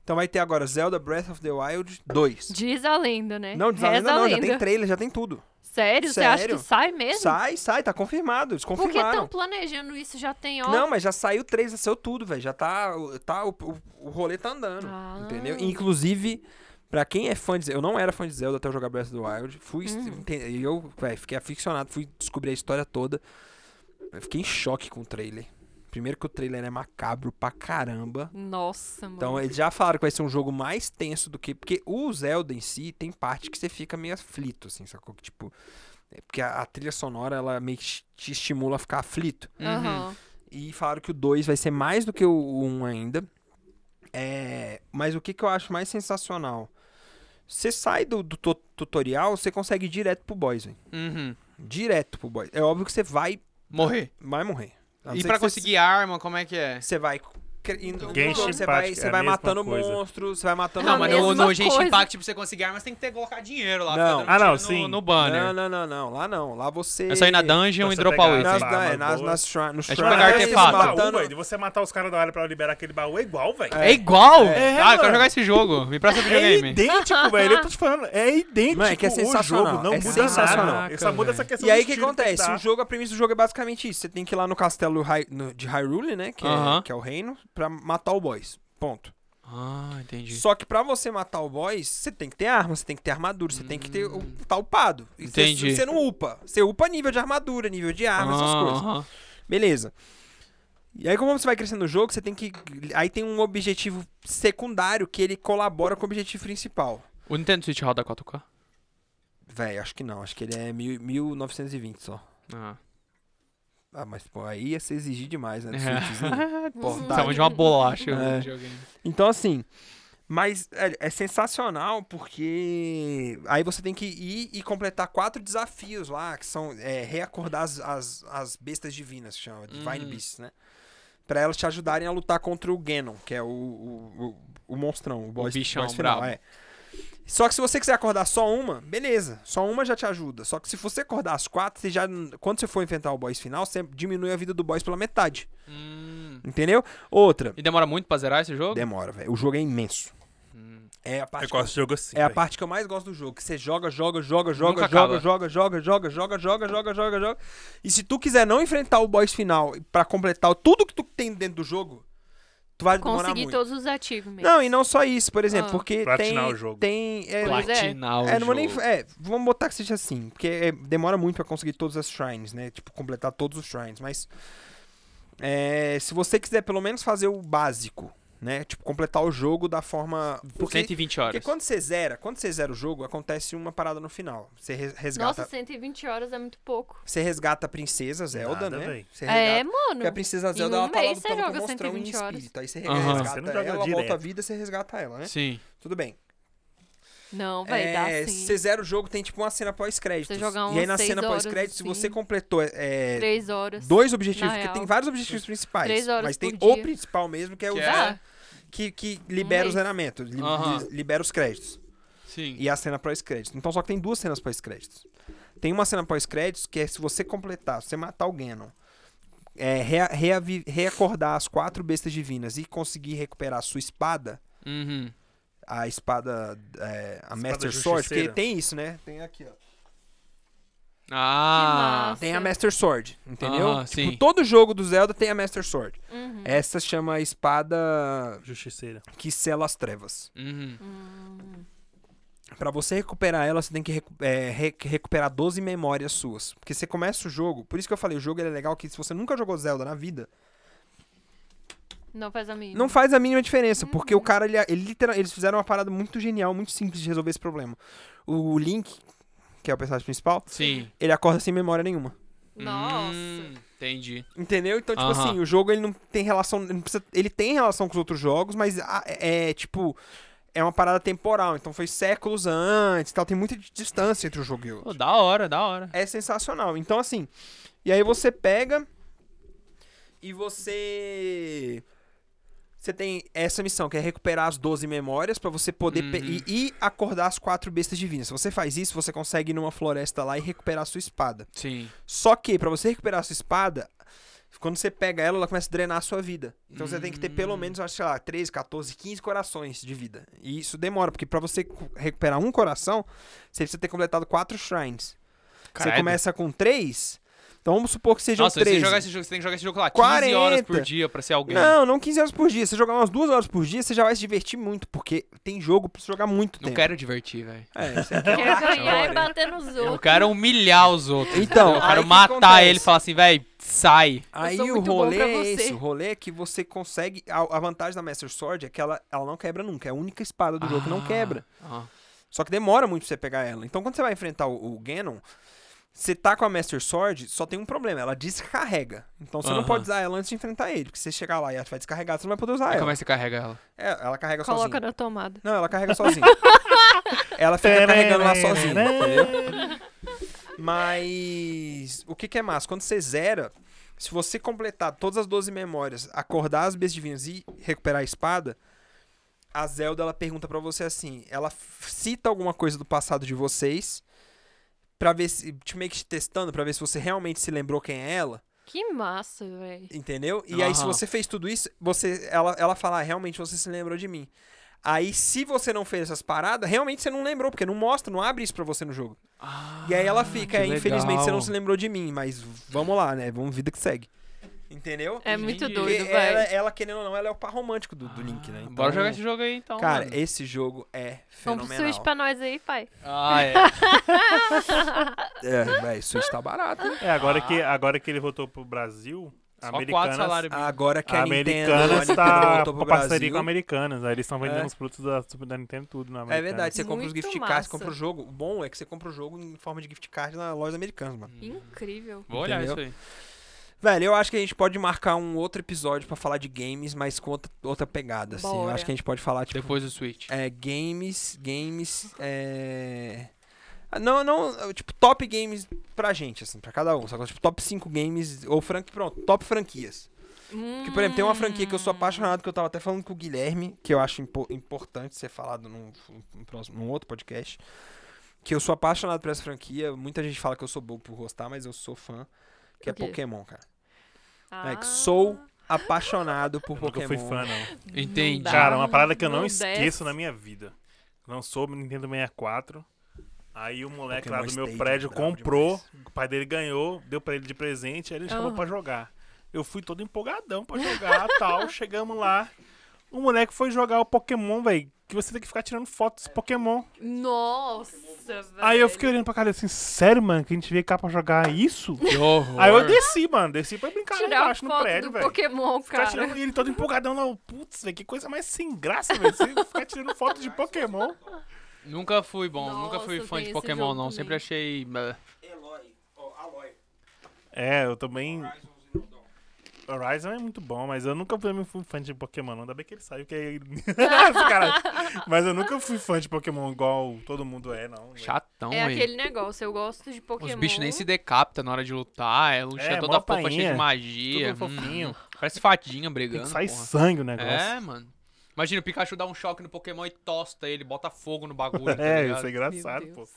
Speaker 1: Então vai ter agora Zelda Breath of the Wild 2.
Speaker 4: Diz a lenda, né?
Speaker 1: Não, diz a
Speaker 4: Reza
Speaker 1: lenda não, já tem trailer, já tem tudo.
Speaker 4: Sério? Você acha que
Speaker 1: Sério?
Speaker 4: sai mesmo?
Speaker 1: Sai, sai, tá confirmado, eles
Speaker 4: Porque estão
Speaker 1: confirmaram.
Speaker 4: planejando isso, já tem ó.
Speaker 1: Não, mas já saiu três, já saiu tudo, velho. Já tá, o- tá o, o, o rolê tá andando,
Speaker 4: Ah.
Speaker 1: entendeu? Inclusive, pra quem é fã de Zelda, eu não era fã de Zelda até eu jogar Breath of the Wild. Fui, ente- e eu, véi, fiquei aficionado, fui descobrir a história toda. Eu fiquei em choque com o trailer. Primeiro que o trailer é macabro pra caramba.
Speaker 4: Nossa, mano.
Speaker 1: Então, eles já falaram que vai ser um jogo mais tenso do que. Porque o Zelda em si tem parte que você fica meio aflito, assim, sacou? Que, tipo. é porque a, a trilha sonora, ela meio que te- te estimula a ficar aflito.
Speaker 4: Aham.
Speaker 1: Uhum. E falaram que o 2 vai ser mais do que o 1 um ainda. É, mas o que, que eu acho mais sensacional? Você sai do, do tu- tutorial, você consegue ir direto pro boss, velho.
Speaker 2: Uhum.
Speaker 1: Direto pro boss. É óbvio que você vai,
Speaker 2: Morrer.
Speaker 1: vai morrer. A não
Speaker 2: E
Speaker 1: ser
Speaker 2: pra
Speaker 1: que você-
Speaker 2: conseguir arma, como é que é?
Speaker 1: Você vai. cre- indo-
Speaker 3: Genshin
Speaker 1: Você vai,
Speaker 3: Impact
Speaker 1: você
Speaker 3: é a
Speaker 1: vai
Speaker 3: mesma
Speaker 1: matando
Speaker 3: coisa.
Speaker 1: monstros, você vai matando
Speaker 2: Não, é
Speaker 4: a
Speaker 2: mas
Speaker 1: monstros.
Speaker 2: no,
Speaker 4: mesma
Speaker 2: no Genshin
Speaker 4: coisa.
Speaker 2: Impact, pra você conseguir armas, tem que ter que colocar dinheiro lá.
Speaker 1: Não.
Speaker 2: ficar dando
Speaker 3: Ah, não,
Speaker 2: tiro no-
Speaker 3: sim.
Speaker 2: No banner.
Speaker 1: Não, não, não, não. Lá não. Lá você.
Speaker 2: É só ir assim, na dungeon
Speaker 3: Pra
Speaker 2: e
Speaker 3: você
Speaker 2: dropar o
Speaker 3: pegar
Speaker 2: item.
Speaker 1: Nas,
Speaker 3: Sim.
Speaker 1: nas,
Speaker 3: Armas
Speaker 1: nas,
Speaker 3: boas.
Speaker 1: nas shrine- nos
Speaker 2: É tipo
Speaker 1: shrines,
Speaker 2: pegar
Speaker 1: eles
Speaker 2: artefato.
Speaker 3: Ah,
Speaker 1: matando-
Speaker 3: velho, de você matar os caras da hora pra liberar aquele baú é igual, velho.
Speaker 2: É igual? ah,
Speaker 3: É,
Speaker 2: eu quero
Speaker 3: mano.
Speaker 2: jogar esse jogo. Me presta
Speaker 3: É
Speaker 2: videogame.
Speaker 3: idêntico, velho. Eu tô te falando, é idêntico.
Speaker 1: Mano, é que é sensacional,
Speaker 3: O jogo não
Speaker 1: é
Speaker 3: muda
Speaker 1: sensacional.
Speaker 3: nada. Só muda essa questão
Speaker 1: E aí o
Speaker 3: do
Speaker 1: que
Speaker 3: tiro tem
Speaker 1: acontece?
Speaker 3: dar.
Speaker 1: O jogo, a premissa do jogo é basicamente isso. Você tem que ir lá no castelo Hy- no- de Hyrule, né? Que,
Speaker 2: Aham.
Speaker 1: é, que é o reino, pra matar o boss. Ponto.
Speaker 2: ah, entendi.
Speaker 1: Só que pra você matar o boss, você tem que ter arma, você tem que ter armadura, você tem que ter o- tá upado. E você-
Speaker 2: Hum. Entendi.
Speaker 1: Você não upa. Você upa nível de armadura, nível de arma, essas
Speaker 2: Ah,
Speaker 1: coisas.
Speaker 2: aham.
Speaker 1: Beleza. E aí, como você vai crescendo no jogo, você tem que. Aí tem um objetivo secundário que ele colabora com o objetivo principal.
Speaker 2: O Nintendo Switch roda 4K?
Speaker 1: Véi, acho que não. Acho que ele é mil, 1920 só.
Speaker 2: Ah.
Speaker 1: Ah, mas pô, aí ia se exigir demais, né? do Switchzinho. Portátil.
Speaker 2: Tava de uma bolacha.
Speaker 1: É.
Speaker 2: o videogame.
Speaker 1: Então, assim. Mas é, é sensacional porque aí você tem que ir e completar quatro desafios lá, que são é, reacordar as, as, as bestas divinas, que chama, Divine
Speaker 2: Hum.
Speaker 1: Beasts, né? Pra elas te ajudarem a lutar contra o Ganon, que é o, o, o, o monstrão, o boss,
Speaker 2: bichão
Speaker 1: boss final.
Speaker 2: brabo.
Speaker 1: É. Só que se você quiser acordar só uma, beleza, só uma já te ajuda. Só que se você acordar as quatro, você já, quando você for enfrentar o boss final, você diminui a vida do boss pela metade,
Speaker 2: Hum.
Speaker 1: entendeu? Outra,
Speaker 2: E demora muito pra zerar esse jogo?
Speaker 1: demora, velho, o jogo é imenso.
Speaker 2: Hum.
Speaker 1: É a parte
Speaker 3: Eu gosto de jogo assim.
Speaker 1: é a
Speaker 3: velho.
Speaker 1: parte que eu mais gosto do jogo. Que você joga, joga, joga, joga,
Speaker 2: Nunca
Speaker 1: joga,
Speaker 2: acaba.
Speaker 1: joga, joga, joga, joga, joga, joga, joga, joga. E se tu quiser não enfrentar o boss final pra completar tudo que tu tem dentro do jogo, tu vai demorar
Speaker 4: Consegui
Speaker 1: muito.
Speaker 4: todos os ativos
Speaker 1: Não, e não só isso, por exemplo,
Speaker 4: Ah.
Speaker 1: porque
Speaker 3: Platinar
Speaker 1: tem
Speaker 3: o jogo.
Speaker 1: tem é,
Speaker 4: Pois é.
Speaker 2: Platinar o
Speaker 1: é, não vou nem,
Speaker 2: jogo.
Speaker 1: é, vamos botar que seja assim, porque é, demora muito pra conseguir todas as shrines, né? Tipo, completar todos os shrines, mas é, se você quiser pelo menos fazer o básico, né? Tipo, completar o jogo da forma é, porque
Speaker 2: 120
Speaker 1: porque
Speaker 2: horas.
Speaker 1: quando você zera, quando você zera o jogo, acontece uma parada no final. Você re- resgata,
Speaker 4: Nossa, 120 horas é muito pouco.
Speaker 1: você resgata a princesa Zelda,
Speaker 3: Nada,
Speaker 1: né?
Speaker 3: véi.
Speaker 1: Você
Speaker 4: É,
Speaker 1: resgata-
Speaker 4: mano.
Speaker 1: Porque a princesa Zelda
Speaker 4: um
Speaker 1: ela tá lá
Speaker 4: mês você
Speaker 1: lutando com
Speaker 4: joga
Speaker 1: o monstrão em
Speaker 4: 120 horas.
Speaker 1: espírito. Aí você
Speaker 2: Aham.
Speaker 1: resgata
Speaker 3: Você não joga
Speaker 1: ela, volta
Speaker 3: direto.
Speaker 1: à vida, você resgata ela, né?
Speaker 2: Sim.
Speaker 1: Tudo bem.
Speaker 4: Não, vai dar
Speaker 1: É,
Speaker 4: sim.
Speaker 1: você zera o jogo, tem tipo uma cena pós-crédito.
Speaker 4: Você joga
Speaker 1: E aí
Speaker 4: umas
Speaker 1: na
Speaker 4: seis
Speaker 1: cena
Speaker 4: horas,
Speaker 1: pós-crédito, se
Speaker 4: assim.
Speaker 1: você completou é,
Speaker 4: 3 horas.
Speaker 1: dois objetivos,
Speaker 4: Na
Speaker 1: porque
Speaker 4: real.
Speaker 1: tem vários objetivos principais,
Speaker 4: Três horas
Speaker 1: mas tem
Speaker 4: por
Speaker 1: o
Speaker 4: dia.
Speaker 1: principal mesmo, que é o
Speaker 2: Que
Speaker 1: zero,
Speaker 4: Dá.
Speaker 1: que, que libera o
Speaker 4: mês.
Speaker 1: zeramento, li-
Speaker 2: Aham.
Speaker 1: li- libera os créditos.
Speaker 2: Sim.
Speaker 1: e a cena pós-crédito. Então só que tem duas cenas pós-créditos. Tem uma cena pós-créditos que é se você completar, se você matar o Ganon, é, rea- reavi- reacordar as quatro bestas divinas e conseguir recuperar a sua espada,
Speaker 2: Uhum.
Speaker 1: a espada, é, a Master Sword,
Speaker 3: justiceira.
Speaker 1: porque tem isso, né? Tem aqui, ó.
Speaker 2: Ah.
Speaker 1: Tem
Speaker 4: Sim.
Speaker 1: a Master Sword, entendeu?
Speaker 2: Aham,
Speaker 1: tipo,
Speaker 2: sim.
Speaker 1: todo jogo do Zelda tem a Master Sword.
Speaker 4: Uhum.
Speaker 1: Essa chama a espada
Speaker 3: Justiceira.
Speaker 1: que sela as trevas.
Speaker 2: Uhum.
Speaker 4: Hum.
Speaker 1: Pra você recuperar ela, você tem que recu- é, re- recuperar 12 memórias suas. Porque você começa o jogo, por isso que eu falei, o jogo ele é legal que se você nunca jogou Zelda na vida,
Speaker 4: Não faz a mínima.
Speaker 1: Não faz a mínima
Speaker 4: Uhum.
Speaker 1: diferença, porque o cara, ele, ele literal- eles fizeram uma parada muito genial, muito simples de resolver esse problema. O Link, que é o personagem principal,
Speaker 2: Sim.
Speaker 1: ele acorda sem memória nenhuma.
Speaker 4: Nossa.
Speaker 2: Hum, entendi.
Speaker 1: Entendeu? Então, tipo
Speaker 2: Aham.
Speaker 1: assim, o jogo ele não tem relação. ele não precisa- ele tem relação com os outros jogos, mas a- é, é, tipo. É uma parada temporal, então foi séculos antes e tal. Tem muita di- distância entre o jogo e o outro.
Speaker 2: Pô, da hora, da hora.
Speaker 1: É sensacional. Então, assim. E aí você pega. E você. Você tem essa missão, que é recuperar as 12 memórias pra você poder pe-
Speaker 2: Uhum.
Speaker 1: e, e acordar as quatro bestas divinas. Se você faz isso, você consegue ir numa floresta lá e recuperar a sua espada.
Speaker 2: Sim.
Speaker 1: Só que, pra você recuperar a sua espada, quando você pega ela, ela começa a drenar a sua vida. Então você tem que ter pelo menos, eu acho, sei lá, 13, 14, 15 corações de vida. E isso demora, porque pra você cu- recuperar um coração, você precisa ter completado quatro shrines. Você
Speaker 2: Caralho.
Speaker 1: começa com três. Então vamos supor que sejam
Speaker 2: Nossa, se você
Speaker 1: três.
Speaker 2: jogar esse jogo, você tem que jogar esse jogo lá 15
Speaker 1: 40.
Speaker 2: horas por dia pra ser alguém. Não,
Speaker 1: Não, não 15 horas por dia. Se você jogar umas duas horas por dia, você já vai se divertir muito, porque tem jogo pra você jogar muito tempo.
Speaker 2: quero divertir, velho.
Speaker 1: É, isso aqui é uma
Speaker 4: Quer ganhar
Speaker 1: história.
Speaker 4: e bater nos
Speaker 2: Eu
Speaker 4: outros.
Speaker 2: quero humilhar os outros.
Speaker 1: Então,
Speaker 2: eu quero
Speaker 1: aí que
Speaker 2: matar
Speaker 1: acontece?
Speaker 2: ele e falar assim, velho, sai.
Speaker 1: Aí
Speaker 4: sou
Speaker 1: o
Speaker 4: muito bom
Speaker 1: rolê
Speaker 4: pra
Speaker 1: é
Speaker 4: você.
Speaker 1: esse, o rolê é que você consegue. A, a vantagem da Master Sword é que ela, ela não quebra nunca. É a única espada do jogo que não
Speaker 2: Ah,
Speaker 1: quebra.
Speaker 2: ah.
Speaker 1: Só que demora muito pra você pegar ela. Então quando você vai enfrentar o, o Ganon, você tá com a Master Sword, só tem um problema, ela descarrega. Então você não
Speaker 2: Aham.
Speaker 1: pode usar ela antes de enfrentar ele. Porque se você chegar lá e ela vai descarregar, você não vai poder usar
Speaker 2: Aí
Speaker 1: ela.
Speaker 2: como é que você carrega ela?
Speaker 1: É, ela carrega
Speaker 4: Coloca
Speaker 1: sozinha.
Speaker 4: na tomada.
Speaker 1: Não, ela carrega sozinha. ela fica carregando lá sozinha, entendeu? Mas o que, que é massa? Quando você zera, se você completar todas as 12 memórias, acordar as bestas divinas e recuperar a espada, a Zelda ela pergunta pra você assim, ela f- cita alguma coisa do passado de vocês para ver se te meio que te testando pra ver se você realmente se lembrou quem é ela,
Speaker 4: Que massa, velho.
Speaker 1: entendeu? E aí se
Speaker 2: Aham.
Speaker 1: você fez tudo isso, você ela ela fala, "Ah, realmente você se lembrou de mim. Aí se você não fez essas paradas, realmente você não lembrou, porque não mostra, não abre isso pra você no jogo. E aí ela fica,
Speaker 2: Ah, que
Speaker 1: "É, infelizmente você não
Speaker 2: legal."
Speaker 1: se lembrou de mim, mas vamos lá, né? Vamos vida que segue. Entendeu?
Speaker 4: É muito
Speaker 2: Entendi.
Speaker 1: Porque
Speaker 4: doido,
Speaker 1: ela,
Speaker 4: velho.
Speaker 1: ela, querendo ou não, ela é o par romântico do, do Link, né?
Speaker 2: Ah, Bora
Speaker 1: Então,
Speaker 2: jogar esse jogo aí, então.
Speaker 1: Cara,
Speaker 2: mano.
Speaker 1: esse jogo é
Speaker 4: Vamos pro Então, Switch
Speaker 1: fenomenal.
Speaker 4: pra nós aí, pai.
Speaker 2: Ah, é.
Speaker 1: É, velho, Switch tá barato. hein?
Speaker 3: É, agora, que, agora que ele voltou pro Brasil, a
Speaker 2: Só quatro
Speaker 3: Americanas, Ah.
Speaker 2: salários mínimos.
Speaker 1: Agora que
Speaker 3: a
Speaker 1: a, Nintendo, a
Speaker 3: Americanas
Speaker 1: Nintendo
Speaker 3: tá
Speaker 1: voltou pro
Speaker 3: com parceria
Speaker 1: Brasil.
Speaker 3: com a Americanas. Aí eles estão vendendo
Speaker 1: É.
Speaker 3: os produtos da, Super- da Nintendo tudo na
Speaker 1: É
Speaker 3: Americanas.
Speaker 1: verdade, você compra os
Speaker 4: Muito
Speaker 1: gift cards,
Speaker 4: massa.
Speaker 1: você compra o jogo. O bom é que você compra o jogo em forma de gift card na loja americana, mano.
Speaker 4: Incrível.
Speaker 2: Hum. Vou olhar
Speaker 1: Entendeu?
Speaker 2: isso aí.
Speaker 1: Velho, eu acho que a gente pode marcar um outro episódio pra falar de games, mas com outra, outra pegada, assim. Eu
Speaker 4: Bora.
Speaker 1: acho que a gente pode falar, tipo,
Speaker 2: Depois do Switch.
Speaker 1: É, games, games, é... ah, Não, não, tipo, top games pra gente, assim, pra cada um. Só que, tipo, top 5 games, ou franqui, pronto, top franquias. Porque, por exemplo, tem uma franquia que eu
Speaker 4: Ah.
Speaker 1: sou
Speaker 4: Hum.
Speaker 1: apaixonado, que eu tava até falando com o Guilherme, que eu acho impo- importante ser falado num, num próximo, num outro podcast, que eu sou apaixonado por essa franquia. Muita gente fala que eu sou bobo por gostar, mas eu sou fã, que é
Speaker 4: O quê?
Speaker 1: Pokémon, cara.
Speaker 4: Ah,
Speaker 1: É que sou apaixonado por Pokémon.
Speaker 3: Nunca fui fã, não.
Speaker 2: Entendi.
Speaker 4: dá.
Speaker 3: Cara, uma parada que eu não,
Speaker 4: Não desce.
Speaker 3: esqueço na minha vida. Lançou o Nintendo 64. Aí o moleque lá do
Speaker 1: Pokémon
Speaker 3: meu
Speaker 1: Stadium, é
Speaker 3: prédio
Speaker 1: brabo
Speaker 3: comprou,
Speaker 1: demais.
Speaker 3: o pai dele ganhou, deu pra ele de presente, aí ele chamou
Speaker 4: Aham.
Speaker 3: pra jogar. Eu fui todo empolgadão pra jogar tal, chegamos lá. O moleque foi jogar o Pokémon, velho, que você tem que ficar tirando fotos do Pokémon.
Speaker 4: Nossa, velho.
Speaker 3: Aí eu fiquei olhando pra cara assim, sério, mano, que a gente veio cá pra jogar isso?
Speaker 2: Que horror.
Speaker 3: Aí eu desci, mano, desci pra brincar lá
Speaker 4: Tirar
Speaker 3: embaixo
Speaker 4: foto
Speaker 3: no prédio,
Speaker 4: do
Speaker 3: velho.
Speaker 4: Pokémon,
Speaker 3: Ficar
Speaker 4: cara.
Speaker 3: tirando e ele todo empolgadão lá, putz, velho, que coisa mais sem graça, velho, você ficar tirando foto de Pokémon.
Speaker 2: Nunca fui bom, nunca
Speaker 4: Nossa,
Speaker 2: fui
Speaker 4: eu
Speaker 2: fã de
Speaker 4: tenho esse
Speaker 2: Pokémon,
Speaker 4: jogo
Speaker 2: não.
Speaker 4: também.
Speaker 2: Sempre achei. eh,
Speaker 1: Eloy, ó, Aloy,
Speaker 3: É, eu também.
Speaker 1: Horizon Zero Dawn.
Speaker 3: Horizon é muito bom, mas eu nunca fui fui fã de Pokémon, não. Ainda bem que ele saiu, que aí. Nossa, cara. Mas eu nunca fui fã de Pokémon igual todo mundo é, não. velho.
Speaker 2: Chatão,
Speaker 4: É
Speaker 2: hein?
Speaker 4: aquele negócio, eu gosto de Pokémon.
Speaker 2: Os bichos nem se decapitam na hora de lutar, é luta
Speaker 3: É,
Speaker 2: toda
Speaker 3: mó
Speaker 2: fofa, cheia
Speaker 3: painha,
Speaker 2: de magia.
Speaker 3: tudo fofinho.
Speaker 2: hum, parece fadinha
Speaker 3: Tem que
Speaker 2: brigando.
Speaker 3: sair
Speaker 2: né, porra.
Speaker 3: sangue o negócio.
Speaker 2: É, mano. Imagina, o Pikachu dá um choque no Pokémon e tosta ele, bota fogo no bagulho. tá
Speaker 3: É,
Speaker 2: ligado?
Speaker 3: isso é engraçado,
Speaker 4: Meu
Speaker 3: pô.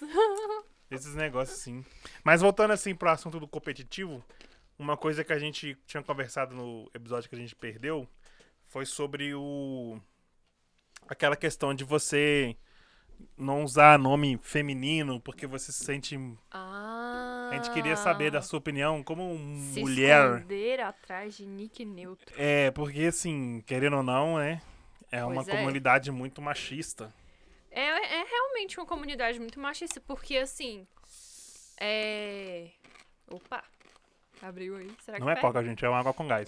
Speaker 3: Esses negócios, sim. Mas voltando assim pro assunto do competitivo, Uma coisa que a gente tinha conversado no episódio que a gente perdeu foi sobre o. aquela questão de você não usar nome feminino porque você se sente.
Speaker 4: Ah.
Speaker 3: A gente queria saber da sua opinião como um
Speaker 4: Se
Speaker 3: mulher.
Speaker 4: esconder atrás de nick neutro.
Speaker 3: É, porque assim, querendo ou não, né? É uma
Speaker 4: Pois é.
Speaker 3: comunidade muito machista.
Speaker 4: É, é realmente uma comunidade muito machista, porque assim. É. Opa! Abriu aí? Será que
Speaker 3: Não é
Speaker 4: pega?
Speaker 3: coca, gente, é uma água com gás.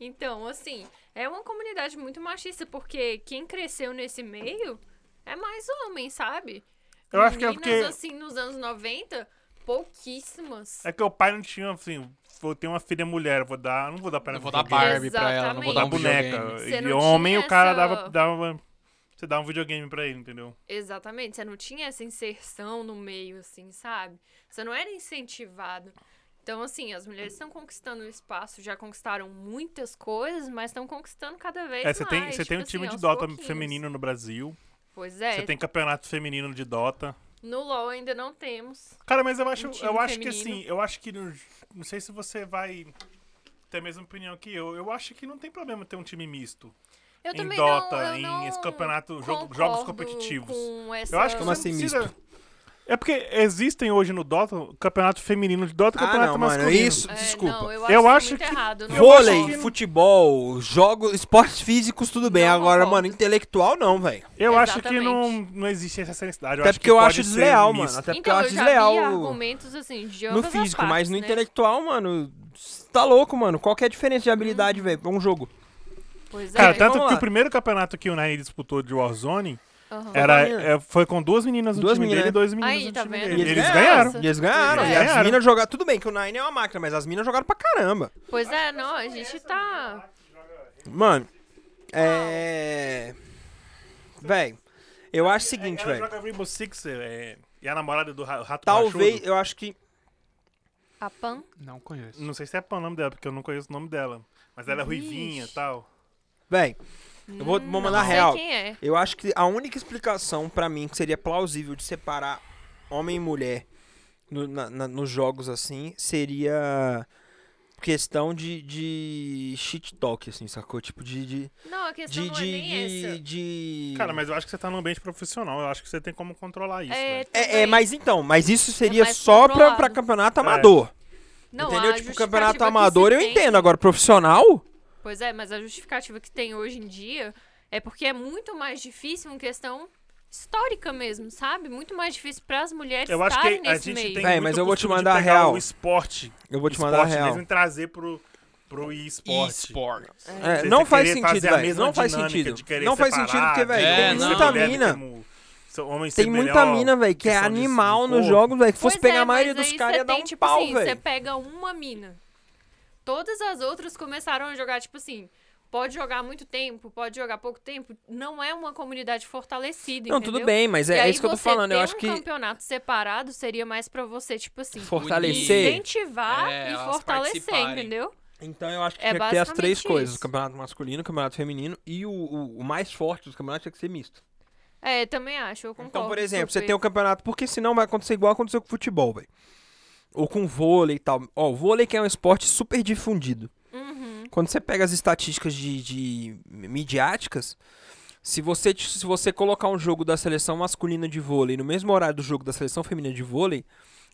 Speaker 4: então, assim, é uma comunidade muito machista, porque quem cresceu nesse meio é mais homem, sabe?
Speaker 3: Eu acho que é
Speaker 4: Meninas,
Speaker 3: porque-
Speaker 4: assim, nos anos 90, pouquíssimas.
Speaker 3: É que o pai não tinha, assim, vou ter uma filha mulher, vou dar, não vou dar pra
Speaker 2: Não
Speaker 3: ela
Speaker 2: vou dar
Speaker 3: videogame,
Speaker 2: Barbie pra ela, não vou dar um
Speaker 4: Exatamente.
Speaker 3: boneca.
Speaker 4: Você
Speaker 3: E
Speaker 4: não
Speaker 3: homem,
Speaker 4: tinha
Speaker 3: o cara
Speaker 4: essa-
Speaker 3: dava, dava, você dá um videogame pra ele, entendeu?
Speaker 4: Exatamente, você não tinha essa inserção no meio, assim, sabe? Você não era incentivado. Então, assim, as mulheres estão conquistando o espaço, já conquistaram muitas coisas, mas estão conquistando cada vez
Speaker 3: É,
Speaker 4: mais.
Speaker 3: você tem, você
Speaker 4: tipo
Speaker 3: tem um
Speaker 4: assim,
Speaker 3: time de
Speaker 4: aos
Speaker 3: Dota
Speaker 4: pouquinhos.
Speaker 3: feminino no Brasil.
Speaker 4: Pois é,
Speaker 3: Você tem campeonato feminino de Dota.
Speaker 4: no LoL ainda não temos.
Speaker 3: Cara, mas eu acho,
Speaker 4: Um time
Speaker 3: eu acho que
Speaker 4: feminino.
Speaker 3: assim, eu acho que no- não sei se você vai ter a mesma opinião que eu. Eu acho que não tem problema ter um time misto
Speaker 4: Eu
Speaker 3: em
Speaker 4: também
Speaker 3: Dota,
Speaker 4: não, eu
Speaker 3: em
Speaker 4: não
Speaker 3: esse campeonato, jogo- jogos
Speaker 4: concordo
Speaker 3: competitivos.
Speaker 4: com essa-
Speaker 3: Eu acho que
Speaker 1: Como
Speaker 3: você
Speaker 1: assim,
Speaker 3: não precisa... É porque existem hoje no Dota campeonato feminino de Dota e
Speaker 1: Ah,
Speaker 3: campeonato
Speaker 1: não, mano,
Speaker 3: masculino.
Speaker 1: isso-
Speaker 4: É,
Speaker 1: Desculpa.
Speaker 4: não, eu acho,
Speaker 3: Eu
Speaker 4: isso
Speaker 3: acho
Speaker 4: muito
Speaker 3: que-
Speaker 4: errado. não
Speaker 1: Vôlei,
Speaker 4: concordo.
Speaker 1: futebol, jogos, esportes físicos, tudo bem.
Speaker 4: Não
Speaker 1: Agora,
Speaker 4: concordo.
Speaker 1: mano, intelectual não, velho.
Speaker 3: Eu acho que
Speaker 4: Exatamente.
Speaker 3: não, não existe essa necessidade. Eu
Speaker 1: Até
Speaker 3: acho
Speaker 1: porque eu
Speaker 3: pode
Speaker 1: acho
Speaker 3: ser
Speaker 1: desleal, mano.
Speaker 3: misto.
Speaker 1: Até porque
Speaker 4: Então,
Speaker 1: eu
Speaker 4: eu
Speaker 1: acho
Speaker 4: já
Speaker 1: Tá desleal
Speaker 4: vi
Speaker 1: o-
Speaker 4: argumentos assim de
Speaker 1: no
Speaker 4: ambas as
Speaker 1: físico,
Speaker 4: partes,
Speaker 1: mas no
Speaker 4: né?
Speaker 1: intelectual, mano, tá louco, mano. Qual que é a diferença de habilidade, velho, pra um jogo?
Speaker 4: Pois é.
Speaker 3: Cara, tá-
Speaker 1: Vamos
Speaker 3: tanto que
Speaker 1: lá.
Speaker 3: o primeiro campeonato que o Nine disputou de Warzone
Speaker 4: Aham.
Speaker 3: era,
Speaker 1: menina.
Speaker 3: é, foi com duas meninas no
Speaker 1: Duas
Speaker 3: time
Speaker 1: meninas,
Speaker 3: dele e
Speaker 1: né?
Speaker 3: dois meninos
Speaker 4: Aí,
Speaker 3: no
Speaker 4: tá
Speaker 3: time
Speaker 4: vendo?
Speaker 3: dele.
Speaker 1: E
Speaker 3: Eles,
Speaker 1: eles
Speaker 3: ganharam.
Speaker 4: Nossa.
Speaker 1: E eles ganharam.
Speaker 4: Pois
Speaker 1: E
Speaker 4: é.
Speaker 1: as
Speaker 3: Ganharam.
Speaker 1: minas jogaram. Tudo bem que o Nine é uma máquina, mas as minas jogaram pra caramba.
Speaker 4: Pois é, não, a gente tá.
Speaker 1: Mano, é. Véi, eu acho o seguinte,
Speaker 3: Ela
Speaker 1: velho.
Speaker 3: joga Rainbow Six é, e a namorada do Ra- Rato
Speaker 1: Talvez,
Speaker 3: Rachudo.
Speaker 1: eu acho que.
Speaker 4: A Pan?
Speaker 2: Não conheço.
Speaker 3: Não sei se é pra o nome dela, porque eu não conheço o nome dela. Mas ela é
Speaker 4: Vixe.
Speaker 3: ruivinha e tal.
Speaker 1: Véi, eu vou, vou mandar
Speaker 4: não
Speaker 1: real.
Speaker 4: sei quem é.
Speaker 1: Eu acho que a única explicação pra mim que seria plausível de separar homem e mulher no- na- na- nos jogos assim seria questão de, de shit talk, assim, sacou? Tipo de. De.
Speaker 4: Não, a questão
Speaker 1: De.
Speaker 4: não é
Speaker 1: de,
Speaker 4: nem
Speaker 1: de,
Speaker 4: essa.
Speaker 1: de-
Speaker 3: Cara, mas eu acho que você tá num ambiente profissional. Eu acho que você tem como controlar isso,
Speaker 4: É,
Speaker 3: velho.
Speaker 1: É, é,
Speaker 4: também. É
Speaker 1: mas então, mas isso seria
Speaker 4: mais
Speaker 1: só pra,
Speaker 4: controlado.
Speaker 1: pra campeonato
Speaker 3: É.
Speaker 1: amador.
Speaker 4: Não,
Speaker 1: entendeu?
Speaker 4: a
Speaker 1: Tipo,
Speaker 4: justificativa é que
Speaker 1: campeonato
Speaker 4: se
Speaker 1: amador eu
Speaker 4: tem-
Speaker 1: entendo. Agora, profissional?
Speaker 4: Pois é, mas a justificativa que tem hoje em dia é porque é muito mais difícil, uma questão histórica mesmo, sabe? Muito mais difícil para as mulheres
Speaker 3: Eu acho
Speaker 4: estarem
Speaker 3: que a
Speaker 4: nesse
Speaker 3: gente
Speaker 4: meio.
Speaker 3: tem
Speaker 1: Véi,
Speaker 3: muito
Speaker 1: mas eu vou te
Speaker 3: costume de
Speaker 1: mandar
Speaker 3: pegar
Speaker 1: real.
Speaker 3: o esporte.
Speaker 1: Eu vou te
Speaker 3: esporte
Speaker 1: mandar a real.
Speaker 3: mesmo então, e trazer pro, pro e-esporte.
Speaker 2: Esports.
Speaker 1: É,
Speaker 3: Você
Speaker 1: não faz
Speaker 3: querer fazer
Speaker 1: sentido,
Speaker 3: a
Speaker 1: velho.
Speaker 3: mesma
Speaker 1: Não faz
Speaker 3: dinâmica
Speaker 1: sentido.
Speaker 3: de querer
Speaker 1: Não faz
Speaker 3: separar,
Speaker 1: sentido porque, velho,
Speaker 3: de
Speaker 2: É,
Speaker 1: tem
Speaker 2: não.
Speaker 1: muita
Speaker 3: mulher
Speaker 1: mina.
Speaker 3: como ser homem ser
Speaker 1: Tem muita
Speaker 3: melhor,
Speaker 1: mina, velho, que é
Speaker 3: questão de-
Speaker 1: animal
Speaker 3: de
Speaker 1: nos
Speaker 3: corpo.
Speaker 1: jogos, velho. Que
Speaker 4: Pois
Speaker 1: fosse pegar
Speaker 4: é,
Speaker 1: a maioria
Speaker 4: mas
Speaker 1: dos
Speaker 4: aí
Speaker 1: caras
Speaker 4: você
Speaker 1: ia dar
Speaker 4: tem,
Speaker 1: um
Speaker 4: tipo
Speaker 1: pau,
Speaker 4: assim, Você
Speaker 1: velho.
Speaker 4: pega uma mina. Todas as outras começaram a jogar, tipo assim, pode jogar muito tempo, pode jogar pouco tempo. Não é uma comunidade fortalecida,
Speaker 1: Não,
Speaker 4: entendeu?
Speaker 1: tudo bem, mas
Speaker 4: E
Speaker 1: é, é
Speaker 4: aí
Speaker 1: isso que eu tô
Speaker 4: você
Speaker 1: falando. Eu
Speaker 4: ter
Speaker 1: acho
Speaker 4: um
Speaker 1: que
Speaker 4: campeonato separado seria mais pra você, tipo assim,
Speaker 1: fortalecer.
Speaker 4: incentivar
Speaker 2: É,
Speaker 4: e
Speaker 2: elas
Speaker 4: fortalecer,
Speaker 2: participarem.
Speaker 4: entendeu?
Speaker 1: Então eu acho que
Speaker 4: É
Speaker 1: tinha que ter as três
Speaker 4: basicamente
Speaker 1: coisas:
Speaker 4: isso.
Speaker 1: o campeonato masculino, o campeonato feminino e o, o- o mais forte dos campeonatos tinha que ser misto.
Speaker 4: É, também acho, eu concordo.
Speaker 1: Então, por exemplo, você
Speaker 4: super.
Speaker 1: tem o campeonato, porque senão vai acontecer igual aconteceu com o futebol, velho. Ou com vôlei e tal. Ó, o vôlei que é um esporte super difundido.
Speaker 4: Uhum.
Speaker 1: Quando você pega as estatísticas de, de midiáticas, se você, te- se você colocar um jogo da seleção masculina de vôlei no mesmo horário do jogo da seleção feminina de vôlei,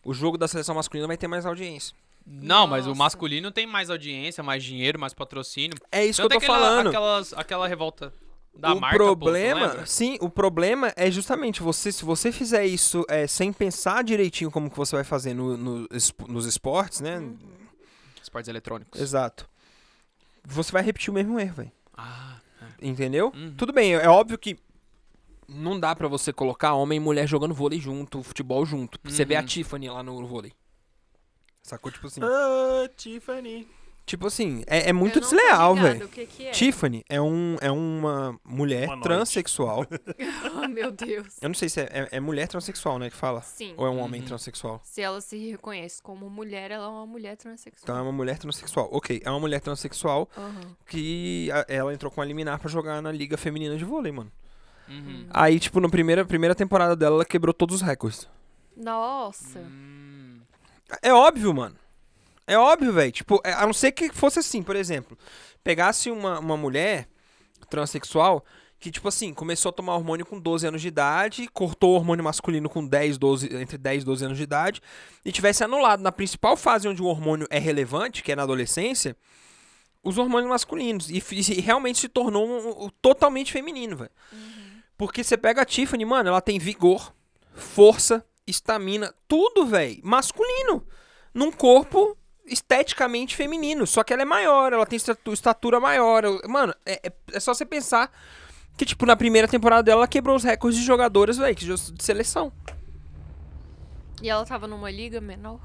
Speaker 1: o jogo da seleção masculina vai ter mais audiência.
Speaker 2: Não, mas o
Speaker 4: Nossa.
Speaker 2: masculino tem mais audiência, mais dinheiro, mais patrocínio.
Speaker 1: É isso
Speaker 2: Tanto
Speaker 1: que eu tô
Speaker 2: aquela,
Speaker 1: falando.
Speaker 2: Aquelas, aquela revolta da
Speaker 1: o
Speaker 2: marca, pô, tu
Speaker 1: problema,
Speaker 2: lembra?
Speaker 1: sim, o problema é justamente você, se você fizer isso é, sem pensar direitinho como que você vai fazer no- no espo- nos esportes, né?
Speaker 2: Esportes eletrônicos.
Speaker 1: Exato. Você vai repetir o mesmo erro, velho.
Speaker 2: Ah,
Speaker 1: Entendeu?
Speaker 2: Uhum.
Speaker 1: Tudo bem, é óbio que não dá pra você colocar homem e mulher jogando vôlei junto, futebol junto. Você vê a
Speaker 2: Uhum.
Speaker 1: Tiffany lá no vôlei. Sacou? Tipo assim.
Speaker 3: Ah, Tiffany.
Speaker 1: Tipo assim, é, é
Speaker 4: Eu
Speaker 1: muito
Speaker 4: não tô
Speaker 1: desleal,
Speaker 4: ligada
Speaker 1: velho.
Speaker 4: o que que é.
Speaker 1: Tiffany é, um, é uma mulher
Speaker 3: Humanoide.
Speaker 1: transexual.
Speaker 4: Oh, meu Deus.
Speaker 1: Eu não sei se é, é- é mulher transexual, né, que fala.
Speaker 4: Sim.
Speaker 1: Ou é um homem
Speaker 2: Uhum.
Speaker 1: transexual.
Speaker 4: Se ela se reconhece como mulher, ela é uma mulher
Speaker 1: Então é
Speaker 4: transexual.
Speaker 1: uma mulher transexual. Ok, é uma mulher transexual
Speaker 4: Aham.
Speaker 1: que a- ela entrou com a liminar pra jogar na Liga Feminina de Vôlei, mano.
Speaker 2: uhum.
Speaker 1: Aí, tipo, na primeira, primeira temporada dela,
Speaker 3: Hum.
Speaker 1: ela quebrou todos os recordes.
Speaker 4: Nossa.
Speaker 2: Hum.
Speaker 1: É óbvio, mano. É óbvio, velho. Tipo, é- a não ser que fosse assim, por exemplo, pegasse uma, uma mulher transexual que, tipo assim, começou a tomar hormônio com 12 anos de idade, cortou o hormônio masculino com 10, 12, entre 10 e 12 anos de idade, e tivesse anulado na principal fase onde o hormônio é relevante, que é na adolescência, os hormônios masculinos. E, fi- e realmente se tornou um- um- totalmente feminino, velho. Porque você pega a Tiffany, mano, ela tem vigor, força, estamina, tudo, velho, masculino. Num corpo esteticamente feminino. Só que ela é maior, ela tem estatu- estatura maior. eu- Mano, é, é- é só você pensar que, tipo, na primeira temporada dela, ela quebrou os recordes de jogadoras, velho, de seleção.
Speaker 4: E ela tava numa liga menor?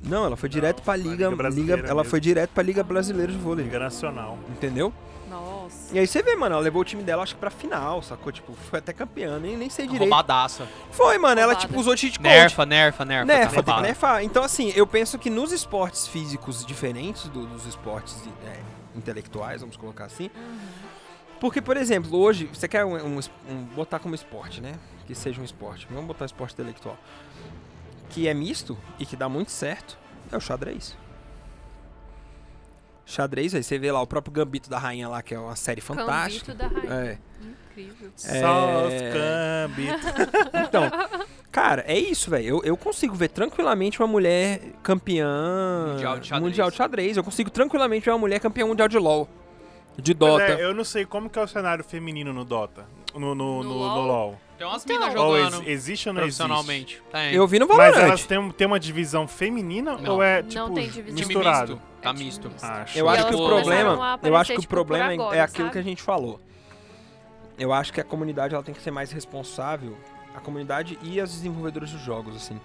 Speaker 1: Não, ela foi direto pra
Speaker 3: Liga
Speaker 1: Liga.
Speaker 3: Brasileira
Speaker 1: Liga- ela
Speaker 3: mesmo.
Speaker 1: foi direto pra Liga Brasileira de Vôlei.
Speaker 3: Liga Nacional.
Speaker 1: Entendeu?
Speaker 4: Nossa.
Speaker 1: E aí você vê, mano, ela levou o time dela, acho que pra final, sacou? Tipo, foi até campeã, nem, nem sei direito.
Speaker 2: Roubadaça.
Speaker 1: Foi, mano, ela,
Speaker 4: Roubada.
Speaker 1: tipo, usou cheat code.
Speaker 2: Nerfa, nerfa, nerfa. tá
Speaker 1: Nerfa, tem que
Speaker 2: roubado.
Speaker 1: nerfar. Então, assim, eu penso que nos esportes físicos diferentes do- dos esportes é, intelectuais, vamos colocar assim. Porque, por exemplo, hoje, você quer um, um es- um- botar como esporte, né? Que seja um esporte. Vamos botar esporte intelectual. Que é misto e que dá muito certo, é o xadrez. Xadrez, aí você vê lá o próprio Gambito da Rainha lá, que é uma série fantástica.
Speaker 4: Cambito da rainha.
Speaker 1: É.
Speaker 4: Incrível.
Speaker 1: É.
Speaker 3: Só os cambitos.
Speaker 1: Então, cara, é isso, velho. Eu, eu consigo ver tranquilamente uma mulher campeã
Speaker 2: Mundial de xadrez.
Speaker 1: mundial de xadrez. Eu consigo tranquilamente ver uma mulher campeã mundial de LOL. De Dota.
Speaker 3: Mas é, eu não sei como que é o cenário feminino no Dota. No, no,
Speaker 4: No
Speaker 3: no, no
Speaker 4: LoL?
Speaker 3: LoL.
Speaker 2: Tem umas
Speaker 4: Então-
Speaker 2: minas
Speaker 3: LoL
Speaker 2: jogando
Speaker 3: ex- existe ou não existe?
Speaker 2: profissionalmente. Tá, Tem.
Speaker 1: Eu vi no
Speaker 3: é, Mas
Speaker 1: Valorant.
Speaker 3: elas têm, têm uma divisão feminina
Speaker 2: Não.
Speaker 3: ou é
Speaker 4: Não
Speaker 3: tipo
Speaker 4: tem divisão.
Speaker 2: Time
Speaker 3: misturado?
Speaker 2: misto. Tá
Speaker 4: É time
Speaker 2: misto.
Speaker 4: misto.
Speaker 3: Ah,
Speaker 1: Eu
Speaker 2: E
Speaker 3: show.
Speaker 1: acho
Speaker 2: elas
Speaker 1: que o
Speaker 2: começaram
Speaker 4: a
Speaker 1: problema, eu acho
Speaker 4: aparecer,
Speaker 1: que o
Speaker 4: tipo, por
Speaker 1: problema é- é
Speaker 4: agora,
Speaker 1: aquilo
Speaker 4: sabe?
Speaker 1: que a gente falou. Eu acho que a comunidade ela tem que ser mais responsável, a comunidade e as desenvolvedoras dos jogos assim,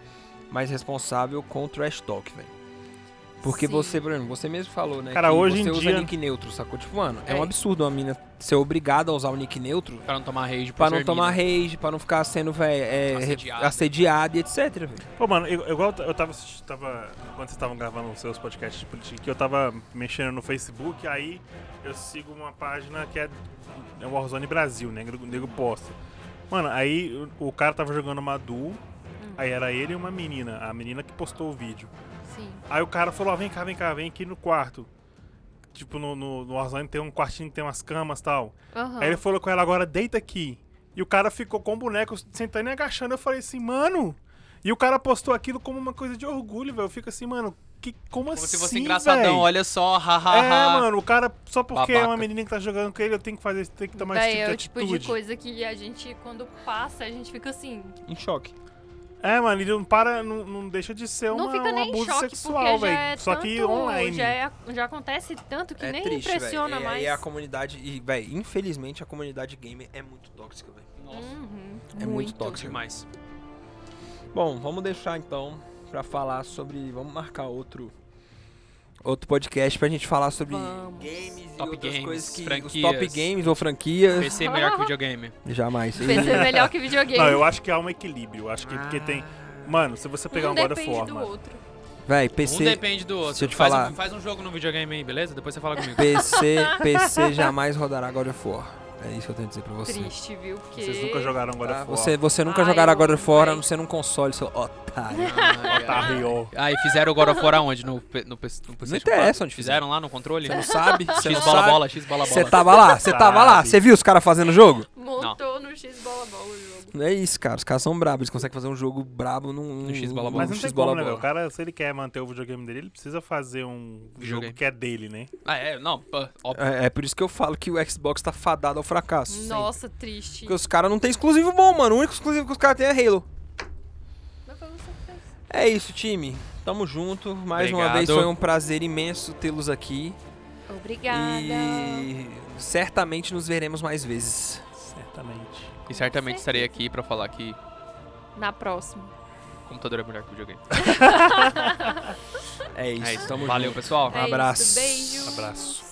Speaker 1: mais responsável com o trash talk, velho. Porque
Speaker 4: Sim.
Speaker 1: você, Bruno, você mesmo falou, né?
Speaker 3: Cara,
Speaker 1: que
Speaker 3: hoje
Speaker 1: você
Speaker 3: em
Speaker 1: usa
Speaker 3: dia-
Speaker 1: nick neutro, sacou? Tipo, mano, é, um
Speaker 4: É.
Speaker 1: absurdo uma mina ser obrigada a usar o nick neutro
Speaker 2: Pra não tomar rage. por
Speaker 1: pra não
Speaker 2: ser
Speaker 1: tomar
Speaker 4: né?
Speaker 2: mina.
Speaker 1: rage, pra não ficar sendo, velho, é, re-
Speaker 2: Assediada.
Speaker 1: assediada e etc, velho.
Speaker 3: Pô, mano, eu- igual eu tava, assisti- tava- Quando vocês estavam gravando os seus podcasts de política, que eu tava mexendo no Facebook, aí eu sigo uma página que é, é Warzone Brasil, né? O nego posta. Mano, aí o, o cara tava jogando uma duo, aí era ele e uma menina, a menina que postou o vídeo.
Speaker 4: Sim.
Speaker 3: Aí o cara falou: ó, vem cá, vem cá, vem aqui no quarto. Tipo, no, no, no Warzone tem um quartinho que tem umas camas e tal.
Speaker 4: Aham.
Speaker 3: Aí ele falou com ela agora, deita aqui. E o cara ficou com o boneco sentando e agachando. Eu falei assim, mano. E o cara postou aquilo como uma coisa de orgulho, velho. Eu fico assim, mano, que, como,
Speaker 2: Como
Speaker 3: assim?
Speaker 2: se fosse engraçadão,
Speaker 3: velho?
Speaker 2: olha só, hahaha.
Speaker 3: É, mano, o cara, só porque é uma
Speaker 2: Babaca.
Speaker 3: menina que tá jogando com ele, eu tenho que fazer, tem que tomar
Speaker 4: Véi,
Speaker 3: esse
Speaker 4: é o
Speaker 3: tipo
Speaker 4: tipo
Speaker 3: de atitude.
Speaker 4: de coisa que a gente, quando passa, a gente fica assim.
Speaker 1: Em choque.
Speaker 3: É, mano, ele não para, não, não deixa de
Speaker 1: É
Speaker 3: ser
Speaker 4: não
Speaker 3: uma,
Speaker 4: fica
Speaker 3: um
Speaker 4: nem em
Speaker 3: abuso
Speaker 4: choque,
Speaker 3: sexual,
Speaker 4: porque
Speaker 3: velho.
Speaker 4: já é
Speaker 3: só
Speaker 4: tanto,
Speaker 3: que online.
Speaker 4: Já, é- já acontece tanto que
Speaker 1: é
Speaker 4: nem
Speaker 1: triste,
Speaker 4: impressiona
Speaker 1: velho. E
Speaker 4: mais.
Speaker 1: aí a comunidade, e, velho, infelizmente a comunidade gamer é muito tóxica, velho.
Speaker 2: Nossa,
Speaker 4: Uhum,
Speaker 1: É muito tóxico.
Speaker 2: demais.
Speaker 1: Bom, vamos deixar então pra falar sobre. Vamos marcar outro outro podcast pra gente falar sobre
Speaker 4: Vamos.
Speaker 1: games e
Speaker 2: Top
Speaker 1: outras
Speaker 2: games,
Speaker 1: coisas que os
Speaker 2: franquias.
Speaker 1: top games ou franquias.
Speaker 2: PC é melhor que videogame.
Speaker 1: Jamais.
Speaker 4: PC é melhor que videogame.
Speaker 3: Não, eu acho que há um equilíbrio. Eu acho que porque tem. Mano, se você pegar
Speaker 4: um
Speaker 3: um God of
Speaker 4: depende
Speaker 3: War,
Speaker 4: do
Speaker 3: mano,
Speaker 4: outro.
Speaker 1: Véi,
Speaker 2: Um
Speaker 1: PC
Speaker 2: depende do outro.
Speaker 1: se eu te
Speaker 2: faz,
Speaker 1: falar-
Speaker 2: um, faz um jogo no videogame aí, beleza? Depois você fala comigo.
Speaker 1: PC PC jamais rodará God of War. É isso que eu tenho a dizer pra você.
Speaker 4: Triste, viu? Porque...
Speaker 3: vocês nunca jogaram um God of
Speaker 1: Tá?
Speaker 3: War.
Speaker 1: Você, você nunca
Speaker 4: Ah,
Speaker 1: jogará
Speaker 4: eu
Speaker 1: God of War a
Speaker 4: véi.
Speaker 1: não ser num console, seu otário.
Speaker 2: Ah,
Speaker 3: Otário.
Speaker 2: Aí fizeram o God of War aonde? No, P- no, P- no PlayStation 4?
Speaker 1: interessa onde
Speaker 2: fizeram. lá no controle?
Speaker 1: Você não sabe? Você não
Speaker 2: X bola
Speaker 1: sabe?
Speaker 2: bola, X bola
Speaker 1: Você
Speaker 2: bola.
Speaker 1: tava lá, você tava lá.
Speaker 3: Sabe.
Speaker 1: Você viu os caras fazendo jogo?
Speaker 4: Montou no X-Bola Bola o jogo.
Speaker 1: É isso, cara. Os caras são brabos. Eles conseguem fazer um jogo brabo num.
Speaker 2: No X bola
Speaker 1: num
Speaker 2: bola.
Speaker 3: Mas não
Speaker 1: X
Speaker 3: tem
Speaker 1: bola
Speaker 3: como, né,
Speaker 1: bola.
Speaker 3: velho? O cara, se ele quer manter o videogame dele, ele precisa fazer um jogo
Speaker 2: Videogame.
Speaker 3: que é dele, né?
Speaker 2: Ah, é, não, pô, ó,
Speaker 1: É, é por isso que eu falo que o Xbox tá fadado ao fracasso. assim.
Speaker 4: Nossa, triste.
Speaker 1: Porque os caras não tem exclusivo bom, mano. O único exclusivo que os caras têm é Halo.
Speaker 4: Mas foi você que fez.
Speaker 1: É isso, time. Tamo junto. Mais uma
Speaker 2: Obrigado.
Speaker 1: vez foi um prazer imenso tê-los aqui.
Speaker 4: Obrigada.
Speaker 1: E certamente nos veremos mais vezes.
Speaker 3: Certamente.
Speaker 2: e certamente estarei aqui pra falar que
Speaker 4: Na próxima.
Speaker 2: computador é melhor que videogame.
Speaker 1: É isso.
Speaker 2: É isso,
Speaker 1: Tamo
Speaker 2: valeu
Speaker 1: junto.
Speaker 2: pessoal.
Speaker 1: Um abraço.
Speaker 4: É isso, beijo.
Speaker 3: Abraço.